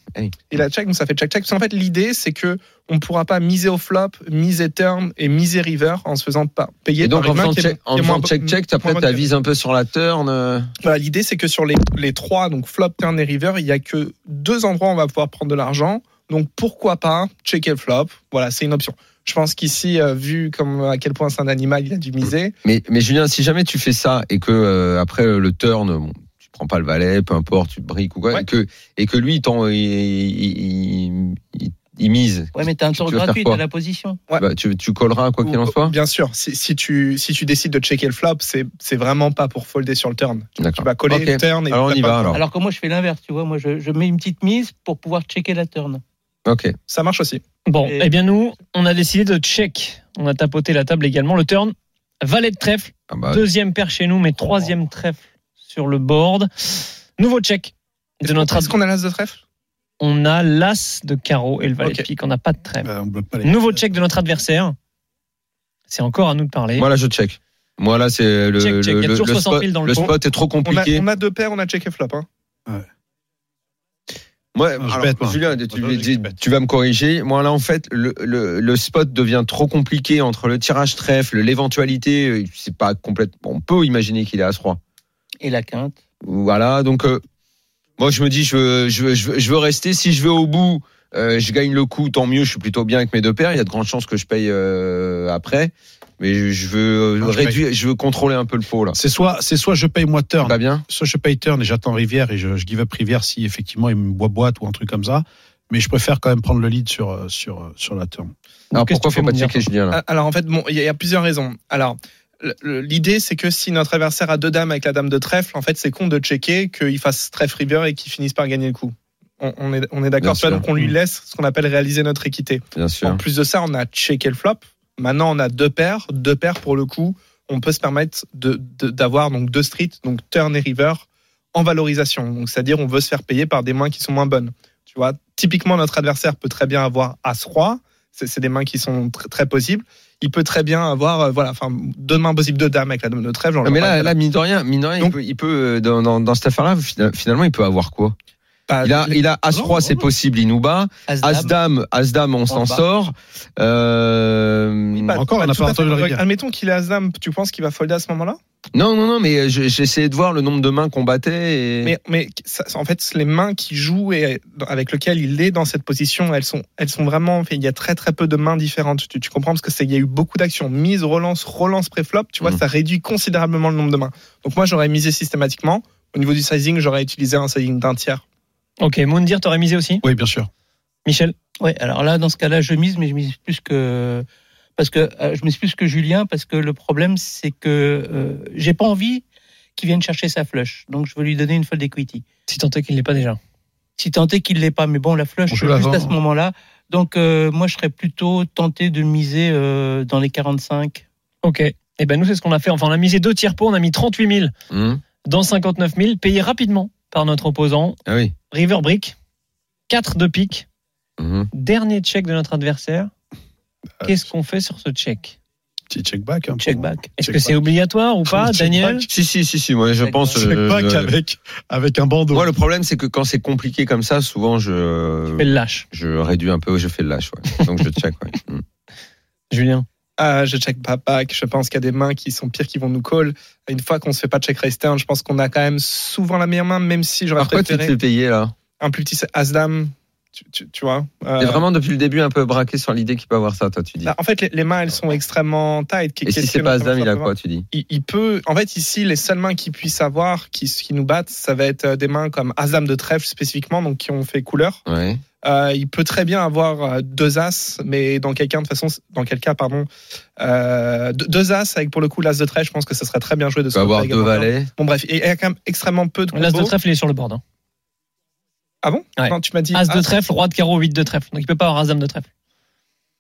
[SPEAKER 7] Il a check, donc ça fait check check. Parce qu'en fait, l'idée, c'est que on ne pourra pas miser au flop, miser turn et miser river en se faisant pas payer.
[SPEAKER 5] Et donc
[SPEAKER 7] par
[SPEAKER 5] en
[SPEAKER 7] une main
[SPEAKER 5] faisant
[SPEAKER 7] qui est-
[SPEAKER 5] check,
[SPEAKER 7] qui
[SPEAKER 5] en
[SPEAKER 7] est
[SPEAKER 5] faisant
[SPEAKER 7] moins-
[SPEAKER 5] check, check,
[SPEAKER 7] moins
[SPEAKER 5] après
[SPEAKER 7] bonne que-
[SPEAKER 5] t'avises un peu sur la turn. euh,
[SPEAKER 7] Voilà, l'idée, c'est que sur les, les trois, donc flop, turn et river, il y a que deux endroits où on va pouvoir prendre de l'argent. Donc pourquoi pas checker le flop Voilà, c'est une option. Je pense qu'ici, euh, vu comme à quel point c'est un animal, il a dû miser.
[SPEAKER 5] Mais, mais Julien, si jamais tu fais ça et que euh, après euh, le turn, bon, tu prends pas le valet, peu importe, tu te briques ou quoi,
[SPEAKER 7] Ouais.
[SPEAKER 5] et que et que lui il, t'en- il, il, il- il mise,
[SPEAKER 8] Ouais, mais t'as un tour
[SPEAKER 5] Tu veux faire
[SPEAKER 8] gratuit,
[SPEAKER 5] quoi
[SPEAKER 8] t'as la position.
[SPEAKER 7] Ouais.
[SPEAKER 5] bah, tu, tu colleras quoi qu'il en
[SPEAKER 7] Ou-
[SPEAKER 5] soit.
[SPEAKER 7] Bien sûr, si, si tu, si tu décides de checker le flop, c'est c'est vraiment pas pour folder sur le turn. Tu
[SPEAKER 5] D'accord.
[SPEAKER 7] vas coller
[SPEAKER 5] Ok.
[SPEAKER 7] le turn et
[SPEAKER 5] Alors on
[SPEAKER 7] tu
[SPEAKER 5] y
[SPEAKER 7] vas pas-
[SPEAKER 5] va alors.
[SPEAKER 8] Alors que moi, je fais l'inverse, tu vois. Moi, je, je mets une petite mise pour pouvoir checker la turn.
[SPEAKER 5] Ok.
[SPEAKER 7] Ça marche aussi.
[SPEAKER 3] Bon,
[SPEAKER 8] Et-
[SPEAKER 3] eh bien nous, on a décidé de check. On a tapoté la table également. Le turn, valet de trèfle,
[SPEAKER 5] Ah bah,
[SPEAKER 3] deuxième paire chez nous, mais troisième trèfle sur le board. Nouveau check de notre
[SPEAKER 7] Est-ce
[SPEAKER 3] as.
[SPEAKER 7] qu'on a l'as de trèfle
[SPEAKER 3] On a l'as de carreau et le valet de
[SPEAKER 7] Ok.
[SPEAKER 3] pique. On n'a pas de trèfle.
[SPEAKER 6] Ben, on bloque pas les-
[SPEAKER 3] Nouveau check de notre adversaire. C'est encore à nous de parler.
[SPEAKER 5] moi là je check. Moi là c'est le,
[SPEAKER 3] Check, check.
[SPEAKER 5] le,
[SPEAKER 3] Il y a
[SPEAKER 5] le-
[SPEAKER 3] toujours
[SPEAKER 5] le
[SPEAKER 3] 60 000
[SPEAKER 5] spot,
[SPEAKER 3] dans le
[SPEAKER 5] le
[SPEAKER 3] pot.
[SPEAKER 5] spot est trop
[SPEAKER 7] on a,
[SPEAKER 5] compliqué.
[SPEAKER 7] on a deux paires, on a checké flop. Hein.
[SPEAKER 5] Moi,
[SPEAKER 6] Non, je
[SPEAKER 5] alors,
[SPEAKER 6] bête, moi.
[SPEAKER 5] Julien, tu,
[SPEAKER 6] Moi, je
[SPEAKER 5] tu-
[SPEAKER 6] bête.
[SPEAKER 5] tu vas me corriger. Moi, là, en fait, le, le- le spot devient trop compliqué entre le tirage trèfle, l'éventualité. euh, C'est pas complètement. On peut imaginer qu'il est à 3
[SPEAKER 8] Et la quinte.
[SPEAKER 5] Voilà. Donc, euh, moi, je me dis, je veux, je veux, je veux, je veux rester. Si je vais au bout, euh, je gagne le coup. Tant mieux. Je suis plutôt bien avec mes deux paires. Il y a de grandes chances que je paye euh, après. Mais je, je veux euh,
[SPEAKER 6] Non, je
[SPEAKER 5] réduire. Je veux contrôler un peu le pot là.
[SPEAKER 6] C'est soit, c'est soit je paye moi
[SPEAKER 5] Ça
[SPEAKER 6] turn,
[SPEAKER 5] va bien.
[SPEAKER 6] soit je paye turn et j'attends Rivière et je, je give up Rivière si effectivement il me boit boîte ou un truc comme ça. Mais je préfère quand même prendre le lead sur, euh, sur, euh, sur la turn.
[SPEAKER 5] Alors
[SPEAKER 3] qu'est-ce que
[SPEAKER 5] pourquoi
[SPEAKER 3] tu
[SPEAKER 5] faut pas
[SPEAKER 3] fais, mon
[SPEAKER 5] checker Julien là
[SPEAKER 7] Ah, Alors en fait, bon, il y, a- il y a plusieurs raisons. Alors le- le- l'idée, c'est que si notre adversaire a deux dames avec la dame de trèfle, en fait, c'est con de checker qu'il fasse trèfle river et qu'il finisse par gagner le coup. On, on est, on est d'accord,
[SPEAKER 5] Bien
[SPEAKER 7] tu vois,
[SPEAKER 5] sûr. Mm.
[SPEAKER 7] donc on lui laisse ce qu'on appelle réaliser notre équité.
[SPEAKER 5] Bien
[SPEAKER 7] En
[SPEAKER 5] sûr.
[SPEAKER 7] plus de ça, on a checké le flop. Maintenant, on a deux paires, deux paires pour le coup. On peut se permettre de- de- d'avoir donc deux streets, donc turn et river, en valorisation. Donc c'est-à-dire, on veut se faire payer par des mains qui sont moins bonnes. Tu vois, typiquement notre adversaire peut très bien avoir as roi. C'est c'est des mains qui sont très, très possibles. Il peut très bien avoir, euh, voilà, enfin deux mains possibles, deux dames avec la dame de trèfle. j'en
[SPEAKER 5] Non, mais
[SPEAKER 7] parle.
[SPEAKER 5] là, là, mine de rien, mine de rien,
[SPEAKER 7] Donc-
[SPEAKER 5] il peut, il peut, euh, dans, dans, dans cette affaire-là, fina- finalement, il peut avoir quoi
[SPEAKER 7] Pas-
[SPEAKER 5] Il a, il a As roi, c'est possible, il nous bat. As
[SPEAKER 8] As-Dame.
[SPEAKER 5] dame, As dame, on s'en
[SPEAKER 8] bat.
[SPEAKER 5] sort. Euh,
[SPEAKER 7] pas-
[SPEAKER 6] Encore, on n'a
[SPEAKER 7] tout
[SPEAKER 6] pas
[SPEAKER 7] à fait.
[SPEAKER 6] entendu le regard.
[SPEAKER 7] Admettons qu'il a as dame. Tu penses qu'il va folder à ce moment-là
[SPEAKER 5] Non, non, non, mais euh, je- j'essayais de voir le nombre de mains qu'on battait. Et...
[SPEAKER 7] Mais, mais ça- en fait, les mains qui jouent et avec lesquelles il est dans cette position, elles sont, elles sont vraiment. Il y a très très peu de mains différentes. Tu, tu comprends parce que c'est il y a eu beaucoup d'actions, mise, relance, relance, préflop. Tu vois,
[SPEAKER 5] Mhm.
[SPEAKER 7] ça réduit considérablement le nombre de mains. Donc moi, j'aurais misé systématiquement. Au niveau du sizing, j'aurais utilisé un sizing d'un tiers.
[SPEAKER 3] Ok, Moundir, t'aurais misé aussi
[SPEAKER 6] Oui, bien sûr.
[SPEAKER 3] Michel
[SPEAKER 8] Ouais, alors là, dans ce cas-là, je mise, mais je mise plus que. Parce que euh, je mise plus que Julien, parce que le problème, c'est que euh, j'ai pas envie qu'il vienne chercher sa flush. Donc, je veux lui donner une fold equity.
[SPEAKER 3] Si tant est qu'il ne l'est pas déjà.
[SPEAKER 8] Si tant est qu'il l'ait pas, mais bon, la flush,
[SPEAKER 6] On
[SPEAKER 8] juste
[SPEAKER 6] joue l'avant,
[SPEAKER 8] à ce
[SPEAKER 6] hein.
[SPEAKER 8] moment-là. Donc, euh, moi, je serais plutôt tenté de miser euh, dans les 45.
[SPEAKER 3] Ok. Eh ben nous, c'est ce qu'on a fait. Enfin, on a misé deux tiers pots, on a mis 38 000
[SPEAKER 5] Hum,
[SPEAKER 3] dans 59 000, payés rapidement par notre opposant.
[SPEAKER 5] Ah oui.
[SPEAKER 3] River Brick, 4 de pique,
[SPEAKER 5] Mhm.
[SPEAKER 3] dernier check de notre adversaire.
[SPEAKER 5] Euh,
[SPEAKER 3] Qu'est-ce qu'on fait sur ce check
[SPEAKER 6] Petit check back. hein, pour
[SPEAKER 8] Check
[SPEAKER 6] moi.
[SPEAKER 8] back.
[SPEAKER 3] Est-ce
[SPEAKER 6] Check
[SPEAKER 3] que c'est
[SPEAKER 6] back.
[SPEAKER 3] obligatoire ou pas,
[SPEAKER 6] Check
[SPEAKER 3] Daniel
[SPEAKER 5] Si, si, si, si, moi je
[SPEAKER 8] Check
[SPEAKER 5] pense.
[SPEAKER 8] back.
[SPEAKER 5] euh,
[SPEAKER 6] Check back
[SPEAKER 5] je-
[SPEAKER 6] avec, avec un bandeau.
[SPEAKER 5] Moi, le problème, c'est que quand c'est compliqué comme ça, souvent
[SPEAKER 3] Mais
[SPEAKER 5] je.
[SPEAKER 3] le lâche,
[SPEAKER 5] Je réduis un peu, je fais le lâche. ouais. Donc je check. Ouais. Hum.
[SPEAKER 3] Julien.
[SPEAKER 7] Ah, je check pas back. Je pense qu'il y a des mains qui sont pires qui vont nous call. Une fois qu'on se fait pas check raise turn, je pense qu'on a quand même souvent la meilleure main, même si j'aurais
[SPEAKER 5] Par quoi tu te
[SPEAKER 7] préféré
[SPEAKER 5] fais payer là
[SPEAKER 7] un plus petit as dame. Tu, tu- tu vois.
[SPEAKER 5] T'es
[SPEAKER 7] euh,
[SPEAKER 5] vraiment depuis le début un peu braqué sur l'idée qu'il peut avoir ça, toi, tu dis.
[SPEAKER 7] Bah, en fait, les, les mains, elles sont extrêmement tight. Qu'est-
[SPEAKER 5] Et si
[SPEAKER 7] qu'est-ce
[SPEAKER 5] c'est
[SPEAKER 7] que
[SPEAKER 5] pas
[SPEAKER 7] notre
[SPEAKER 5] Asdam, il a
[SPEAKER 7] adversaire
[SPEAKER 5] quoi, tu dis
[SPEAKER 7] il, il peut. En fait, ici, les seules mains qui puissent avoir, qui, qui nous battent, ça va être euh, des mains comme As-Dame de trèfle spécifiquement, donc qui ont fait couleur.
[SPEAKER 5] Ouais.
[SPEAKER 7] Euh, il peut très bien avoir euh, deux As, mais dans quelqu'un de toute façon, dans quel cas, pardon, euh, deux- deux As avec pour le coup l'As de trèfle. Je pense que ça serait très bien joué de
[SPEAKER 5] Tu
[SPEAKER 7] ce
[SPEAKER 5] vas
[SPEAKER 7] côté
[SPEAKER 5] avoir deux
[SPEAKER 7] également.
[SPEAKER 5] valets.
[SPEAKER 7] Bon bref, il y a quand même extrêmement peu de
[SPEAKER 3] L'as de
[SPEAKER 7] combos.
[SPEAKER 3] trèfle, il est sur le board. hein.
[SPEAKER 7] Ah bon
[SPEAKER 3] Ouais.
[SPEAKER 7] Non, tu m'as dit.
[SPEAKER 3] As de
[SPEAKER 7] ah,
[SPEAKER 3] trèfle, roi de carreau, 8 de trèfle. Donc il peut pas avoir as dame de trèfle.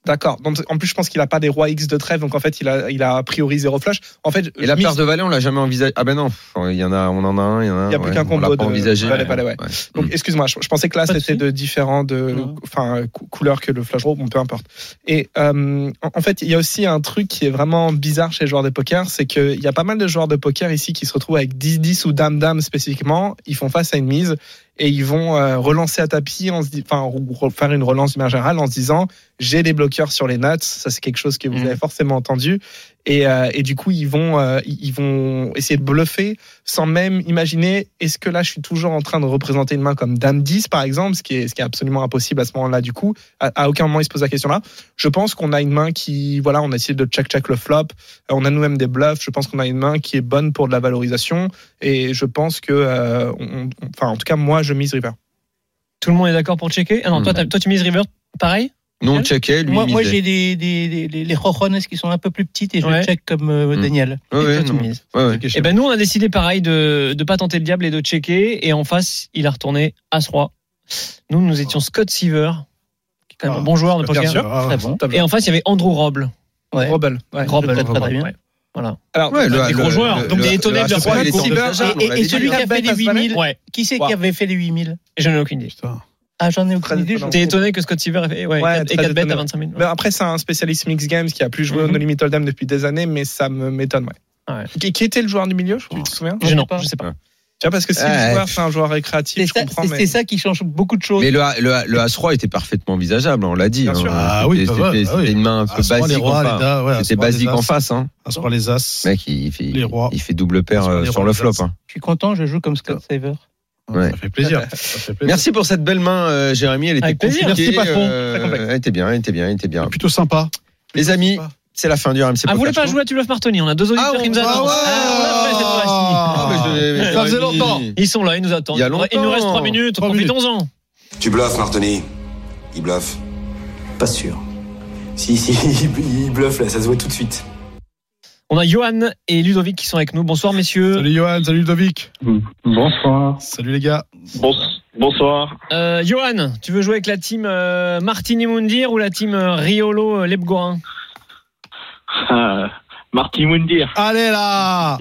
[SPEAKER 7] D'accord. Donc, En plus, je pense qu'il a pas des rois X de trèfle, donc en fait, il a, il a a priori zéro flash. En fait,
[SPEAKER 5] Et la
[SPEAKER 7] mise-
[SPEAKER 5] paire de valets, on l'a jamais envisagé. Ah ben non, pff, il y en a, on en a un, il y en a un.
[SPEAKER 7] Il y a plus
[SPEAKER 5] ouais,
[SPEAKER 7] qu'un
[SPEAKER 5] on l'a
[SPEAKER 7] combo
[SPEAKER 5] pas
[SPEAKER 7] de
[SPEAKER 5] envisagé.
[SPEAKER 7] valet-valet, ouais. Donc,
[SPEAKER 5] Mm.
[SPEAKER 7] excuse-moi, je, je pensais que là,
[SPEAKER 3] Pas de
[SPEAKER 7] c'était
[SPEAKER 3] souci.
[SPEAKER 7] de différents de,
[SPEAKER 8] Non.
[SPEAKER 7] enfin, cou- couleurs que le flash robe, bon, peu importe. Et euh, en, en fait, il y a aussi un truc qui est vraiment bizarre chez les joueurs de poker, c'est qu'il y a pas mal de joueurs de poker ici qui se retrouvent avec 10-10 ou dame-dame spécifiquement. Ils font face à une mise et ils vont euh, relancer à tapis, en se di- enfin, ou re- faire une relance d'une manière générale en se disant j'ai des bloqueurs sur les nuts. Ça, c'est quelque chose que vous
[SPEAKER 3] Mhm.
[SPEAKER 7] avez forcément entendu. Et, euh, et du coup, ils vont, euh, ils ils vont essayer de bluffer sans même imaginer est-ce que là, je suis toujours en train de représenter une main comme Dame 10, par exemple, ce qui est, ce qui est absolument impossible à ce moment-là, du coup. À, à aucun moment, ils se posent la question-là. Je pense qu'on a une main qui, voilà, on a essayé de check-check le flop. Euh, On a nous-mêmes des bluffs. Je pense qu'on a une main qui est bonne pour de la valorisation. Et je pense que, euh, on- on- enfin, en tout cas, moi, je mise river.
[SPEAKER 3] Tout le monde est d'accord pour checker
[SPEAKER 5] Mm,
[SPEAKER 3] Ah non,
[SPEAKER 5] bah
[SPEAKER 3] toi, t'as- toi tu mises river, pareil
[SPEAKER 5] Non, checké, lui,
[SPEAKER 8] Moi, moi,
[SPEAKER 5] misait.
[SPEAKER 8] j'ai des, des, des, des- les rojones qui sont un peu plus petites et je
[SPEAKER 3] Ouais.
[SPEAKER 8] les check comme euh,
[SPEAKER 5] Mm.
[SPEAKER 8] Daniel.
[SPEAKER 5] Ouais,
[SPEAKER 8] Et
[SPEAKER 5] ouais,
[SPEAKER 8] toi, tu
[SPEAKER 5] non.
[SPEAKER 8] mises.
[SPEAKER 5] Ouais, ouais.
[SPEAKER 3] Et ben nous, on a décidé pareil de ne pas tenter le diable et de checker. Et en face, il a retourné As-Roi. Nous, nous étions Scott Seaver, qui est quand même
[SPEAKER 6] Ah,
[SPEAKER 3] un bon joueur de
[SPEAKER 6] Bien
[SPEAKER 3] poker.
[SPEAKER 6] sûr. Ah,
[SPEAKER 8] Très bon.
[SPEAKER 3] Et en face, il y avait Andrew Roble.
[SPEAKER 8] ben, Ouais.
[SPEAKER 7] Rebel. Ouais.
[SPEAKER 3] Roble,
[SPEAKER 8] très, très bien.
[SPEAKER 3] ouais. Voilà.
[SPEAKER 7] Alors,
[SPEAKER 5] Ouais,
[SPEAKER 3] des gros joueurs. Donc, il est étonné de leur
[SPEAKER 5] Aspen,
[SPEAKER 3] roi,
[SPEAKER 5] il est
[SPEAKER 3] le
[SPEAKER 5] en
[SPEAKER 3] Silver.
[SPEAKER 5] décharge,
[SPEAKER 8] Ah, Et-
[SPEAKER 5] on
[SPEAKER 8] et- et
[SPEAKER 5] l'avait dit.
[SPEAKER 8] celui qui a fait les 8000,
[SPEAKER 3] Ouais,
[SPEAKER 8] qui c'est
[SPEAKER 7] Wow.
[SPEAKER 8] qui avait fait les 8000
[SPEAKER 3] et j'en ai aucune idée.
[SPEAKER 6] Putain.
[SPEAKER 8] Ah, j'en ai aucune
[SPEAKER 7] Très
[SPEAKER 8] idée. je
[SPEAKER 7] étonnant.
[SPEAKER 3] T'es étonné que Scott Seaver ait fait
[SPEAKER 7] Ouais,
[SPEAKER 3] ouais, quatre-
[SPEAKER 7] très
[SPEAKER 3] et 4 bêtes à
[SPEAKER 7] étonné.
[SPEAKER 3] 25 000. ouais.
[SPEAKER 7] Mais Ben, après, c'est un spécialiste Mix Games qui a plus joué au
[SPEAKER 3] Mhm.
[SPEAKER 7] No Limit Hold'em depuis des années, mais ça me m'étonne. Ouais.
[SPEAKER 3] Ouais.
[SPEAKER 7] Qui, qui était le joueur du milieu je- Tu te souviens
[SPEAKER 3] Je,
[SPEAKER 8] sais
[SPEAKER 3] non,
[SPEAKER 8] pas.
[SPEAKER 3] je sais pas.
[SPEAKER 7] Tu vois, parce que si
[SPEAKER 5] Ouais.
[SPEAKER 7] le joueur, c'est un joueur
[SPEAKER 8] C'est
[SPEAKER 7] récréatif, je
[SPEAKER 8] ça,
[SPEAKER 7] comprends.
[SPEAKER 8] c'est-
[SPEAKER 7] mais-
[SPEAKER 8] c'est ça qui change beaucoup de choses.
[SPEAKER 5] Mais le, le, le As-Roi était parfaitement envisageable, on l'a dit.
[SPEAKER 7] Bien sûr.
[SPEAKER 6] Ah
[SPEAKER 5] C'était-
[SPEAKER 6] oui, bah
[SPEAKER 5] c'était
[SPEAKER 6] ouais, bah
[SPEAKER 5] c'était
[SPEAKER 6] oui.
[SPEAKER 5] une main un peu
[SPEAKER 6] As-roi, les
[SPEAKER 5] basique.
[SPEAKER 6] rois, les
[SPEAKER 5] enfin.
[SPEAKER 6] dames, ouais,
[SPEAKER 5] C'était
[SPEAKER 6] As-roi, les
[SPEAKER 5] basique
[SPEAKER 6] as,
[SPEAKER 5] en face. Hein.
[SPEAKER 6] As-roi, les as.
[SPEAKER 5] Mec, il fait,
[SPEAKER 6] Les rois.
[SPEAKER 5] il fait double paire
[SPEAKER 6] As-roi,
[SPEAKER 5] euh,
[SPEAKER 6] les
[SPEAKER 5] sur
[SPEAKER 6] rois,
[SPEAKER 5] le
[SPEAKER 6] les
[SPEAKER 5] flop.
[SPEAKER 6] as.
[SPEAKER 5] hein.
[SPEAKER 8] Je suis content, je joue comme Scott Saver.
[SPEAKER 5] Ouais.
[SPEAKER 6] Ah, Ça fait plaisir. Ça fait plaisir.
[SPEAKER 5] Merci pour cette belle main, euh, Jérémy. Elle était
[SPEAKER 3] Avec plaisir.
[SPEAKER 5] compliquée.
[SPEAKER 6] Merci, patron.
[SPEAKER 5] euh,
[SPEAKER 6] Très complexe.
[SPEAKER 5] elle était bien, elle était bien, elle était bien.
[SPEAKER 6] C'est Plutôt sympa.
[SPEAKER 5] Les amis, c'est la fin du RMC
[SPEAKER 3] Ah, vous voulez pas
[SPEAKER 5] Show.
[SPEAKER 3] jouer à Tu Love Martoni On a deux auditeurs
[SPEAKER 5] Ah,
[SPEAKER 3] qui nous
[SPEAKER 5] on- ah
[SPEAKER 3] attendent.
[SPEAKER 5] ouais.
[SPEAKER 3] Ah, on l'a fait cette fois-ci.
[SPEAKER 5] Ah, mais je- mais
[SPEAKER 6] Ça faisait
[SPEAKER 5] Jérémy,
[SPEAKER 6] longtemps.
[SPEAKER 3] Ils sont là, ils nous attendent.
[SPEAKER 5] Il y a longtemps.
[SPEAKER 3] nous reste 3 minutes,
[SPEAKER 6] Trois minutes.
[SPEAKER 3] profitons-en.
[SPEAKER 9] Tu bluffes, Martoni. Il bluffe.
[SPEAKER 10] Pas sûr.
[SPEAKER 9] Si, si, il bluffe là, ça se voit tout de suite.
[SPEAKER 3] On a Johan et Ludovic qui sont avec nous. Bonsoir, messieurs.
[SPEAKER 6] Salut Johan, salut Ludovic.
[SPEAKER 11] Bonsoir.
[SPEAKER 6] Salut les gars.
[SPEAKER 11] Bonsoir.
[SPEAKER 3] Euh, Johan, tu veux jouer avec la team euh, Martini Mundir ou la team euh, Riolo euh, Lebgorin
[SPEAKER 11] Euh, Marty Mundir.
[SPEAKER 6] Allez là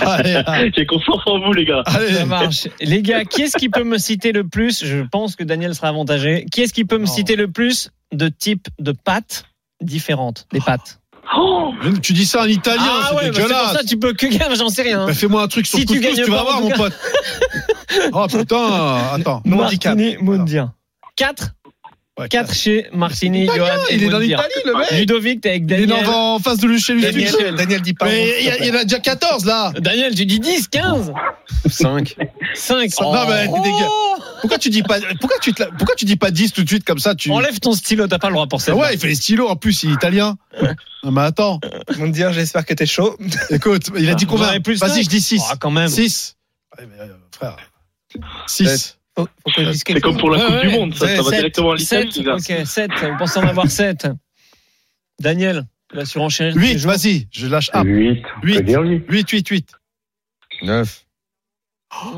[SPEAKER 6] Allez là
[SPEAKER 11] J'ai confiance en vous, les gars.
[SPEAKER 3] Ça
[SPEAKER 6] Allez
[SPEAKER 3] marche. Les gars, qui est-ce qui peut me citer le plus Je pense que Daniel sera avantagé. Qui est-ce qui peut me
[SPEAKER 6] Non.
[SPEAKER 3] citer le plus de types de pâtes différentes Des pâtes.
[SPEAKER 11] Oh,
[SPEAKER 6] Mais Tu dis ça en italien, c'est
[SPEAKER 3] bah, c'est pour
[SPEAKER 6] Ah, dégueulasse
[SPEAKER 3] ça tu peux que gagner, j'en sais rien. hein.
[SPEAKER 6] Bah, Fais-moi un truc sur
[SPEAKER 3] Si tu
[SPEAKER 6] couscous, tu,
[SPEAKER 3] gagnes
[SPEAKER 6] vas
[SPEAKER 3] pas, en
[SPEAKER 6] voir
[SPEAKER 3] tout
[SPEAKER 6] mon
[SPEAKER 3] cas.
[SPEAKER 6] pote Oh putain Attends.
[SPEAKER 7] Non,
[SPEAKER 3] Martini
[SPEAKER 7] handicap.
[SPEAKER 3] Mundir. 4
[SPEAKER 6] Ouais, Ah,
[SPEAKER 3] 4 chez Martini, Johan et
[SPEAKER 6] Il est dans
[SPEAKER 3] Mundir.
[SPEAKER 6] l'Italie le mec
[SPEAKER 3] Ludovic, t'es avec
[SPEAKER 6] Il est
[SPEAKER 3] Daniel.
[SPEAKER 6] dans- en face de lui chez lui.
[SPEAKER 7] Daniel, Daniel dit pas.
[SPEAKER 6] Mais il y, a- il y en a déjà 14 là
[SPEAKER 3] Daniel, tu dis 10, 15
[SPEAKER 5] Cinq.
[SPEAKER 3] 5
[SPEAKER 6] Non, mais
[SPEAKER 3] Oh.
[SPEAKER 6] t'es dégueu. Pourquoi tu dis pas pourquoi tu, te la- pourquoi tu dis pas 10 tout de suite comme ça tu...
[SPEAKER 3] Enlève ton stylo, t'as pas le droit pour ça.
[SPEAKER 6] Ah ouais, il fait les stylos en plus, il est italien. Non mais attends,
[SPEAKER 7] Mon dire, j'espère que t'es chaud.
[SPEAKER 6] écoute, il a dit
[SPEAKER 3] Vous en
[SPEAKER 6] combien
[SPEAKER 3] avez plus
[SPEAKER 6] Vas-y,
[SPEAKER 3] cinq
[SPEAKER 6] je dis 6.
[SPEAKER 3] Ah, quand même.
[SPEAKER 6] 6. euh, Frère. 6.
[SPEAKER 8] Faut, faut que je dise
[SPEAKER 11] c'est
[SPEAKER 8] quelque
[SPEAKER 11] comme
[SPEAKER 8] chose.
[SPEAKER 11] pour la
[SPEAKER 3] Ouais,
[SPEAKER 11] Coupe du
[SPEAKER 3] ouais,
[SPEAKER 11] Monde, ça,
[SPEAKER 3] ouais,
[SPEAKER 11] ça va
[SPEAKER 3] sept,
[SPEAKER 11] directement à l'Italie.
[SPEAKER 3] 7,
[SPEAKER 11] les gars.
[SPEAKER 3] ok, 7. Vous pensez en avoir 7. Daniel, tu vas surenchérir.
[SPEAKER 6] 8, vas-y, je lâche un.
[SPEAKER 11] 8.
[SPEAKER 6] Huit.
[SPEAKER 11] Dire 8.
[SPEAKER 6] 8, 8, 8.
[SPEAKER 5] Neuf.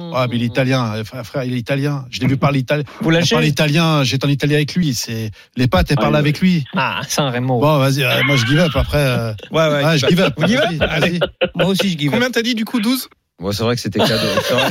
[SPEAKER 6] Ah, mais l'italien, euh, frère, frère, il est italien. Je l'ai vu parler italien.
[SPEAKER 3] Vous lâchez
[SPEAKER 6] italien, j'étais en Italie avec lui. C'est les pattes, elle
[SPEAKER 11] Ah,
[SPEAKER 6] parle
[SPEAKER 11] oui,
[SPEAKER 6] avec lui.
[SPEAKER 3] Ah, c'est un Raymond.
[SPEAKER 6] Bon, vas-y, euh, moi je give up après. euh,
[SPEAKER 7] Ouais, ouais.
[SPEAKER 6] ah, je give up. Vas-y, vas-y.
[SPEAKER 8] Moi aussi, je give up.
[SPEAKER 7] Combien t'as dit du coup 12
[SPEAKER 5] Bon, c'est vrai que c'était cadeau. C'est vrai-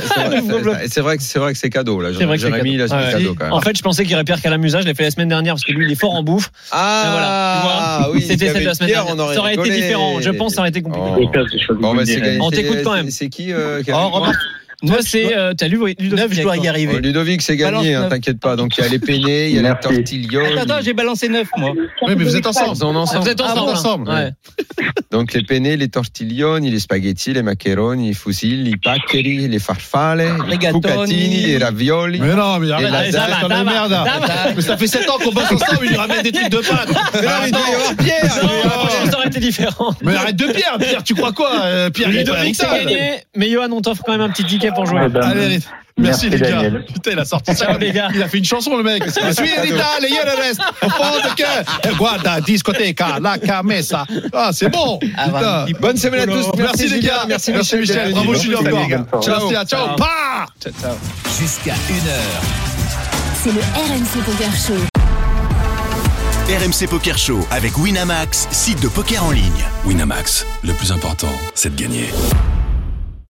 [SPEAKER 5] c'est vrai- C'est vrai que c'est vrai que c'est cadeau là.
[SPEAKER 3] C'est vrai que c'est
[SPEAKER 5] Jérémy, il a
[SPEAKER 3] cadeau.
[SPEAKER 5] son
[SPEAKER 3] Ouais.
[SPEAKER 5] cadeau quand
[SPEAKER 3] En
[SPEAKER 5] même.
[SPEAKER 3] fait, je pensais qu'il répercute qu'à l'amusage. Je l'ai fait la semaine dernière parce que lui, il est fort en bouffe. Mais
[SPEAKER 5] Ah,
[SPEAKER 3] voilà, tu vois, c'était celle de la semaine dernière. Ça aurait été différent. Je pense que ça aurait été compliqué.
[SPEAKER 5] Oh.
[SPEAKER 11] Et ça, c'est chaud.
[SPEAKER 5] Bon, bah, c'est gagné.
[SPEAKER 3] On t'écoute
[SPEAKER 5] C'est-
[SPEAKER 3] quand même.
[SPEAKER 5] c'est- C'est qui euh, qui a
[SPEAKER 8] Oh,
[SPEAKER 5] le point
[SPEAKER 8] remarque,
[SPEAKER 3] Toi,
[SPEAKER 8] neuf, je
[SPEAKER 3] c'est.
[SPEAKER 8] dois-
[SPEAKER 3] euh, T'as lu Ludovic
[SPEAKER 8] neuf, je
[SPEAKER 3] avec
[SPEAKER 8] dois
[SPEAKER 3] toi.
[SPEAKER 8] y
[SPEAKER 5] Oh,
[SPEAKER 8] arriver.
[SPEAKER 5] Ludovic, c'est gagné,
[SPEAKER 8] Balance
[SPEAKER 5] hein,
[SPEAKER 8] neuf.
[SPEAKER 5] t'inquiète pas. Donc il y a les Pénés, il y a les
[SPEAKER 11] Merci.
[SPEAKER 5] Tortiglioni.
[SPEAKER 8] Attends, attends, j'ai balancé 9 moi.
[SPEAKER 6] Oui, mais vous êtes ensemble.
[SPEAKER 5] Ils en ont
[SPEAKER 3] Ah, Vous
[SPEAKER 5] ensemble.
[SPEAKER 3] êtes ensemble.
[SPEAKER 6] Ah, ensemble,
[SPEAKER 3] hein.
[SPEAKER 5] ouais.
[SPEAKER 3] Ouais.
[SPEAKER 5] Donc les penne, les tortiglioni, les spaghettis, les macaroni, les fusilli, les paccheri, les farfalle, les
[SPEAKER 8] Rigatoni.
[SPEAKER 5] bucatini, les ravioli.
[SPEAKER 6] Mais non, mais arrête,
[SPEAKER 5] là,
[SPEAKER 6] arrête,
[SPEAKER 5] ça
[SPEAKER 6] arrête,
[SPEAKER 3] va,
[SPEAKER 6] dans la
[SPEAKER 3] ça va,
[SPEAKER 6] merde.
[SPEAKER 3] ça va.
[SPEAKER 6] Mais ça fait 7 ans qu'on bosse ensemble, il lui ramène des trucs de pattes. Mais, non, mais,
[SPEAKER 5] il doit y avoir Pierre
[SPEAKER 3] Non,
[SPEAKER 6] Mais,
[SPEAKER 3] la prochaine,
[SPEAKER 6] euh,
[SPEAKER 3] ça aurait été différent.
[SPEAKER 6] mais arrête de Pierre, Pierre, tu crois quoi euh, Pierre, il est pas
[SPEAKER 3] Ludovic, c'est
[SPEAKER 6] responsable.
[SPEAKER 3] gagné. Mais Johan, on t'offre quand même un petit ticket pour jouer.
[SPEAKER 11] Ah, bah,
[SPEAKER 6] Allez, allez.
[SPEAKER 11] Merci,
[SPEAKER 6] Merci, les gars.
[SPEAKER 11] Daniel.
[SPEAKER 6] Putain, il a sorti ça.
[SPEAKER 3] Ciao,
[SPEAKER 6] comme-
[SPEAKER 3] les gars.
[SPEAKER 6] Il a fait une chanson, le mec. Je suis l'Italie, io le reste. Au fond de cœur. Guarda, discoteca, la camessa. Ah, c'est bon.
[SPEAKER 8] Ah,
[SPEAKER 6] Putain.
[SPEAKER 8] vraiment.
[SPEAKER 5] Bonne semaine à tous.
[SPEAKER 6] Merci, les
[SPEAKER 5] Julien.
[SPEAKER 6] gars.
[SPEAKER 5] Merci,
[SPEAKER 6] Merci, Michel. Bravo, Julien,
[SPEAKER 11] Salut,
[SPEAKER 6] encore.
[SPEAKER 11] les gars.
[SPEAKER 6] Ciao, ciao.
[SPEAKER 3] Ciao.
[SPEAKER 6] Pa
[SPEAKER 7] revoir. Ciao, ciao.
[SPEAKER 4] Jusqu'à 1h.
[SPEAKER 10] C'est le RMC Poker Show.
[SPEAKER 1] RMC Poker Show avec Winamax, site de poker en ligne.
[SPEAKER 2] Winamax, le plus important, c'est de gagner.